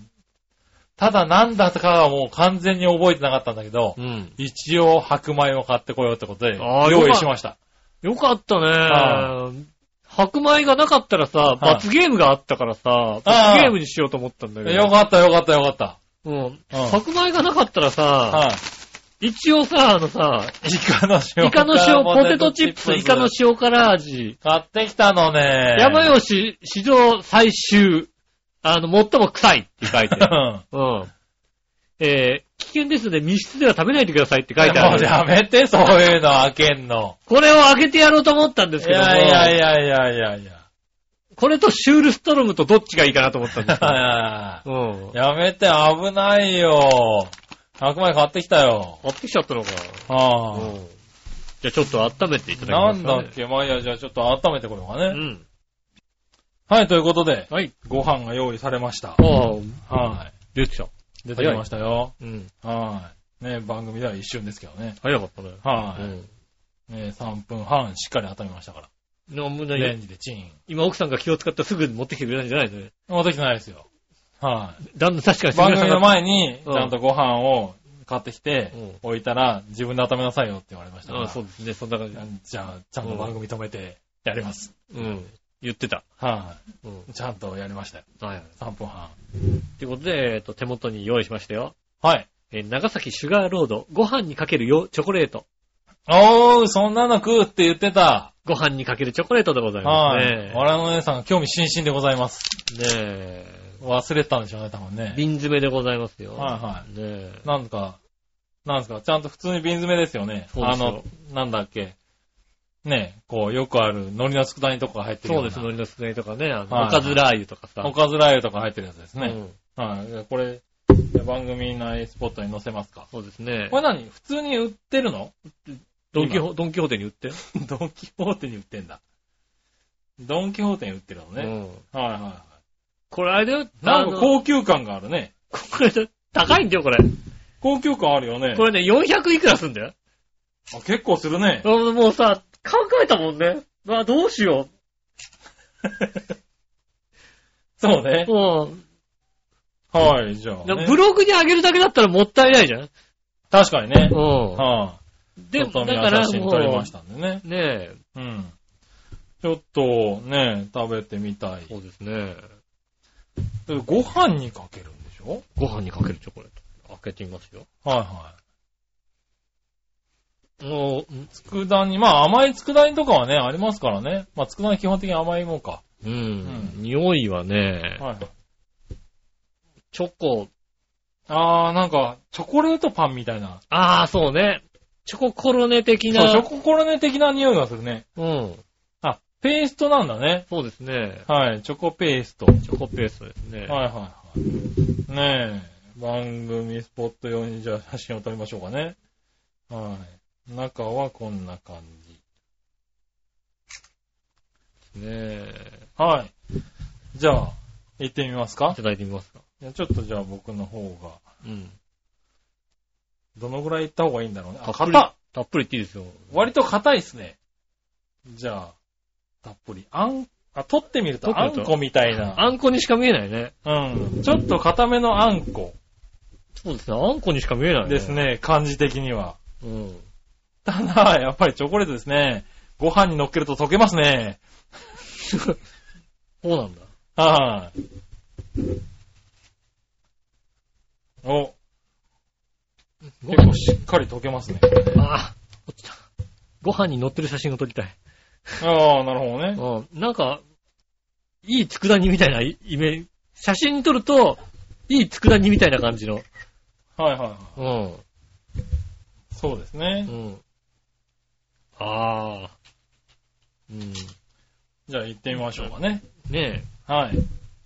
Speaker 3: ただなんだとかはもう完全に覚えてなかったんだけど、
Speaker 2: うん。
Speaker 3: 一応白米を買ってこようってことで、
Speaker 2: あー
Speaker 3: 用意しました。
Speaker 2: よかった
Speaker 3: は
Speaker 2: ね。白米がなかったらさ、罰ゲームがあったからさ、罰ゲームにしようと思ったんだけど。
Speaker 3: よかったよかったよかった。
Speaker 2: うん。
Speaker 3: うん
Speaker 2: 白米がなかったらさ、
Speaker 3: はい。
Speaker 2: 一応さ、あのさ、
Speaker 3: イカの塩
Speaker 2: イカの塩、ポテトチップス、イカの塩辛味。
Speaker 3: 買ってきたのね。
Speaker 2: 山吉史上最終、あの、最も臭いって書いて [LAUGHS]
Speaker 3: う
Speaker 2: ある。
Speaker 3: ん。
Speaker 2: うん。えー危険ですので密室では食べないでくださいって書いて
Speaker 3: も
Speaker 2: あ
Speaker 3: う
Speaker 2: る。
Speaker 3: やめて、そういうの開けんの。
Speaker 2: これを開けてやろうと思ったんです
Speaker 3: い
Speaker 2: けども、
Speaker 3: やいやいやいやいやいや。
Speaker 2: これとシュールストロムとどっちがいいかなと思ったんですけ
Speaker 3: は
Speaker 2: ど。うん
Speaker 3: い。やめて、危ないよ。白米買ってきたよ。
Speaker 2: 買ってきちゃったのか。う
Speaker 3: はあ。
Speaker 2: ん。じゃあちょっと温めていただき
Speaker 3: な
Speaker 2: ます
Speaker 3: ん
Speaker 2: かね
Speaker 3: だっけ、まあいいや、じゃあちょっと温めてこようか
Speaker 2: う
Speaker 3: ね。
Speaker 2: ん。
Speaker 3: はい、ということで、
Speaker 2: はい。
Speaker 3: ご飯が用意されました
Speaker 2: あ。あ、
Speaker 3: は
Speaker 2: 出てきた。
Speaker 3: い。出てきましたよ。
Speaker 2: うん。
Speaker 3: はい。ね、番組では一瞬ですけどね。
Speaker 2: 早かったね。
Speaker 3: は
Speaker 2: うん。
Speaker 3: い。ね、3分半しっかり温めましたから。
Speaker 2: なんもない
Speaker 3: レンジでチン。
Speaker 2: 今奥さんが気を使ったすぐ持ってきてくれないんじゃないのね。
Speaker 3: 持ってきてないですよ。はい。
Speaker 2: 旦那確かに
Speaker 3: 番組
Speaker 2: さ
Speaker 3: の
Speaker 2: ん
Speaker 3: 前に、ち
Speaker 2: うん
Speaker 3: ゃんとご飯を買ってきて
Speaker 2: うん、
Speaker 3: 置いたら、自分で温めなさいよって言われましたか
Speaker 2: あ
Speaker 3: ら。
Speaker 2: あ、そうですね。そんな感じ。
Speaker 3: じゃあ、ちゃんと番組止めて、やります。
Speaker 2: うん。言ってた。
Speaker 3: は
Speaker 2: うん。
Speaker 3: い。ちゃんとやりましたよ。
Speaker 2: はい。
Speaker 3: 3分半。
Speaker 2: ということで、えっと、手元に用意しましたよ。
Speaker 3: はい。
Speaker 2: えー長崎シュガーロード、ご飯にかけるよ、チョコレート。
Speaker 3: おー、そんなの食うって言ってた。
Speaker 2: ご飯にかけるチョコレートでございま
Speaker 3: はい
Speaker 2: すね。。
Speaker 3: 我のお姉さんが興味津々でございます。
Speaker 2: ねえ。
Speaker 3: 忘れてたんでしょうね、多分ね。
Speaker 2: 瓶詰めでございますよ。。
Speaker 3: は
Speaker 2: ね
Speaker 3: い
Speaker 2: え。
Speaker 3: なんか、なんですか、ちゃんと普通に瓶詰めですよね。
Speaker 2: そうで
Speaker 3: あ
Speaker 2: すよ
Speaker 3: の、なんだっけ。ね、こう、よくある、海苔の佃煮とかが入ってる
Speaker 2: そ
Speaker 3: よ
Speaker 2: うで
Speaker 3: うな。
Speaker 2: す。海苔のつなぎとかね、あの、
Speaker 3: はい
Speaker 2: おかずラー油とかさ。
Speaker 3: おかずラー油とか入ってるやつです
Speaker 2: う
Speaker 3: ね。
Speaker 2: ん。
Speaker 3: はい。これ、番組内スポットに載せますか。
Speaker 2: そうですね
Speaker 3: こ。れ何普通に売ってるの
Speaker 2: ドンキホ、ドンキホーテに売ってる
Speaker 3: [LAUGHS] ドンキホーテに売ってんだ。ドンキホーテに売ってるのね。
Speaker 2: うん。
Speaker 3: はいはいは
Speaker 2: [LAUGHS] これあれだよ。
Speaker 3: い。なん
Speaker 2: あ
Speaker 3: か
Speaker 2: の
Speaker 3: 高級感があるね。
Speaker 2: これだ、高いんだよ、これ。
Speaker 3: 高級感あるよね。
Speaker 2: これね、400いくらすんだよ。
Speaker 3: あ結構するね。
Speaker 2: もうもうさ、考えたもんね。まあ、どうしよ
Speaker 3: そうね
Speaker 2: う。。も
Speaker 3: はい、じゃ
Speaker 2: う、
Speaker 3: あ、ね。
Speaker 2: ブログに上げるだけだったらもったいないじゃん。
Speaker 3: 確かにね。
Speaker 2: う
Speaker 3: は
Speaker 2: ん。
Speaker 3: い。
Speaker 2: で、
Speaker 3: ちょ
Speaker 2: だ
Speaker 3: っ
Speaker 2: か
Speaker 3: と皆さん
Speaker 2: ら
Speaker 3: 写真
Speaker 2: も
Speaker 3: 撮りまし
Speaker 2: う、
Speaker 3: たんでね。
Speaker 2: ねえ、
Speaker 3: うん。ちょっと、ね、食べてみたい。
Speaker 2: そうですね。
Speaker 3: ご飯にかけるんでしょ
Speaker 2: ご飯にかけるチョコレート。開けてみますよ。
Speaker 3: はいはい。
Speaker 2: もう、
Speaker 3: 佃煮、まあ甘い佃煮とかはね、ありますからね。まあ佃煮基本的に甘いもんか。
Speaker 2: うん、匂いはね、
Speaker 3: はい。
Speaker 2: チョコ、
Speaker 3: あー、なんか、チョコレートパンみたいな。
Speaker 2: ああ、そうね。チョココロネ的
Speaker 3: そう、
Speaker 2: な。
Speaker 3: チョココロネ的な匂いがするね。
Speaker 2: うん。
Speaker 3: あ、ペーストなんだね。
Speaker 2: そうですね。
Speaker 3: はい、チョコペースト。
Speaker 2: チョコペーストですね。
Speaker 3: はいはいはい。ねえ、番組スポット用にじゃあ写真を撮りましょうかね。はい。中はこんな感じ。
Speaker 2: ねえ。
Speaker 3: はい。じゃあ、行ってみますか
Speaker 2: いただいてみますか。
Speaker 3: いやちょっとじゃあ僕の方が、
Speaker 2: うん。
Speaker 3: どのぐらい行った方がいいんだろうね。あ、
Speaker 2: たっぷり
Speaker 3: 硬った
Speaker 2: っぷりっていいですよ。
Speaker 3: 割と硬いですね。じゃあ、たっぷり。あん、あ、取ってみると
Speaker 2: 取っ
Speaker 3: あ
Speaker 2: てみ
Speaker 3: ん
Speaker 2: ると
Speaker 3: こみたいな。
Speaker 2: あんこにしか見えないね。
Speaker 3: うん。ちょっと硬めのあんこ
Speaker 2: そうですね。あんこにしか見えないね。
Speaker 3: です。ね、感じ的には。
Speaker 2: うん。
Speaker 3: ただ、やっぱりチョコレートですね。ご飯に乗っけると溶けますね。
Speaker 2: そうなんだ。
Speaker 3: はい、お、
Speaker 2: ご
Speaker 3: 結
Speaker 2: 飯
Speaker 3: 構しっかり溶けますね。
Speaker 2: あー落ちた。ご飯に乗ってる写真を撮りたい。
Speaker 3: ああ、なるほどね。
Speaker 2: うん。なんか、いい佃煮みたいなイイメージ。写真に撮ると、いい佃煮みたいな感じの。
Speaker 3: はいはいは
Speaker 2: うん。
Speaker 3: い。そうです
Speaker 2: う
Speaker 3: ね。
Speaker 2: ん。ああ。うん。
Speaker 3: じゃあ行ってみましょうかね。
Speaker 2: ねえ。
Speaker 3: はい。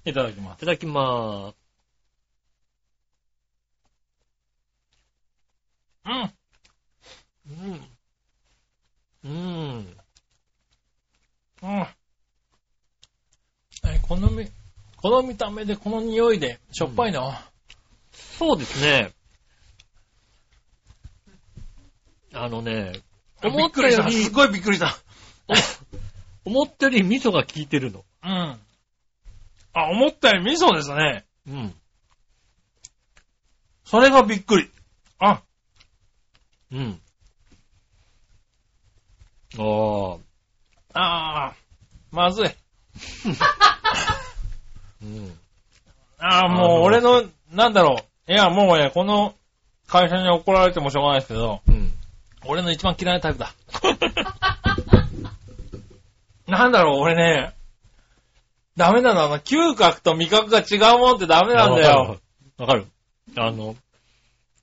Speaker 3: いただきます。
Speaker 2: いただきまーす。
Speaker 3: うん。
Speaker 2: うん。うん。
Speaker 3: うん。え、このみ、この見た目で、この匂いで、しょっぱいの、
Speaker 2: そうですね。あのね、思ったよ
Speaker 3: びっくりしたす
Speaker 2: り、
Speaker 3: ごいびっくりした。
Speaker 2: 思ったより味噌が効いてるの。
Speaker 3: うん。あ、思ったより味噌ですね。
Speaker 2: うん。
Speaker 3: それがびっくり。あ、
Speaker 2: うん。ああ。
Speaker 3: ああ、まずい。
Speaker 2: うん。
Speaker 3: ああ、
Speaker 2: あ
Speaker 3: も
Speaker 2: の
Speaker 3: う俺の、なんだろう。いや、もうね、この会社に怒られてもしょうがないですけど、
Speaker 2: うん。
Speaker 3: 俺の一番嫌いなタイプ [LAUGHS] だ。なんだろう、俺ね、ダメなの、あの、嗅覚と味覚が違うもんってダメなんだよ。。
Speaker 2: わかる。あの、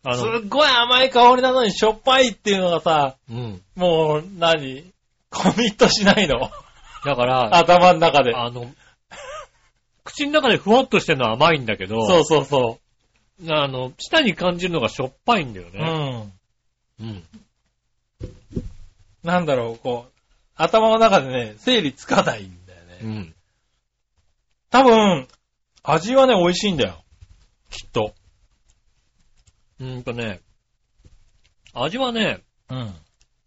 Speaker 2: あ
Speaker 3: す
Speaker 2: の、
Speaker 3: っごい甘い香りなのにしょっぱいっていうのがさ、
Speaker 2: うん。
Speaker 3: もう何、コミットしないの。
Speaker 2: だから、
Speaker 3: [LAUGHS] 頭の中で。
Speaker 2: あの、口の中でふわっとしてるのは甘いんだけど、
Speaker 3: そうそうそ
Speaker 2: あの、舌に感じるのがしょっぱいんだよ
Speaker 3: う。う
Speaker 2: ね。
Speaker 3: ん。
Speaker 2: うん。
Speaker 3: なんだろう、こう、頭の中でね、整理つかないんだよね。
Speaker 2: うん。
Speaker 3: 多分、味はね、美味しいんだよ。きっと。
Speaker 2: うんとね、味はね、
Speaker 3: うん。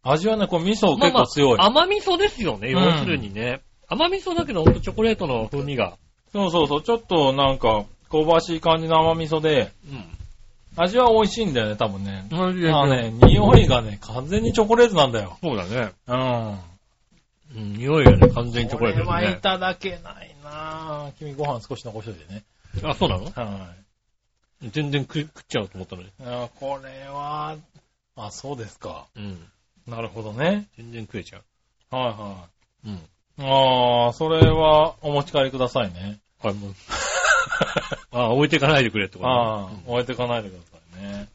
Speaker 3: 味はね、こう、味噌結
Speaker 2: まあま
Speaker 3: 構
Speaker 2: あ
Speaker 3: 強い。
Speaker 2: 甘味噌ですよね、
Speaker 3: うん
Speaker 2: 要するにね。甘味噌だけど、ほんとチョコレートの風味が。
Speaker 3: そうそうそう、ちょっとなんか、香ばしい感じの甘味噌で、
Speaker 2: うん。
Speaker 3: 味は美味しいんだよね、多分ね。あ
Speaker 2: あ
Speaker 3: のね、匂いがね、完全にチョコレートなんだよ。
Speaker 2: そうだね。
Speaker 3: うん。
Speaker 2: うん、匂いがね、完全にチョコレート
Speaker 3: これはい
Speaker 2: で
Speaker 3: ただけないなぁ。君ご飯少し残しといてね。
Speaker 2: すね。あ、そうなの
Speaker 3: は
Speaker 2: 全然食食っちゃうと思ったのに。
Speaker 3: い。あこれは、あ、そうですか。
Speaker 2: うん。
Speaker 3: なるほどね。
Speaker 2: 全然食えちゃう。
Speaker 3: はいは
Speaker 2: うん。
Speaker 3: い。ああ、それはお持ち帰りくださ
Speaker 2: [LAUGHS]
Speaker 3: いね。
Speaker 2: はい、もう。あ、置いてかないでくれってことね
Speaker 3: ああ、置いてかないでくださいね。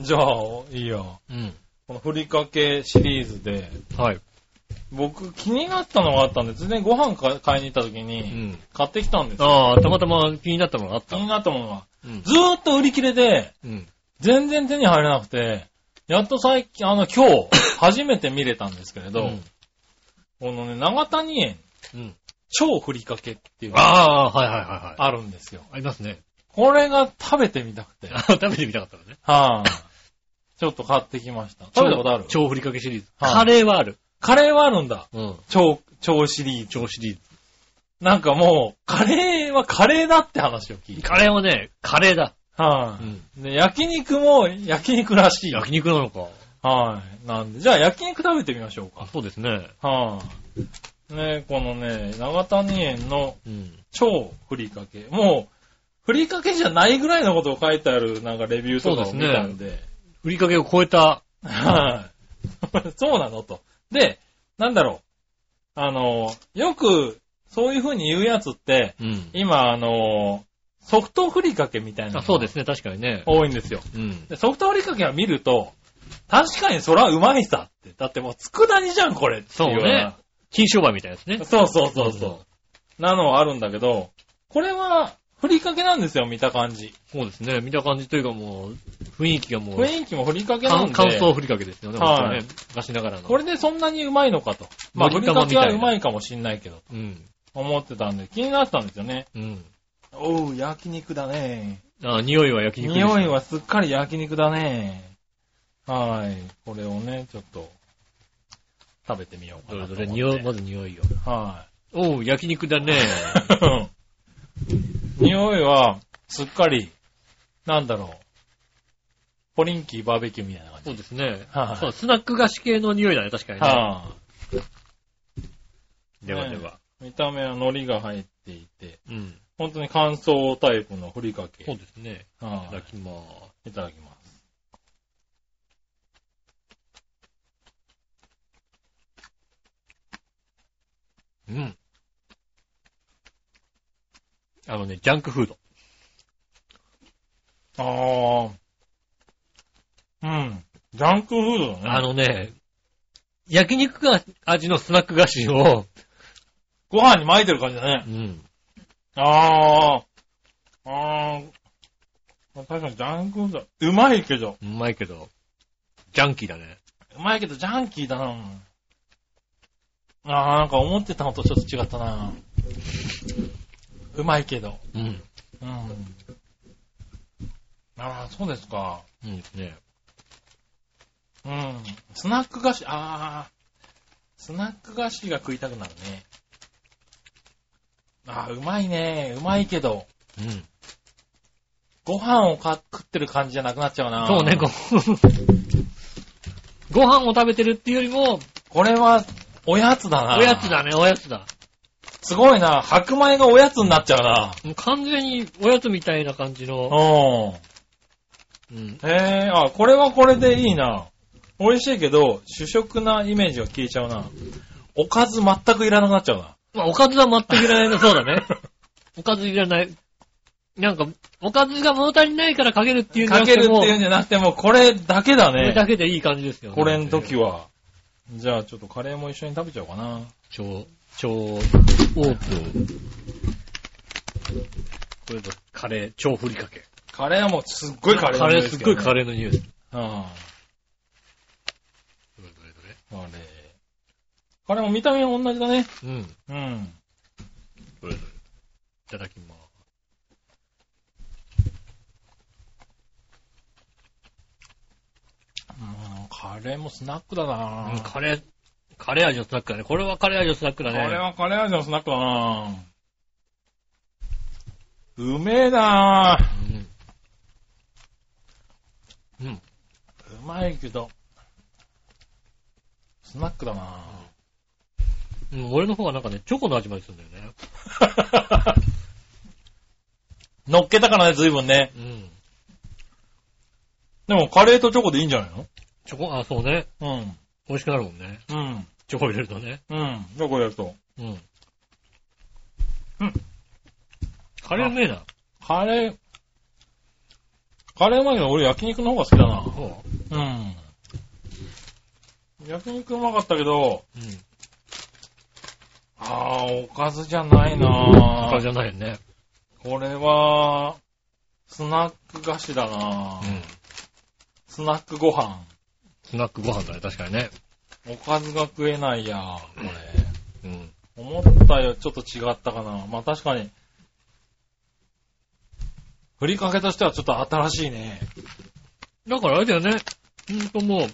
Speaker 3: じゃあ、いいよ。
Speaker 2: うん。
Speaker 3: このふりかけシリーズで、
Speaker 2: うんはい。
Speaker 3: 僕気になったのがあったんで、全然ご飯か買いに行った時
Speaker 2: う
Speaker 3: に、
Speaker 2: ん。
Speaker 3: 買ってきたんですよ。
Speaker 2: ああ、たまたま気になったのがあっ
Speaker 3: 気
Speaker 2: た。
Speaker 3: になったものが。
Speaker 2: うん
Speaker 3: ずーっと売り切れで、
Speaker 2: うん。
Speaker 3: 全然手に入らなくて、やっと最近、あの、今
Speaker 2: [LAUGHS]
Speaker 3: 日、初めて見れたんですけれど、
Speaker 2: うん
Speaker 3: このね、長谷園、
Speaker 2: うん。
Speaker 3: 超ふりかけっていうのが
Speaker 2: ああ、はいはいはいはい。あ
Speaker 3: あるんですよ。
Speaker 2: ありますね。
Speaker 3: これが食べてみたくて。はい、
Speaker 2: あ [LAUGHS] 食べてみたかったのね。
Speaker 3: ちょっと買ってきました。食べたことある
Speaker 2: 超ふりかけシリーズ。
Speaker 3: はい
Speaker 2: カレーはある。
Speaker 3: カレーはあるんだ。
Speaker 2: うん。
Speaker 3: 超、超シリーズ。
Speaker 2: 超シリーズ。
Speaker 3: なんかもう、カレーはカレーだって話を聞いて。
Speaker 2: カレーはね、カレーだ。
Speaker 3: はい、
Speaker 2: うん。
Speaker 3: で、焼肉も焼肉らしい。はい、
Speaker 2: 焼肉なのか。
Speaker 3: なんで、じゃあ焼肉食べてみましょう
Speaker 2: あ、
Speaker 3: か。
Speaker 2: そうですね。
Speaker 3: はい、ね、このね、長谷園の
Speaker 2: うん。
Speaker 3: 超ふりかけ。もう、ふりかけじゃないぐらいのことを書いてある、なんかレビューとか
Speaker 2: そうで
Speaker 3: を
Speaker 2: す
Speaker 3: 見
Speaker 2: ね
Speaker 3: たんで。
Speaker 2: ふりかけを超えた。
Speaker 3: はい、 [LAUGHS] そうなのと。で、なんだろう。あの、よく、そういう風に言うやつって、
Speaker 2: うん。
Speaker 3: 今、あの、ソフトふりかけみたいな
Speaker 2: あ、
Speaker 3: の
Speaker 2: そうで
Speaker 3: が
Speaker 2: すね、確かにね。
Speaker 3: 多いんですよ。
Speaker 2: うん。
Speaker 3: でソフトふりかけは見ると、確かにそらうまいさって。だってもう、つくだ煮じゃん、これってい
Speaker 2: そうね金商売みたいですね。
Speaker 3: そうそうそうそう。なのはあるんだけど、これは、ふりかけなんですよ、見た感じ。
Speaker 2: そうですね。見た感じというかもう、雰囲気がもう、
Speaker 3: 雰囲気もふりかけなん
Speaker 2: 乾
Speaker 3: で。
Speaker 2: 燥ふりかけですよね。
Speaker 3: はい
Speaker 2: 本当ね昔ながらの。
Speaker 3: これでそんなにうまいのかと。まあ、ふ
Speaker 2: のり
Speaker 3: り
Speaker 2: たま
Speaker 3: か
Speaker 2: み
Speaker 3: け
Speaker 2: たいな
Speaker 3: はうまいかもしんないけど、
Speaker 2: うん。
Speaker 3: 思ってたんで、気になってたんですよね。
Speaker 2: うん。
Speaker 3: おう、焼肉だね。
Speaker 2: あ、匂いは焼肉です。
Speaker 3: 匂いはすっかり焼肉だね。はい。これをね、ちょっと、食べてみようか
Speaker 2: どれ
Speaker 3: なと
Speaker 2: ど
Speaker 3: 思
Speaker 2: れ
Speaker 3: っ
Speaker 2: 匂
Speaker 3: て。
Speaker 2: い、まず匂いよ。
Speaker 3: はい。
Speaker 2: おう、焼肉だね。
Speaker 3: 匂いは、すっかり、なんだろう。ポリンキーバーベキューみたいな感じ。
Speaker 2: そうですね。
Speaker 3: はい
Speaker 2: そう、スナック菓子系の匂いだね、確かにね。
Speaker 3: はあ、
Speaker 2: ではで
Speaker 3: ね
Speaker 2: は。
Speaker 3: 見た目は海苔が入っていて、
Speaker 2: うん。
Speaker 3: 本当に乾燥タイプのふりかけ。
Speaker 2: そうですね。い
Speaker 3: は
Speaker 2: た
Speaker 3: あ
Speaker 2: だきます。
Speaker 3: いただきます。
Speaker 2: うん。あのね、ジャンクフード。
Speaker 3: ああ。うん。ジャンクフードだ
Speaker 2: あ
Speaker 3: ね。
Speaker 2: のね、焼肉が味のスナック菓子を、
Speaker 3: ご飯に巻いてる感じだね
Speaker 2: う。ん。
Speaker 3: ああ。ああ。確かにジャンクフード。うまいけど。
Speaker 2: うまいけど、ジャンキーだね。
Speaker 3: うまいけど、ジャンキーだな。あー、なんか思ってたのとちょっと違ったな。うまいけど。
Speaker 2: うん。
Speaker 3: うん。あー、そうですか。
Speaker 2: うんですね。
Speaker 3: うん。スナック菓子、あー、スナック菓子が食いたくなるね。あー、うまいね。うまいけど。
Speaker 2: うん。
Speaker 3: ご飯をか食ってる感じじゃなくなっちゃうな。
Speaker 2: そうね、ご、ご [LAUGHS] 飯を食べてるっていうよりも、
Speaker 3: これは、おやつだな。
Speaker 2: おやつ。だね、おやつだ。
Speaker 3: すごいな。白米がおやつになっちゃうな。
Speaker 2: もう完全におやつみたいな感じの、
Speaker 3: うん。
Speaker 2: うん。
Speaker 3: へえ、あ、これはこれでいいな。美味しいけど、主食なイメージが消えちゃうな。おかず全くいらなくなっちゃうな。
Speaker 2: まあ、おかずは全くいらないの、そうだね。 [LAUGHS] おかずいらない。なんか、おかずが物足りないからかけるっていうんじゃ
Speaker 3: か
Speaker 2: なく
Speaker 3: ける
Speaker 2: て
Speaker 3: って
Speaker 2: も、
Speaker 3: いうんじゃなくても、これだけだ
Speaker 2: これだ
Speaker 3: ね。
Speaker 2: けでいい感じですよね。
Speaker 3: これの時
Speaker 2: は。
Speaker 3: は。じゃあちょっとカレーも一緒に食べちゃおうかな。
Speaker 2: 超、超、オープン。これとカレー、超ふりかけ。
Speaker 3: カレーはもうすっごいカレー
Speaker 2: カ
Speaker 3: の
Speaker 2: レ
Speaker 3: 匂
Speaker 2: ー、
Speaker 3: です
Speaker 2: っ
Speaker 3: け
Speaker 2: ご
Speaker 3: ど
Speaker 2: い
Speaker 3: ね
Speaker 2: カレーの匂いです。
Speaker 3: うん。
Speaker 2: どれどれどれ
Speaker 3: カレー。カレーも見た目は同じだね。
Speaker 2: うん。
Speaker 3: うん。
Speaker 2: どれどれいただきます。
Speaker 3: うんカレーもスナックだな、
Speaker 2: うん、カレー、カレー味のスナックだね。これはカレー味のスナックだ
Speaker 3: こ
Speaker 2: ね。
Speaker 3: れはカレー味のスナックだなうめえな
Speaker 2: うん。うん。
Speaker 3: うまいけど、スナックだな
Speaker 2: うん、俺の方がなんかね、チョコの味までするんだよね。
Speaker 3: [LAUGHS] 乗っけたからね、随分ね。
Speaker 2: うん。
Speaker 3: でもカレーとチョコでいいんじゃない
Speaker 2: チョコ、あ、そうね。
Speaker 3: の
Speaker 2: 美味しくなるもんね。
Speaker 3: うん。うん。
Speaker 2: チョコ入れるとね。
Speaker 3: うん。じゃあこれやると。
Speaker 2: うん。
Speaker 3: うん。
Speaker 2: カレーうめえな。
Speaker 3: カレー、カレーうまいけど俺焼肉の方が好きだな
Speaker 2: そ
Speaker 3: うん。焼肉うまかったけど、
Speaker 2: う。うん。
Speaker 3: あー、おかずじゃないな
Speaker 2: カレーじゃないよね。
Speaker 3: これは、スナック菓子だな
Speaker 2: うん。
Speaker 3: スナックご飯。
Speaker 2: スナックご飯だね、確かにね。
Speaker 3: おかずが食えないやこれ。
Speaker 2: うん。
Speaker 3: 思ったよ、ちょっと違ったかな。まあ確かに。ふりかけとしてはちょっと新しいね。
Speaker 2: だからあれだよね。ほんとも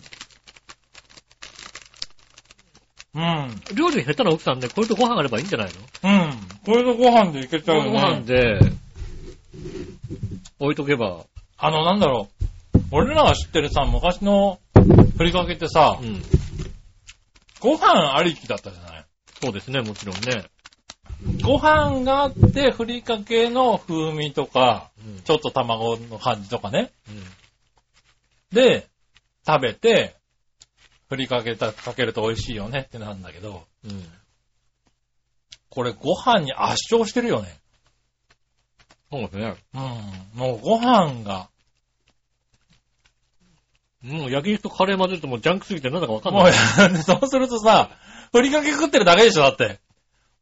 Speaker 3: うん。
Speaker 2: う、料理下手な奥さんで、これとご飯あればいいんじゃないの
Speaker 3: うん。これのご飯でいけちゃうよ
Speaker 2: ご
Speaker 3: ね。
Speaker 2: 飯で、置いとけば。
Speaker 3: あの、なんだろう。俺らが知ってるさ、昔のふりかけってさ、
Speaker 2: うん。
Speaker 3: ご飯ありきだったじゃない
Speaker 2: そうですね、もちろんね。
Speaker 3: ご飯があって、ふりかけの風味とか、
Speaker 2: うん。
Speaker 3: ちょっと卵の感じとかね。
Speaker 2: うん
Speaker 3: で、食べて、ふりかけた、かけると美味しいよねってなるんだけど、
Speaker 2: うん。
Speaker 3: これご飯に圧勝してるよね。
Speaker 2: そうですね。
Speaker 3: うん。もうご飯が、
Speaker 2: もう焼肉とカレー混ぜるともうジャンクすぎてなんだかわかん
Speaker 3: も
Speaker 2: ない。
Speaker 3: う、 [LAUGHS] そうするとさ、ふりかけ食ってるだけでしょ、だって。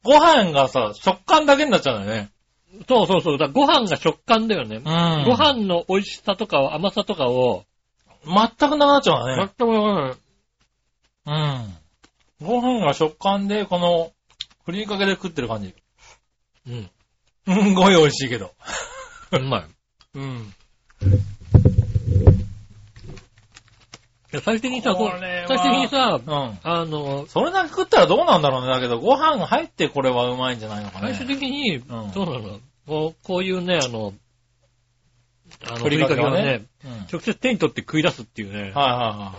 Speaker 3: ご飯がさ、食感だけになっちゃうんだよね。
Speaker 2: そうそうそう。だからご飯が食感だよね。
Speaker 3: うん
Speaker 2: ご飯の美味しさとかを甘さとかを、
Speaker 3: 全くなくなっちゃうんだね
Speaker 2: 全。くわからない。
Speaker 3: うん。ご飯が食感で、この、ふりかけで食ってる感じ。
Speaker 2: うん。
Speaker 3: うん、ごい美味しいけど。
Speaker 2: うまい。
Speaker 3: うん。
Speaker 2: いや最終的にさ、
Speaker 3: こ
Speaker 2: こ
Speaker 3: れ
Speaker 2: う最
Speaker 3: は
Speaker 2: 終的にさ、
Speaker 3: うん。
Speaker 2: あの、
Speaker 3: それだけ食ったらどうなんだろうね。だけど、ご飯が入ってこれはうまいんじゃないのかね。
Speaker 2: 最終的に、
Speaker 3: うん
Speaker 2: そうなの。こう、こういうね、あの、あの、ふ
Speaker 3: ふ
Speaker 2: り
Speaker 3: り
Speaker 2: か
Speaker 3: か
Speaker 2: け
Speaker 3: け
Speaker 2: を
Speaker 3: をね
Speaker 2: ね、
Speaker 3: うん。はい
Speaker 2: 直接手に取って食い出すっていうね。
Speaker 3: はいはいは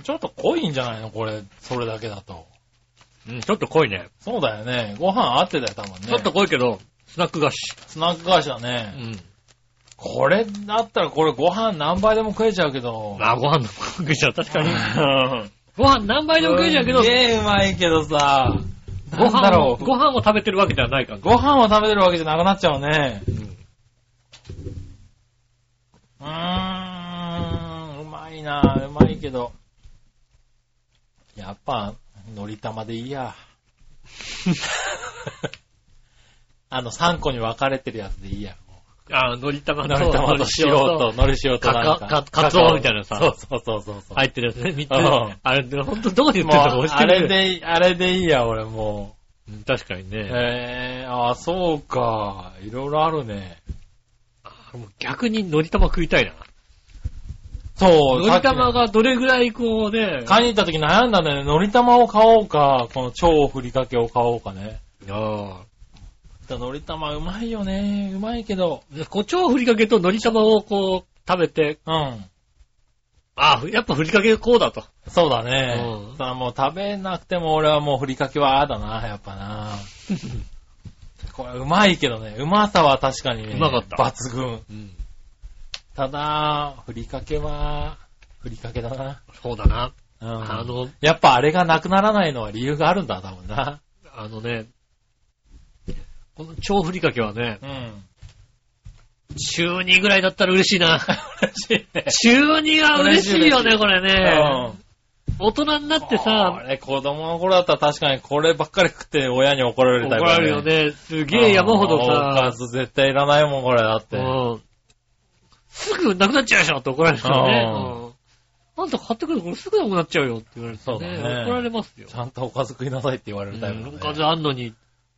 Speaker 3: い。ちょっと濃いんじゃないのこれ、それだけだと。
Speaker 2: うん、ちょっと濃いね。
Speaker 3: そうだよね。ご飯合ってたよ、多分ね。
Speaker 2: ちょっと濃いけど、スナック菓子。
Speaker 3: スナック菓子だ
Speaker 2: う
Speaker 3: ね。
Speaker 2: ん。
Speaker 3: これだったらこれご飯何倍でも食えちゃうけ
Speaker 2: [LAUGHS]
Speaker 3: ど。
Speaker 2: まあ、ご飯の食いじゃん、確かに。
Speaker 3: うん
Speaker 2: ご飯何倍でも食いじゃうけど
Speaker 3: す、げえうまいけどさ。
Speaker 2: ご
Speaker 3: なんだ
Speaker 2: 飯を、
Speaker 3: ろう。
Speaker 2: ご飯を食べてるわけではない感じ。
Speaker 3: ご飯を食べてるわけじゃなくなっちゃうね。
Speaker 2: うん
Speaker 3: うーん、うまいな、うまいけど。やっぱ、のり玉でいい [LAUGHS] や。あの、3個に分かれてるやつでいいや。
Speaker 2: あー、のり玉と、
Speaker 3: のり玉と塩と、のり塩となん
Speaker 2: かか
Speaker 3: か。
Speaker 2: かつおみたいなさ
Speaker 3: そうそうそうそう。
Speaker 2: 入ってるやつね、3つ
Speaker 3: うん。
Speaker 2: あれ、ほんとどう言ってん
Speaker 3: もう、
Speaker 2: のか押し
Speaker 3: あ
Speaker 2: て
Speaker 3: れ
Speaker 2: る。
Speaker 3: でいい、あれでいいや、俺も
Speaker 2: うん確かに
Speaker 3: う。
Speaker 2: ね。
Speaker 3: へえー、あ、そうか。いろいろあるね。
Speaker 2: もう逆にのり玉食いたいな。
Speaker 3: そう、
Speaker 2: のり玉
Speaker 3: さっ
Speaker 2: がどれぐらいこうね
Speaker 3: き、買いに行った時悩んだんだよね。のり玉を買おうか、この超ふりかけを買おうかね。
Speaker 2: ああ。
Speaker 3: ったのり玉うまいよね。うまいけど。
Speaker 2: でこう超ふりかけと海苔玉をこう、食べて、
Speaker 3: うん。
Speaker 2: ああ、やっぱふりかけこうだと。
Speaker 3: そうだね。
Speaker 2: うん
Speaker 3: だからもう食べなくても俺はもうふりかけはああだな、やっぱな。 [LAUGHS] これうまいけどね。うまさは確かにね。
Speaker 2: うまかった
Speaker 3: 抜群。
Speaker 2: うん。
Speaker 3: ただ、ふりかけは、ふりかけだな。
Speaker 2: そうだな。
Speaker 3: うん。
Speaker 2: あの、
Speaker 3: やっぱあれがなくならないのは理由があるんだ、多分な。
Speaker 2: あのね、この超ふりかけはね、
Speaker 3: うん。
Speaker 2: 中2ぐらいだったら嬉しいな。
Speaker 3: 嬉しいね。
Speaker 2: 中2は嬉しいよね、これね。
Speaker 3: うん
Speaker 2: 大人になって
Speaker 3: こ
Speaker 2: さ、
Speaker 3: れ子供の頃だったら確かにこればっかり食って親に怒られる
Speaker 2: 怒
Speaker 3: タイプ
Speaker 2: ら
Speaker 3: だ
Speaker 2: れるよ。ね。すげえ山ほど
Speaker 3: うんお
Speaker 2: さ、
Speaker 3: かず絶対いらないもん、これだって。
Speaker 2: うんすぐなくなっちゃうでしょって怒られるよ
Speaker 3: うん
Speaker 2: ね。うんあんた買ってくるこれすぐなくなっちゃうよって言われてね
Speaker 3: そうだね
Speaker 2: 怒られますよ
Speaker 3: ち。ゃんとおかず食いなさいって言われ
Speaker 2: う
Speaker 3: る
Speaker 2: ん
Speaker 3: タイプだね。
Speaker 2: おかずあんのに。
Speaker 3: う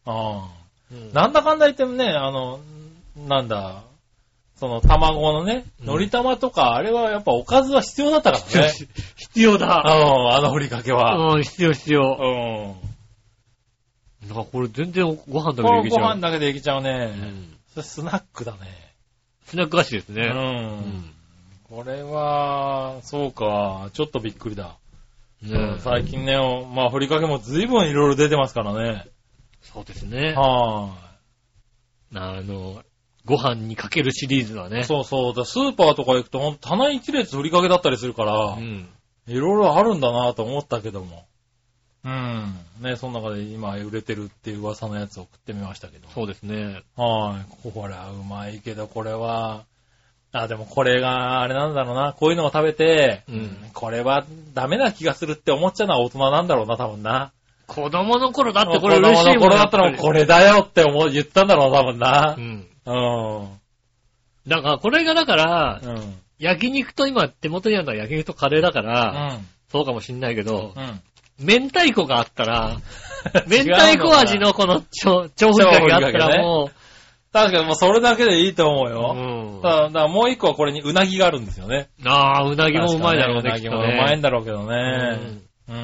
Speaker 2: うん
Speaker 3: ん。なんだかんだ言ってもね、あの、なんだ、その卵のね、
Speaker 2: うん
Speaker 3: のり玉とか、あれはやっぱおかずは必要だったから [LAUGHS] ね。
Speaker 2: 必要だ。
Speaker 3: うん、あのふりかけは。
Speaker 2: うん、必要必
Speaker 3: う
Speaker 2: 要。
Speaker 3: ん。
Speaker 2: なんかこれ全然ご飯だけで
Speaker 3: これ
Speaker 2: いけ
Speaker 3: ご
Speaker 2: ちゃ
Speaker 3: 飯
Speaker 2: う。
Speaker 3: だけでいけちゃう
Speaker 2: う
Speaker 3: ね。
Speaker 2: ん
Speaker 3: それスナックだね。
Speaker 2: スナック菓子です
Speaker 3: う
Speaker 2: ね。
Speaker 3: ん。これは、そうか、ちょっとびっくりだ。
Speaker 2: うん
Speaker 3: うん
Speaker 2: ね
Speaker 3: 最近ね、おまあ、ふりかけも随分いろいろ出てますからね。
Speaker 2: そうですね。
Speaker 3: は
Speaker 2: あの、ご飯にかけるシリーズはね。
Speaker 3: い。そうそう。だスーパーとか行くと、ほんと棚一列ふりかけだったりするから
Speaker 2: う、ん。
Speaker 3: いろいろあるんだなと思ったけども。うん。ね、その中で今売れてるっていう噂のやつを食ってみましたけど。
Speaker 2: そうですね。
Speaker 3: はい。これはうまいけど、これは、あ、でもこれがあれなんだろうな。こういうのを食べて、
Speaker 2: うん
Speaker 3: これはダメな気がするって思っちゃうのは大人なんだろうな、多分な。
Speaker 2: 子供の
Speaker 3: [LAUGHS]
Speaker 2: 頃だってこれ嬉しいもん
Speaker 3: 子供の頃だったらもうこれだよって思う言ったんだろうな、多分な
Speaker 2: う。ん。
Speaker 3: うん。
Speaker 2: だから、これがだから、
Speaker 3: うん。
Speaker 2: 焼肉と今手元にあるのは焼肉とカレーだから、
Speaker 3: うん。
Speaker 2: そうかもしんないけど、
Speaker 3: うん。
Speaker 2: 明太子があったら、明
Speaker 3: [LAUGHS] 違うのか
Speaker 2: 太子味のこの超、超ふりかけがあったらも
Speaker 3: 確かにもうそれだけでいいと思う
Speaker 2: う、
Speaker 3: よ。
Speaker 2: うん
Speaker 3: ただだからもう一個はこれにうなぎがあるんですよね。
Speaker 2: ああ、うなぎもうまいだろうね、
Speaker 3: 確
Speaker 2: きっと
Speaker 3: かにうなぎもうまいん
Speaker 2: ね。
Speaker 3: だろうけどね
Speaker 2: ん。
Speaker 3: うん。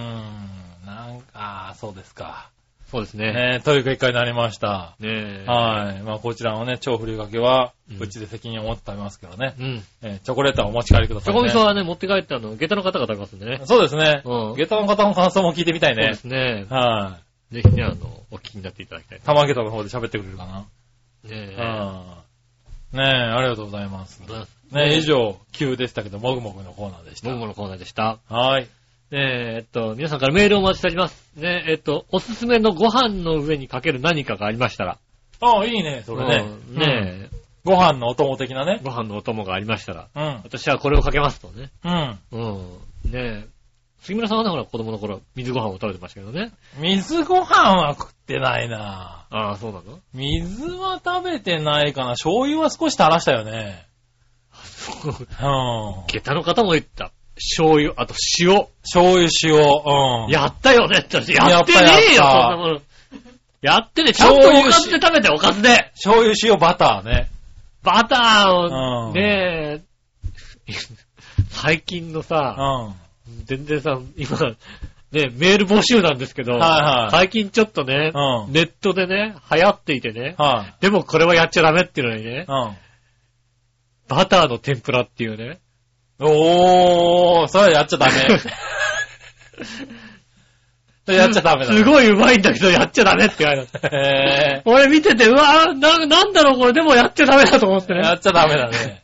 Speaker 3: なんか、あーそうですか。
Speaker 2: そうですね。
Speaker 3: ねという結果になりました。
Speaker 2: ねえ。
Speaker 3: はい。まあ、こちらのね、超ふりかけは
Speaker 2: うん、
Speaker 3: うちで責任を持って食べますけどね。
Speaker 2: うん。
Speaker 3: えーチョコレートはお持ち帰りくだ
Speaker 2: チョ
Speaker 3: さいね。
Speaker 2: コミソはね、持って帰ってあの、下駄の方が食べますんでね。
Speaker 3: そうですね。
Speaker 2: うん
Speaker 3: 下駄の方の感想も聞いてみたい
Speaker 2: そうで
Speaker 3: ね。
Speaker 2: すね。
Speaker 3: は
Speaker 2: ぜひね、あの、お聞きになっていただきたい
Speaker 3: い。。玉下駄の方で喋ってくれるかな。
Speaker 2: ねえ。
Speaker 3: うん。ねえ、ありがとうございます。
Speaker 2: ありがとうございます
Speaker 3: ねえ、以上、急でしたけど、もぐもぐのコーナーでし
Speaker 2: もぐも
Speaker 3: た。
Speaker 2: ぐのコーナーでした。
Speaker 3: はい。
Speaker 2: えーっと、皆さんからメールをお待ちしております。ねえ、っと、おすすめのご飯の上にかける何かがありましたら。
Speaker 3: ああ、いいね、それね。
Speaker 2: うんね
Speaker 3: ご飯のお供的な
Speaker 2: え、
Speaker 3: ね。
Speaker 2: ご飯のお供がありましたら。
Speaker 3: うん。
Speaker 2: 私はこれをかけますとね。
Speaker 3: うん。
Speaker 2: うん。ねえ。杉村さんはね、ほら、子供の頃、水ご飯を食べてましたけどね。
Speaker 3: 水ご飯は食ってないな
Speaker 2: ああ、そうなの [LAUGHS]
Speaker 3: 水は食べてないかな。醤油は少し垂らしたよね。
Speaker 2: そう
Speaker 3: うん。
Speaker 2: 下駄の方も言った。醤油、あと塩。
Speaker 3: 醤油塩、うん。
Speaker 2: やったよねって言ったらやってねえよ、
Speaker 3: やったやった
Speaker 2: そんなもの。やってね、ちゃんとおかずで食べて、おかずで。
Speaker 3: 醤油塩バターね。
Speaker 2: バター
Speaker 3: う
Speaker 2: を、
Speaker 3: ん
Speaker 2: ねえ、 [LAUGHS] 最近の
Speaker 3: うん。
Speaker 2: さ、
Speaker 3: は
Speaker 2: 全然さ、今、ね、メール募集なんですけど、
Speaker 3: いはい。
Speaker 2: 最近ちょっとね、
Speaker 3: うん
Speaker 2: ネットでね、流行っていてね、
Speaker 3: はい。
Speaker 2: でもこれはやっちゃダメっていうのにね
Speaker 3: う、ん。
Speaker 2: バターの天ぷらっていうね、
Speaker 3: おー、それはやっ
Speaker 2: [LAUGHS]
Speaker 3: ちゃダメ。それやっちゃダメだね。
Speaker 2: すごいうまいんだけどやっちゃダメって言われた。
Speaker 3: へ
Speaker 2: 俺見てて、うわぁ、な、なんだろうこれ、でもやっちゃダメだと思って
Speaker 3: ー
Speaker 2: ね。
Speaker 3: やっちゃダメ
Speaker 2: [LAUGHS]
Speaker 3: だね。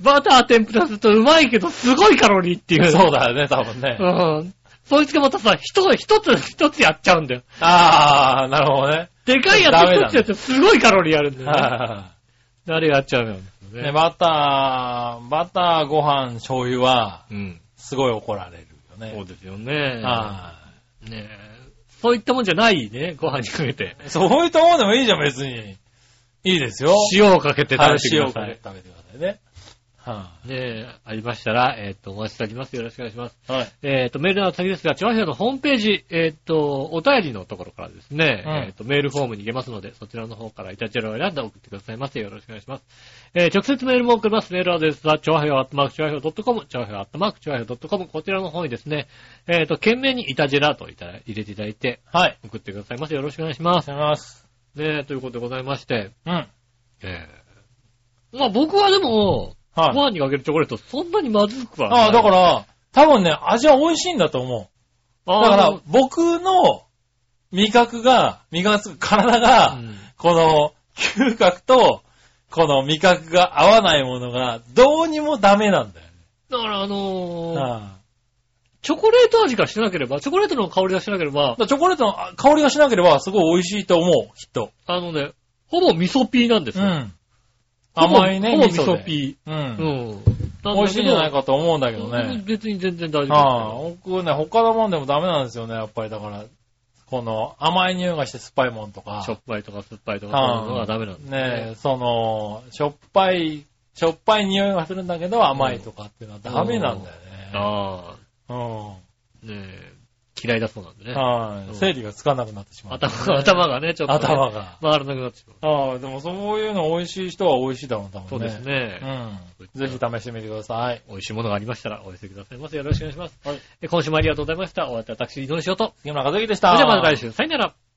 Speaker 2: バター天ぷらするとうまいけど、すごいカロリーっていう。
Speaker 3: そうだよね、多分ね。
Speaker 2: うん。そいつがまたさ、一つ、一つ、一つやっちゃうんだよ。
Speaker 3: あー、なるほどね。
Speaker 2: でかいや
Speaker 3: ダメだ
Speaker 2: つ
Speaker 3: ね
Speaker 2: 一つやってすごいカロリーあるんだよ、ね。
Speaker 3: は
Speaker 2: あれやっちゃうのよね。
Speaker 3: いね、バター、バター、ご飯、醤油は、
Speaker 2: うん。
Speaker 3: すごい怒られるよね。
Speaker 2: ですよね
Speaker 3: は
Speaker 2: ねえそういったもんじゃないね、ご飯にかけて。
Speaker 3: い。そういうとこでもいいじゃん、別に。いいですよ。
Speaker 2: 塩をかけて食べてく
Speaker 3: はい塩
Speaker 2: だ
Speaker 3: を
Speaker 2: さい。
Speaker 3: かけ
Speaker 2: ね
Speaker 3: て食べてくださいね。は
Speaker 2: え、ありましたら、えっ、と、お待ちしております。よろしくお願いします。
Speaker 3: い。はい。
Speaker 2: えっ、と、メールの先ですが、チョアヘのホームページ、えっ、と、お便りのところからですね、
Speaker 3: うん
Speaker 2: えっ、と、メールフォームに行けますので、そちらの方からイタチラを選んで送ってくださいませ。よろしくお願いします。えー直接メールも送れます。メールアドレスは、チョアヘアットマークチョアヘオ .com、チョアヘアットマークチョアヘオ .com、こちらの方にですね、えっ、と、懸命にイタジェラといただ入れていただいて、
Speaker 3: はい。
Speaker 2: 送ってくださいませ。よろしくお願いし
Speaker 3: お願
Speaker 2: ま
Speaker 3: い
Speaker 2: す。
Speaker 3: します。
Speaker 4: ねえ、ということでございまして、
Speaker 3: うん。
Speaker 4: ええまあ僕はでも、ご
Speaker 3: はい。
Speaker 4: 飯にかけるチョコレートそんなにまずくはない。
Speaker 3: ああ、だから、多分ね、味は美味しいんだと思う。
Speaker 4: あー、
Speaker 3: だから、僕の味覚が、味覚、体が、
Speaker 4: うん
Speaker 3: この、嗅覚と、この味覚が合わないものが、どうにもダメなんだよね。
Speaker 4: だからあのー
Speaker 3: あ
Speaker 4: チョコレート味がしなければ、チョコレートの香りがしなければ
Speaker 3: あだ、からチョコレートのあ香りがしなければ、すごい美味しいと思う、きっと。
Speaker 4: あのね、ほぼ味噌ピーなんです
Speaker 3: う
Speaker 4: よ。
Speaker 3: ん。甘いね、
Speaker 4: ほぼ味
Speaker 3: 味噌
Speaker 4: 噌
Speaker 3: で。
Speaker 4: ピ
Speaker 3: う。
Speaker 4: ー。うんん。
Speaker 3: 美味しいんじゃない
Speaker 4: か
Speaker 3: かと思うんだ
Speaker 4: だ
Speaker 3: け
Speaker 4: け
Speaker 3: ど
Speaker 4: ど
Speaker 3: ね。
Speaker 4: 別に全然大
Speaker 3: ああ、
Speaker 4: 丈夫で
Speaker 3: 僕ね、他のもんでもダメなんですよね、やっぱりだから。この、甘い匂いがして酸っぱいもんとか
Speaker 4: すよ。し。ょっぱいとか酸っぱいとかそういうの
Speaker 3: あ
Speaker 4: はダメなんです
Speaker 3: ねえ、その、しょっぱい、しょっぱい匂いがするんだけど甘いとかっていうのはダメなんだよね。
Speaker 4: あ
Speaker 3: うん。
Speaker 4: あ、ねえ、嫌いだそうなんでね。
Speaker 3: は
Speaker 4: うん
Speaker 3: い。整理がつかなくなってしまう。
Speaker 4: 頭、頭がね、ちょっと、ね。
Speaker 3: 頭が。
Speaker 4: 回らなくなっちゃう。
Speaker 3: ああ、でもそういうの美味しい人は美味しいだろう、多分ね。
Speaker 4: そうです。ね。
Speaker 3: うん。ぜひ試してみてください。
Speaker 4: 美味しいものがありましたらお寄せくださいませ。よろしくお願いします。
Speaker 3: はい
Speaker 4: え今週もありがとうございました。終わった私、井上翔と。
Speaker 3: 杉村和之でし
Speaker 4: そ
Speaker 3: た。
Speaker 4: れじゃあまた来週。さよなら。